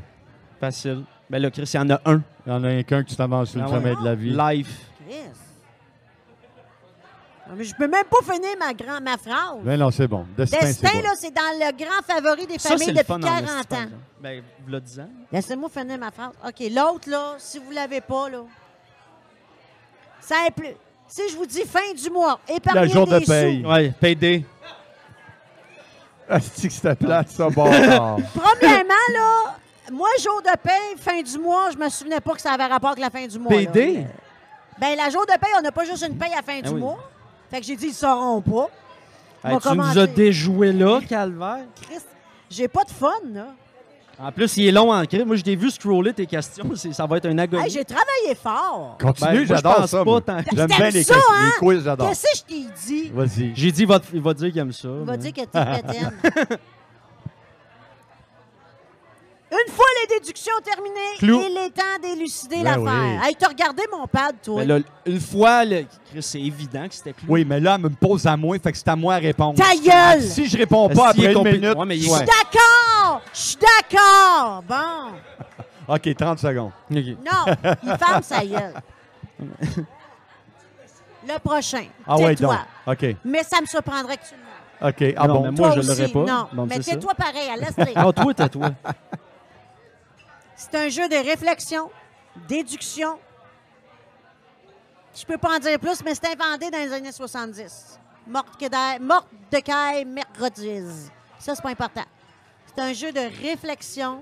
Facile. Ben là, Chris, il y en a un.
Il y en a un qu'un que tu t'avances sur
Ah
le
ouais.
sommet de la vie.
Life.
Chris. Non, mais je peux même pas finir ma, grand, ma phrase.
Mais Ben non, c'est bon. Destin,
Destin,
c'est bon.
là, c'est dans le grand favori des
Ça, c'est
familles
le
depuis
fun en
40
esti, par
ans.
exemple. Ben, v'là 10 ans.
Laissez-moi finir ma phrase. OK, l'autre, là, si vous l'avez pas, là. Ça impl- Si je vous dis fin du mois, épargnez
jour
des
de paye.
sous.
Ouais, payday.
Asti que c'était plate, ça, bon. *laughs* Ah.
*laughs* Premièrement, là, moi, jour de paye, fin du mois, je me souvenais pas que ça avait rapport avec la fin du mois. là.
PD?
Ben la jour de paye, on n'a pas juste une paye à la
Ah
fin du
oui.
mois. Fait que j'ai dit, ils sauront pas. On
Hey,
va
tu nous as
commencer.
déjoué là, Calvaire.
Christ, j'ai pas de fun, là.
En plus, il est long en crime. Moi, je t'ai vu scroller tes questions. C'est- Ça va être un agonie.
Hey, j'ai travaillé fort.
Ben, moi,
Continue,
je
j'adore
pense
ça.
pas
moi.
tant que-
J'aime
T'aimes
bien les,
ça,
quiz-
hein?
les quiz, j'adore.
Qu'est-ce que je t'ai dit?
Vas-y.
J'ai dit, il va, te- il va te dire qu'il aime ça.
Il
mais-
va dire
*laughs*
que t'es crétine. Une fois les déductions terminées,
Clou.
il est temps d'élucider
Ben
l'affaire.
oui.
Hey, t'as regardé mon pad, toi.
Mais Ben là, une fois, là, Chris, c'est évident que c'était clou.
Oui, mais là, elle me pose à moi, fait que c'est à moi à répondre.
Ta gueule!
Si je réponds
S'il
pas après
est
une
compé-
minute.
Ouais, mais il est-
Je suis d'accord! Je suis d'accord! Bon.
OK, 30 secondes.
Ok.
Non, il ferme sa
*laughs*
gueule. Le prochain.
Ah ouais, donc.
Tais-toi.
OK,
Mais ça me surprendrait que tu le manques.
OK. Ah
Non,
bon.
mais Moi,
Toi
je l'aurais
aussi,
pas.
Non,
Bon,
mais
c'est ça.
tais-toi pareil,
*laughs*
laisse-les.
Ah, toi, t'es
*laughs*
toi.
C'est un jeu de réflexion, déduction. Je peux pas en dire plus, mais c'est inventé dans les années 70. Morte, que d'ail- morte de caille, mercredise. Ça, c'est pas important. C'est un jeu de réflexion,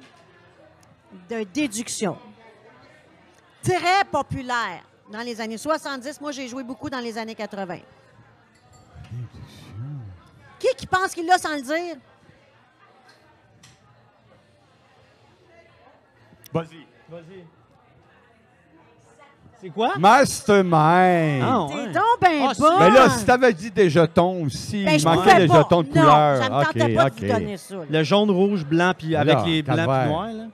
de déduction. Très populaire dans les années 70. Moi, j'ai joué beaucoup dans les années 80. Qui qui pense qu'il l'a sans le dire?
Vas-y.
C'est quoi?
Mastermind.
Ah,
C'est
ouais.
donc ben
Ah, c'est-
bon!
Mais là, si t'avais dit des jetons aussi,
Ben,
il
je
manquait
pouvais
des
pas.
jetons de
non,
couleur.
Ça me tentait
OK,
pas
OK.
de vous donner ça. là.
Le jaune, rouge, blanc, puis avec
Alors,
les blancs
calvaire.
puis noirs. Là.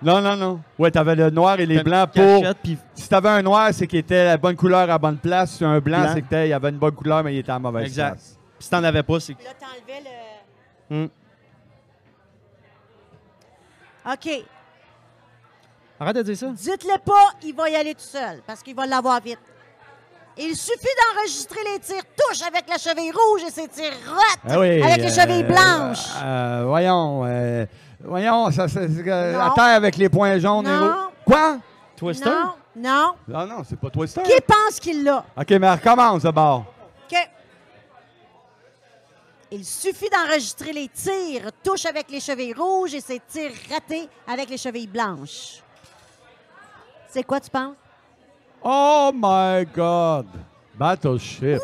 Non, non, non. Ouais, t'avais le noir et les blancs pour.
Cachette, puis-
Si t'avais un noir, c'est qu'il était à la bonne couleur à la bonne place. Si un blanc,
Blanc.
c'est qu'il avait une bonne couleur, mais il était à la mauvaise
Exact.
place.
Puis si t'en avais pas, c'est.
Là, t'enlevais le.
Hmm.
Hum.
OK.
Arrête de dire ça.
Dites-le pas, il va y aller tout seul parce qu'il va l'avoir vite. Il suffit d'enregistrer les tirs touches avec la cheville rouge et ses tirs rottes
Ah oui,
avec les
euh,
chevilles blanches.
euh, euh, voyons, euh, voyons, ça, ça- c'est, euh,
Non.
la terre avec les points jaunes et
Non.
rouges. Quoi?
Twister?
non, non.
Non, Ah non, c'est pas Twister.
Qui pense qu'il l'a?
OK, mais recommence d'abord.
OK. Il suffit d'enregistrer les tirs touches avec les chevilles rouges et ses tirs ratés avec les chevilles blanches. C'est quoi, tu penses?
Oh my God! Battleship.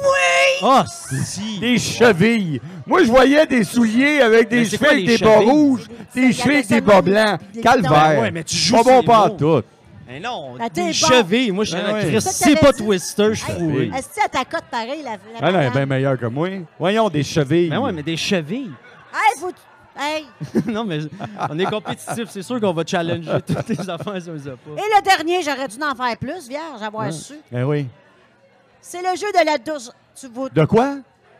Ah, si!
Des chevilles. Moi, je voyais des souliers avec des
Mais c'est quoi,
chevilles,
les
des bas
chevilles?
rouges, des
Il y avait
chevilles, des
seulement
bas
des-
blancs.
des
Calvaire.
boutons.
Ouais, mais tu joues
Pas bon
ces
pas
mots.
tout.
Mais non,
Ben, t'es
des
bon.
cheveux. Moi, je suis
Ben
là,
ouais.
Chris,
C'est ça que
c'est pas
t'avais dit.
Twister, je suis
Hey.
trouvé.
Oui.
Est-ce que tu ta cote pareil, la, la
Ah Elle est
madame?
bien meilleure que moi. Voyons, des chevilles.
Ben ouais, mais des chevilles. *laughs*
Hey, faut... Hey.
non, mais on est compétitifs. C'est sûr qu'on va challenger toutes les affaires si on les a
Et
pas.
le dernier, j'aurais dû en faire plus, vierge, avoir su.
Ben oui.
C'est le jeu de la douce... tu vois-
De quoi?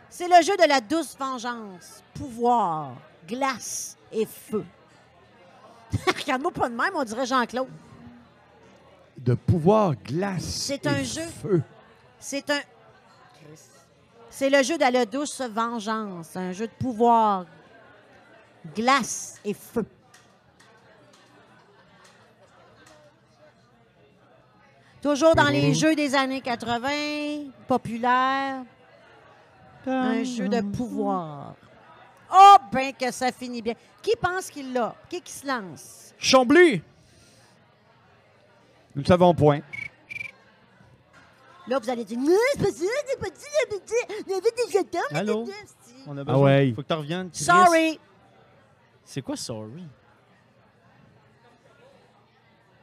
C'est le jeu de la douce vengeance. Pouvoir, glace et feu. *laughs* Regarde-moi pas de même, on dirait Jean-Claude.
De pouvoir glace.
C'est
et
un jeu.
Feu.
C'est un. C'est le jeu de la douce vengeance, un jeu de pouvoir, glace et feu. Toujours dans les jeux des années 80, populaire, un jeu de pouvoir. Oh, ben que ça finit bien. Qui pense qu'il l'a? Qui qui se lance?
Chambly!
Nous ne savons point.
Là, vous allez dire, non, c'est pas ça, c'est pas ça, c'est pas ça, on avait des jetons, mais
Allô?
des jetons,
On a
Ah ouais.
Faut que tu reviennes. Chris.
c'est- Sorry!
C'est quoi sorry?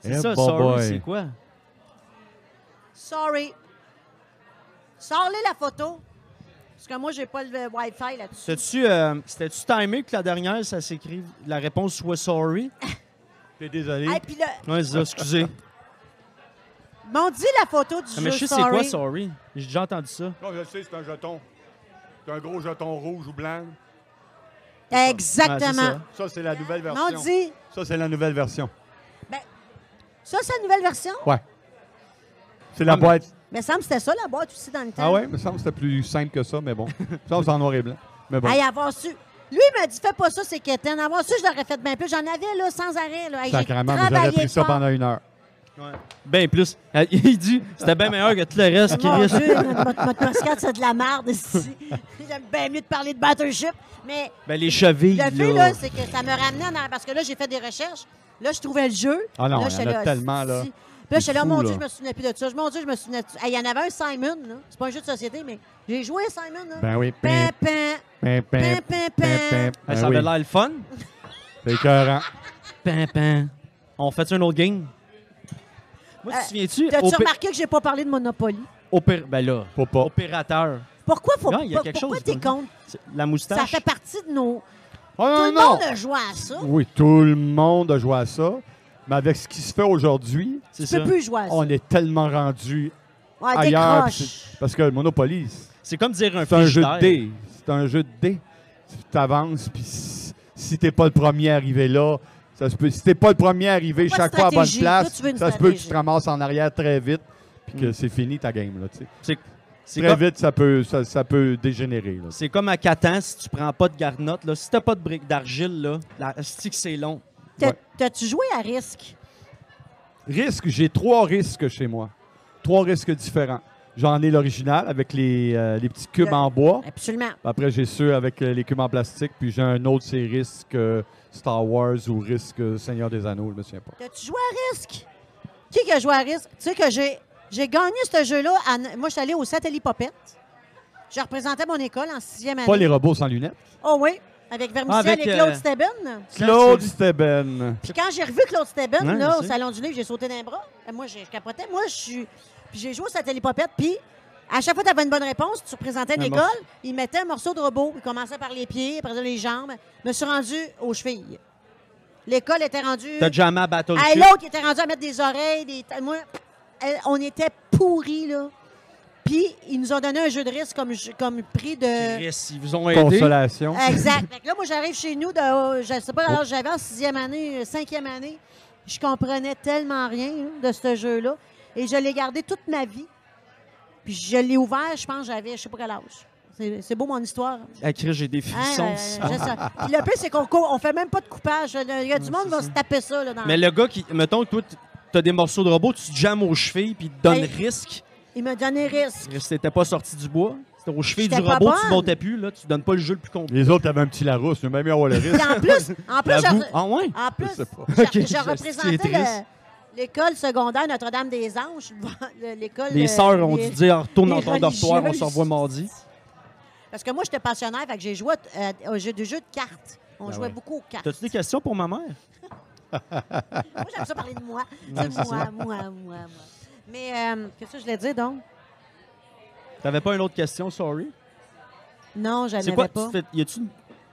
Eh,
C'est ça,
bon
sorry,
boy.
c'est quoi?
Sorry. Sors-les la photo. Parce que moi, j'ai pas le Wi-Fi là-dessus.
C'était-tu euh, c'était-tu timé que la dernière, ça s'écrit, la réponse soit sorry?
T'es désolé.
Hey, puis le-
Ouais, c'est
*laughs*
ça, excusez.
M'ont dit la photo du
Ah,
jeu
mais je sais c'est
Sorry.
quoi sorry? J'ai déjà entendu ça.
Non, je le sais, c'est un jeton. C'est un gros jeton rouge ou blanc.
Ouais, c'est ça.
Exactement.
Ça, c'est la nouvelle version.
M'ont dit.
Ça, c'est la nouvelle version.
Ça, c'est la nouvelle version?
Ouais. C'est la
Ah, mais-
boîte.
Mais ça me semble que c'était ça, la boîte aussi, dans le temps.
Ah ouais, me semble que c'était plus simple que ça,
*laughs*
mais bon. me semble que c'est en noir et blanc. Mais bon.
Hey, avoir su. Lui, il m'a dit, fais pas ça, c'est quétaine. Avoir su, je l'aurais fait bien plus. J'en avais, là, sans arrêt. Là. Hey, j'ai
Sacrément, mais j'aurais
travaillé
pris ça
fort.
pendant une heure.
Ben plus. *laughs* Il dit, c'était bien meilleur que tout le reste,
Mon
Chris.
Dieu, notre- notre notre mascotte, c'est de la merde ici. *laughs* J'aime bien mieux de parler de Battleship, mais
Ben les chevilles,
Le fait,
là.
là, c'est que ça me ramenait en arrière. Parce que là, j'ai fait des recherches. Là, je trouvais le jeu.
Ah non,
là,
il y
j'étais
en a tellement, là.
si. Puis là, j'étais là,
C'est
mon
fou,
Dieu,
là.
je me souvenais plus de ça. Je- Mon Dieu, je me souvenais de ça. Hey, Il y en avait un Simon, là. C'est pas un jeu de société, mais j'ai joué à Simon, là.
Ben oui.
Pin,
Pim,
pin.
pim, pim,
pim, pim,
pim, pim.
pim.
Ben,
Ben
ça
oui,
avait l'air le fun.
C'est écœurant.
Pam, pam. On fait un autre game? Moi,
Euh,
tu te souviens-tu?
T'as-tu
opé-
remarqué que j'ai pas parlé de Monopoly?
opé- ben là,
Faut pas.
opérateur.
Pourquoi faut
Non, il y a
pas-
quelque
Pourquoi
chose
t'es
dans
contre?
C'est- La
Ça
moustache.
fait partie de nos.
Oh,
Tout
non,
le
non.
monde a joué à ça.
Oui, tout le monde a joué à ça. Mais avec ce qui se fait aujourd'hui,
Tu
C'est ça.
peux plus jouer à ça.
on est tellement rendu
Ouais,
ailleurs. puis
décroche.
c'est- Parce que le Monopoly, c'est
C'est comme dire un
un jeu de
frigidaire.
dés. C'est un jeu de dés. Tu t'avances, puis si si t'es pas le premier arrivé là, ça se peut. Si t'es pas le premier arrivé
Pas de
chaque fois à bonne
stratégie. Toi,
place,
tu veux une
ça se peut que tu
stratégie.
te ramasses en arrière très vite, puis que c'est fini ta game. Là, tu sais.
C'est, Hmm. c'est
Très
comme,
vite, ça peut, ça, ça peut dégénérer. là.
c'est comme à Catan, si tu prends pas de garnotte, là, si t'as pas de briques d'argile, là, la stick, c'est long.
T'as-
Ouais.
T'as-tu joué à risque?
Risque, j'ai trois risques chez moi. Trois risques différents. J'en ai l'original avec les, euh, les petits cubes
Le-
en bois.
Absolument.
Après, j'ai ceux avec euh, les cubes en plastique. Puis j'ai un autre, c'est risque euh, Star Wars ou risque euh, Seigneur des Anneaux, je me souviens pas.
T'as-tu joué à risque? Qui qui a joué à risque? Tu sais que j'ai, j'ai gagné ce jeu-là. à N- moi, je suis allée au Satellite Popette. Je représentais mon école en sixième année.
Pas les robots sans lunettes.
Oh oui, avec Vermicelle
Ah, avec,
et Claude
euh,
Steben.
Claude Steben.
Puis quand j'ai revu Claude Steben
Ouais,
là,
je
au
sais.
Salon du Livre, j'ai sauté d'un bras. Euh, Moi, j'ai- je capotais. Moi, je suis. Puis j'ai joué au Satellite Popette. Puis à chaque fois que tu avais une bonne réponse, tu représentais une
Un
école,
morceau.
ils mettaient un morceau de robot. Ils commençaient par les pieds, après ça, les jambes. Je me suis rendue aux chevilles. L'école était rendue.
T'as jamais à battle
Hey,
chip.
l'autre qui était rendu à mettre des oreilles, des. ta- Moi, elle- on était pourris, là. Puis, ils nous ont donné un jeu de risque comme, jeu- comme prix de.
Chris, ils vous ont aidé.
Consolation.
Exact. Fait que là, moi, j'arrive chez nous, de, euh, je sais pas, alors j'avais en sixième année, euh, cinquième année. hein, Je comprenais tellement rien là, de ce jeu-là. Et je l'ai gardé toute ma vie. Puis je l'ai ouvert, je pense, j'avais, je sais pas quel âge. C'est c'est beau mon histoire.
À Chris, j'ai des frissons.
Hein, euh, je sais. Puis le pire, c'est qu'on cou- on fait même pas de coupage. Il y a du monde qui va se taper ça. Là, dans...
Mais le gars qui, mettons, toi, t- t'as des morceaux de robot, tu te jammes aux chevilles puis te donnes
Hey.
risque.
Il m'a donné risque.
Si t'étais pas sorti du bois, c'était aux chevilles du
J'étais pas
robot, tu
bonne.
montais plus, là, tu donnes pas le jeu le plus complet.
Les autres avaient un petit Larousse, ils ont même eu à avoir le risque.
Puis en plus, en plus,
J'avoue.
je-
Ah ouais?
En *laughs* plus,
sais pas.
j'ai-
*laughs* Ok,
j'ai
c'est
représenté
triste.
le- l'école secondaire Notre-Dame-des-Anges. *laughs* le- L'école.
Les
euh,
sœurs ont
les-
dû dire retourne dans
les
ton dortoir, on
religieuses.
se revoit mardi.
Parce que moi, j'étais passionnée, fait que j'ai joué euh, au jeu de jeu de cartes. On
Ben
jouait
ouais.
beaucoup aux cartes.
T'as-tu des questions pour ma mère?
Moi, j'aime ça parler de
*laughs*
moi. C'est moi, moi, moi, moi. Mais euh, qu'est-ce que je voulais dire donc?
T'avais pas une autre question, sorry?
Non, j'en
C'est
avais
quoi?
pas.
Tu, fais- y a-tu une-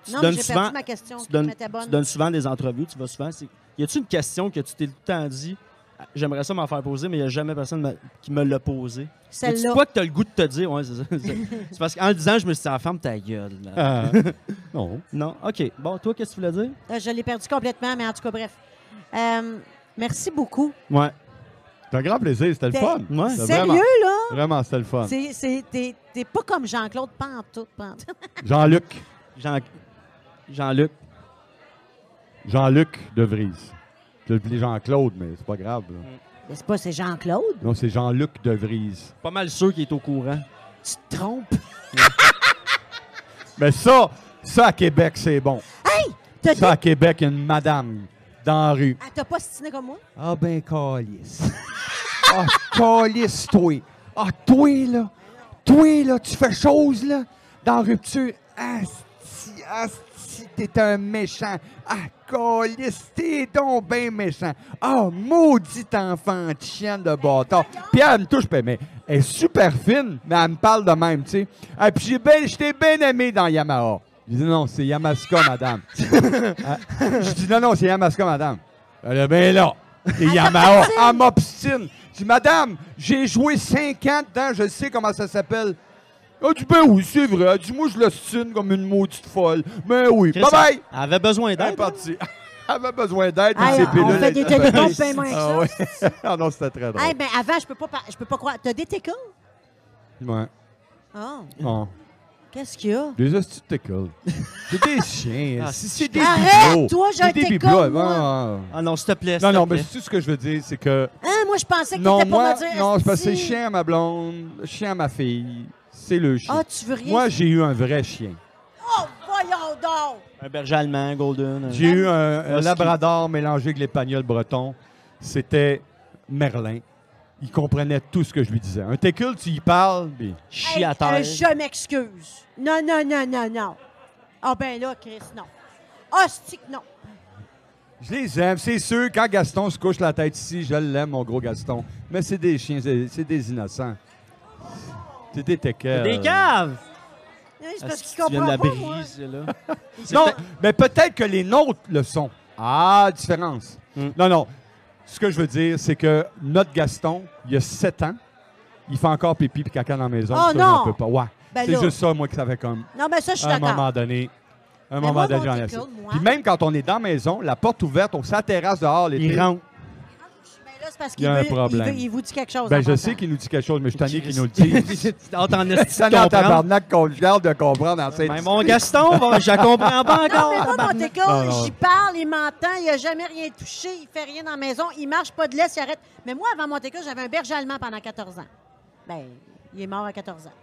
tu
non, mais
donnes
j'ai
souvent.
perdu ma question.
Tu
qui
donnes,
m'était bonne.
tu donnes souvent des entrevues, tu vas souvent. c'est- Y a-tu une question que tu t'es tout le temps dit? Ah, J'aimerais ça m'en faire poser, mais il n'y a jamais personne m'a- qui me l'a posé. C'est
Celle-là.
quoi que tu as le goût de te dire? Ouais, c'est ça. c'est- c'est parce qu'en le disant, je me suis dit, Ah, ferme ta gueule. là.
Ah, *laughs* non.
*laughs* Non? OK. Bon, toi, qu'est-ce que tu voulais dire?
Euh, Je l'ai perdu complètement, mais en tout cas, bref. Euh, merci beaucoup.
Ouais.
C'était un grand plaisir, c'était le
T'es-
fun.
Ouais.
C'est
Sérieux,
vraiment-
là?
Vraiment, c'était le fun.
C'est- c'est- T'es t'es pas comme Jean-Claude Pantoute. pantoute.
Jean-Luc.
Jean- Jean-Luc.
Jean-Luc de Vries. Je le dis Jean-Claude, mais c'est pas grave. là.
Mais c'est pas, c'est Jean-Claude.
Non, c'est Jean-Luc de Vries.
Pas mal sûr qu'il est au courant.
Tu te trompes.
Mais ça, ça à Québec, c'est bon.
T'as
Ça à
dit.
Québec, il y a une madame dans la rue.
Ah, t'as pas stiné comme moi?
Ah ben, calice. ah, calice, toi. Ah, toi, là. Toi, là, tu fais chose, là, dans Rupture. Asti, asti, t'es un méchant. Ah, calice, t'es donc ben méchant. Ah, maudit enfant de chienne de bâtard. Puis elle me touche, ben, mais elle est super fine, mais elle me parle de même, tu sais. Ah, puis j'ai ben, je t'ai bien aimé dans Yamaha. Je dis non, c'est Yamaska, madame. Ah, *laughs* je dis non, non, c'est Yamaska, madame. Elle est bien là. C'est Yamaha. Elle m'obstine. Je dis, madame, j'ai joué 5 ans dedans, je sais comment ça s'appelle. Elle dit, ben oui, c'est vrai. Elle dit, moi, je l'ostine comme une maudite folle. Ben oui.
Chris,
Bye bye.
elle- Elle avait besoin
Elle est
d'aide.
partie. *laughs* Elle avait besoin d'aide. mais
Hey,
ses
on
pilules
fait des
étaient- *laughs*
télécomptes bien moins que ça.
Ah ouais. Ah non, c'était très drôle.
Eh ben, avant, je peux pas, par- je peux pas croire. T'as des TK?
Ouais.
Oh,
Non.
qu'est-ce qu'il y a?
Des hosties de t'écoles. C'est
*laughs*
des chiens.
Ah,
c'est- c'est des
Arrête,
bibelots.
toi, j'ai
C'est
un
des
técole,
bibelots.
moi.
Ah, ah.
Ah non, s'il te plaît.
Non,
s'il
non,
te
mais
plaît.
c'est tout ce que je veux dire, c'est que.
Hein, moi, je pensais que
Non,
t'étais
moi,
pas me dire.
non, c'est parce que c'est
esti.
chien à ma blonde, chien à ma fille. C'est le chien.
Ah, tu veux rien?
Moi, j'ai eu un vrai chien.
Oh, voyons donc!
Un berger allemand, Golden. un-
J'ai eu un, un
Husky.
labrador mélangé avec l'espagnol breton. C'était Merlin. Il comprenait tout ce que je lui disais. Un técule, tu y parles, puis
Hey,
Chie à
euh,
terre.
je m'excuse. Non, non, non, non, non. Ah, ben là, Chris, non. Hostique, non. Hein,
je les aime. C'est sûr, quand Gaston se couche la tête ici, je l'aime, mon gros Gaston. Mais c'est des chiens, c'est c'est des innocents. C'est des técules.
Des caves!
Euh, C'est parce
Est-ce
qu'il
que tu viens de
comprend
la
pas, moi. *laughs*
briser, là? C'est
Non,
peut-être-
mais peut-être que les nôtres le sont. Ah, différence.
Mm.
Non, non. Ce que je veux dire, c'est que notre Gaston, il y a 7 ans, il fait encore pipi puis caca dans la maison.
Oh
ça, j'en
non!
peux pas. Ouais.
Ben
c'est
là.
juste ça, moi, que ça fait comme.
Non, mais ça, je suis
À un
d'accord.
moment donné. À un
Mais
moment
moi,
donné,
mon
j'en ai
tickle,
assez.
moi-
Puis même quand on est dans la maison, la porte ouverte, on s'intéresse dehors. l'été.
Il rentre.
Ben là, c'est parce
Il y
qu'il
a un
veut- il,
problème.
veut- il vous dit quelque chose.
Ben,
en
je
passant.
sais qu'il nous dit quelque chose, mais je suis tanné qu'il nous
*laughs*
le *laughs* dise.
Ah, t'en as
Ça n'a tabarnak qu'on le garde de comprendre en cette
Mais mon Gaston, va- je la comprends pas
Non, mais
encore.
moi, mon
tabarnak.
técole,
Non, non.
j'y parle, il m'entend, il n'a jamais rien touché, il fait rien dans la maison, il marche pas de l'Est, il arrête. Mais moi, avant mon técole, j'avais un berger allemand pendant 14 ans. Ben, il est mort à 14 ans.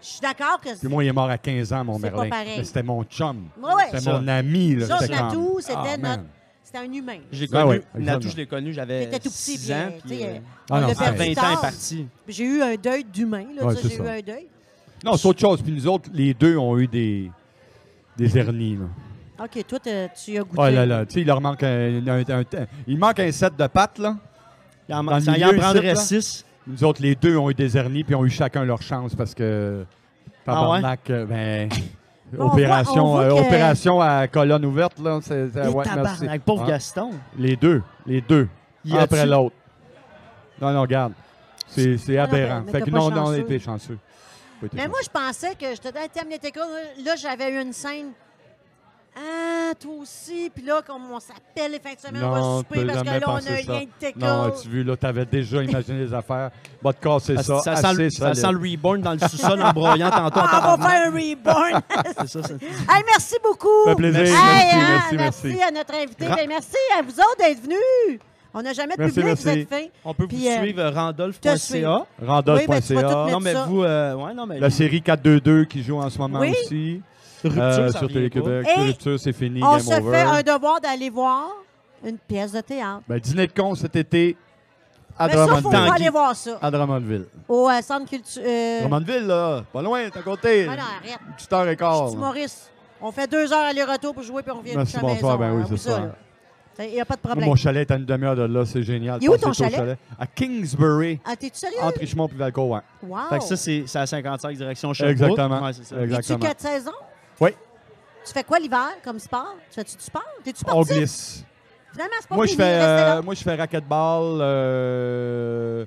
Je suis d'accord que
Puis moi, il est mort à 15 ans, mon
C'est pas
Merlin.
pareil.
Mais c'était mon chum.
Ouais, ouais.
C'était
Ça.
mon ami. Là,
Georges
C'était comme-
Natou, c'était
Ah, man.
notre. C'était un humain.
J'ai
Ben
connu.
oui,
Natou,
exactement.
je l'ai connu, j'avais
J'étais tout petit, puis,
6
euh,
Euh, ans.
tu
Puis,
sais,
euh,
on
Ah non,
l'a
ça
à
fait
perdu
20 ans, il est
tard.
parti.
J'ai eu un deuil d'humain, là,
Ouais,
tu sais,
c'est
j'ai
ça.
eu un deuil.
Non, c'est autre chose. Puis nous autres, les deux ont eu des, des hernies. Là.
OK, toi, t'as- tu y as goûté.
Oh là là, tu sais, il leur manque un, un- un- un- il manque un set de pattes, là.
Il en,
Dans le
ça, il
milieu,
en
ici,
prendrait
là.
6.
Nous autres, les deux ont eu des hernies, puis ont eu chacun leur chance parce que. Tabarnak, euh, ben.
Bon, on
opération,
voit- on voit
euh,
que-
opération à colonne ouverte, là. C'est, c'est- ouais, merci.
Tabarnak, pauvre
Ah,
Gaston.
Les deux, les deux.
Y
Un
a-tu-
après l'autre. Non, non, regarde. C'est, c'est
Non, non,
aberrant.
Ah, mais
fait
t'as
que
pas
non, non, on
chanceux.
était chanceux. On était
Mais moi, je pensais que je te disais, termine tes cours. Là, j'avais eu une scène Ah, toi aussi. Puis là, comme on s'appelle les fins de semaine, on va
Non,
souper
t'as
parce que
jamais
là, on a
pensé
un
ça.
lien de tickle.
Non, as-tu vu, là, t'avais déjà imaginé les affaires. Va te casser ça.
Ah, ça, sent le,
assez
ça sent
solide.
le
*laughs*
reborn dans le sous-sol en broyant tantôt. en
Ah, on va
tabarnak.
faire un reborn.
*laughs*
C'est
*laughs*
ça, ça-
hey, merci beaucoup.
Ça fait plaisir.
Hey,
Merci,
hein,
merci, merci.
à notre invité.
Ra-
Ben, merci à vous autres d'être venus. On n'a jamais de
Merci,
public, vous
merci.
êtes fins.
On peut vous
Puis, euh,
suivre euh,
te
randolph.ca.
suivre. Oui, ben, tu vas tout
Randolph.ca.
mettre-
Non, mais
ça.
vous. euh, ouais, non, mais.
La série 4-2-2 qui joue en ce moment
Oui.
aussi.
Rupture,
Euh,
ça
sur
revient pas.
Télé-Québec.
Et
Rupture, c'est fini.
On
game
se
over.
fait un devoir d'aller voir une pièce de théâtre.
Ben, dîner de con cet été à
Mais ça, il faut
Drummondville.
aller voir ça.
À Drummondville.
Au euh, centre culturel.
Drummondville, là, pas loin, t'es à côté.
Ah non, arrête.
Une petite heure et quart.
Dis,
Oh, là.
Maurice, on fait deux heures aller-retour pour jouer, puis on revient
Merci,
à la maison.
bonsoir. Ben oui,
hein,
c'est
oublie
ça.
là. Ça, Il n'y a pas de
Moi,
problème.
mon chalet est à une demi-heure de là, c'est génial.
Il est où
Passez
ton
au
chalet?
À Kingsbury,
Ah, t'es-tu sérieux?
entre Richmond et Valcourt.
Wow!
Fait que ça, c'est c'est à 55 direction Sherbrooke.
Exactement.
Ouais, c'est ça.
Es-tu
Exactement.
quatre saisons?
Oui.
Tu fais quoi l'hiver comme sport? Tu fais-tu du sport? T'es-tu
On
sportif?
glisse.
Finalement, c'est pas
Moi, je
fini,
fais,
restez là.
euh, moi, je fais racquetball. Euh,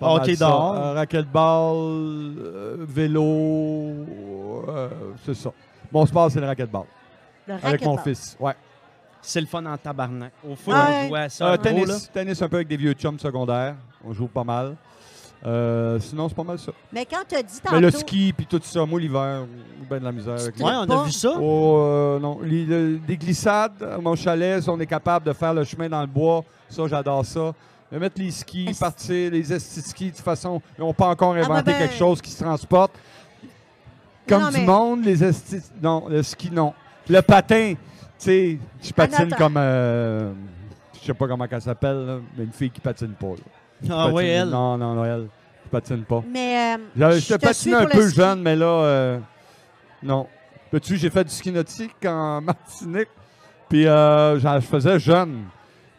pas
Hockey
mal ça.
dehors.
Euh, racquetball, euh, vélo. euh, c'est ça. Mon sport, c'est le racquetball.
Le
Avec mon
racquetball.
fils. Ouais.
C'est le fun en tabarnak. Au foot,
Ah Ouais.
on jouait à ça.
Euh,
en gros, là.
tennis, tennis un peu avec des vieux chums secondaires. On joue pas mal. Euh, sinon, c'est pas mal ça.
Mais quand tu as dit tantôt...
Mais le ski puis tout ça, moi, l'hiver, ben de la misère. Avec
te-
les-
Ouais, on
Pas.
a vu ça.
Oh, euh, non. Les- le- des glissades, à mon chalet, si on est capable de faire le chemin dans le bois, ça, j'adore ça. De mettre les skis,
Est-ce-
partir, les esti de skis, de toute façon, ils n'ont pas encore
ben
inventé
ben.
quelque chose qui se transporte. Comme
non,
du
mais-
monde, les esti... Non, le ski, non. Le patin, tu sais, je patine
Anata.
comme... euh, je sais pas comment elle s'appelle, là, mais une fille qui patine pas. là.
Ah
Patine-
ouais, elle.
Non, non, non, elle. Je patine pas.
Mais euh,
Je,
je
je
te suis
patinais un
pour le
peu
ski.
jeune, mais là, euh, non. Peux-tu, j'ai fait du ski nautique en *laughs* Martinique, puis euh, j'en- je faisais jeune.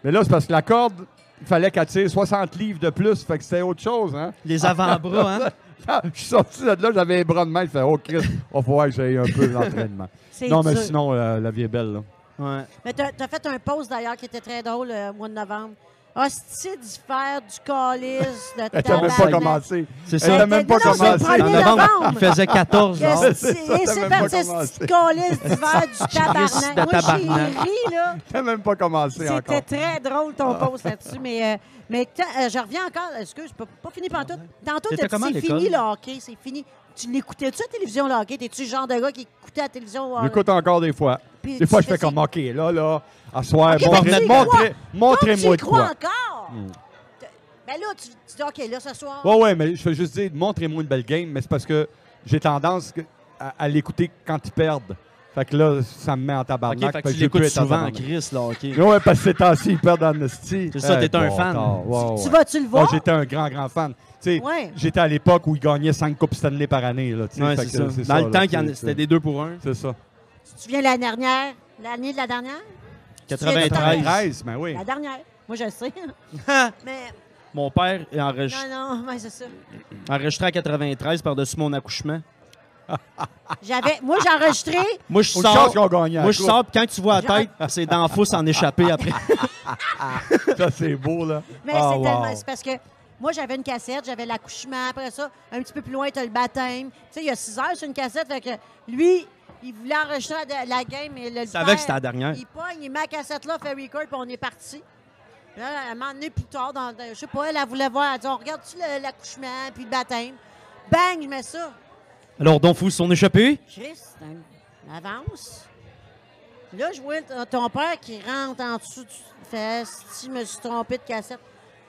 Mais là, c'est parce que la corde, il fallait qu'elle tire 60 livres de plus, fait que c'était autre chose, hein.
Les avant-bras, hein?
Ah, je suis sorti de là, j'avais les bras de main, je fais « Oh,
*laughs*
Christ, on va falloir que j'aille un peu d'entraînement.
c'est »
Non, mais
dur.
sinon, euh, la vie est belle, là.
Ouais.
Mais tu as, fait un post d'ailleurs qui était très drôle euh, au mois de novembre. Hostie diffère du calice de
Elle n'a même pas
tabarnak.
commencé.
C'est
Elle
ça.
n'a même pas
Non, non, c'est le
commencé.
premier
En novembre,
novembre.
il faisait 14
Qu'est-ce
genre.
que c'est?
c'est ça,
Et
t'as
c'est
même
parti,
pas
ce
commencé.
calice
*laughs*
d'hiver du tabarnak.
de
Moi, j'ai
tabarnak.
ri, là.
Elle n'a même pas commencé
C'était
encore. Ah.
très drôle ton post là-dessus, mais, euh, mais tant- euh, je reviens encore. Excuse, pas, pas fini pantoute. Tantôt,
T'étais
t'as dit
comment à
c'est
l'école?
fini le hockey, c'est fini. Tu l'écoutais-tu à la télévision, le hockey? T'es-tu le genre de gars qui écoutait à la télévision? euh,
J'écoute encore des fois.
puis
Des
tu
fois, je fais
faisais-
comme « OK, là, là, à soir,
Ok, mais
montrez-
tu y
montrez-
Donc,
montrez-moi
tu
de
y crois
quoi. » Hmm.
encore? Ben là, tu, tu dis, OK, là, ce soir,
Ouais, ouais, mais je veux juste dire, montrez-moi une belle game, mais c'est parce que j'ai tendance que- à, à l'écouter quand ils perdent. Fait que là, ça me met en tabarnak.
Ok, fait que tu
j'ai pu
l'écoutes
être en
souvent en
tabarnak.
Chris, là, ok.
Ouais, parce que ces temps-ci, ils perdent en esti.
C'est ça,
Eh,
t'es un fan.
bâtard. Ouais,
tu
ouais.
vas-tu le
Ah,
voir?
J'étais un grand, grand fan. Tu sais,
Ouais.
J'étais à l'époque où ils gagnaient 5 Coupes Stanley par année. Là, tu sais,
Ouais,
fait
c'est
que
ça.
c'est
Dans le
là,
temps, qu'il y en a-
c'est-
c'était des deux pour un.
C'est ça.
Tu te souviens de la dernière? L'année de la dernière? Treize.
93.
13, mais oui.
La dernière. Moi, je le
*laughs*
sais. mais
Mon père est enregistré,
non, non, mais c'est ça.
enregistré à 93 par-dessus mon accouchement.
J'avais, moi, j'ai enregistré.
Moi, je
Une chance
sors.
qu'ils ont gagné. à
Moi, je
coupe.
sors, puis quand tu vois la tête, c'est d'en fou s'en échapper après.
Ah,
Ça, c'est beau, là.
Mais
Ah,
c'est tellement.
wow.
C'est parce que moi, j'avais une cassette, j'avais l'accouchement. Après ça, un petit peu plus loin, tu as le baptême. Tu sais, il y a six heures sur une cassette. Fait que lui, il voulait enregistrer la, la game. Et le, le
Je *laughs* savais
père,
que c'était la dernière.
Il pogne, il met la cassette-là, fait record, puis on est parti. Là, à un moment donné, plus tard, dans, dans- je sais pas, elle, elle voulait voir. Elle dit On regarde-tu le- l'accouchement, puis le baptême Bang, je mets ça.
Alors, Don Fou s'en échappé.
Christ, hein, avance. Là, je vois ton- ton père qui rentre en dessous du fesse. Si je me suis trompé de cassette.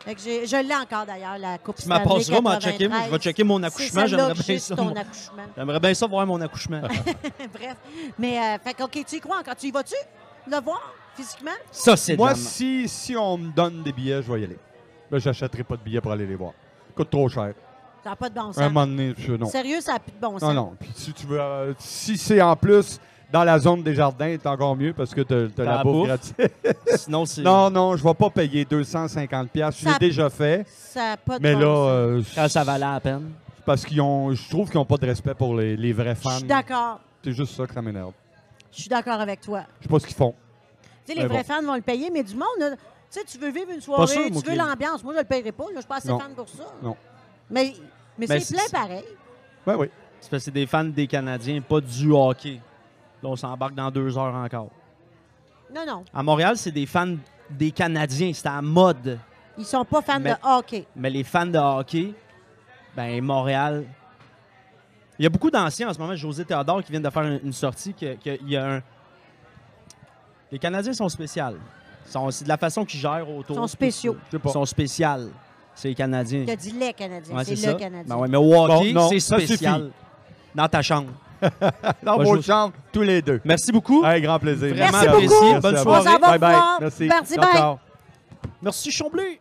Fait que j'ai- je l'ai encore d'ailleurs, la coupe.
Tu m'en
Stanley
passeras, moi, à
93.
checker. Moi, je vais checker mon
C'est
accouchement,
celle-là
j'aimerais
que
bien
j'ai
ça,
sur ton
moi.
accouchement. *laughs*
J'aimerais bien ça voir mon accouchement.
Bref. Mais, euh, fait que, OK, tu y crois encore? Tu y vas-tu le voir physiquement?
Ça, c'est de
Moi,
la merde.
si, si on me donne des billets, je vais y aller. Mais j'achèterai pas de billets pour aller les voir. Coûte trop cher.
Ça n'a pas de bon
Un
sens.
moment donné, je- non.
Sérieux, ça n'a plus de bon
Non,
sens.
non. Puis si tu veux, euh, si c'est en plus dans la zone des jardins, c'est encore mieux parce que tu as
la
la bouffe
bouffe.
gratuite.
Sinon, c'est.
Non, non, je vais pas payer 250 pièces. Je
Ça-
l'ai déjà fait.
Ça n'a pas de
Mais
bon
là,
sens.
euh,
Quand ça valait la peine.
c'est parce qu'ils ont, je trouve qu'ils ont pas de respect pour les, les vrais
Je
fans.
suis d'accord.
C'est juste ça que ça m'énerve.
Je suis d'accord avec toi.
Je sais pas ce qu'ils font.
Tu sais, les
Mais bon.
vrais fans vont le payer, mais du monde, là, tu sais, tu veux vivre une soirée,
sûr, moi,
tu veux
que-
l'ambiance. Moi, je le paierai pas. là, Je suis pas assez
Non.
fan pour ça.
Non.
Mais, mais, c'est
Mais c'est-
plein pareil.
Ben oui.
C'est parce que c'est des fans des Canadiens, pas du hockey. Là, on s'embarque dans deux heures encore.
Non, non.
À Montréal, c'est des fans des Canadiens. C'est à la mode.
Ils sont pas fans
Mais-
de hockey.
Mais les fans de hockey, ben Montréal. Il y a beaucoup d'anciens en ce moment. José Théodore qui vient de faire une, une sortie. Que, que il y a un... Les Canadiens sont spéciaux. Ils sont- C'est de la façon qu'ils gèrent autour.
Ils sont spéciaux.
Je sais pas.
Ils sont spéciaux. C'est les Canadiens.
Il a dit les Canadiens.
Ouais,
c'est le
ça.
Canadien.
Ben ouais, mais au hockey,
Bon, non,
c'est
ça
spécial.
suffit.
Dans ta chambre.
Dans
Moi,
vos
je-
chambres, tous les deux.
Merci beaucoup.
Avec grand plaisir.
Vraiment
Merci beaucoup.
apprécié.
Bonne
à vous.
On
soirée.
s'en va
Bye
vous
bye.
voir.
Merci.
Merci,
Ciao,
bye.
ciao.
Merci Chomblé.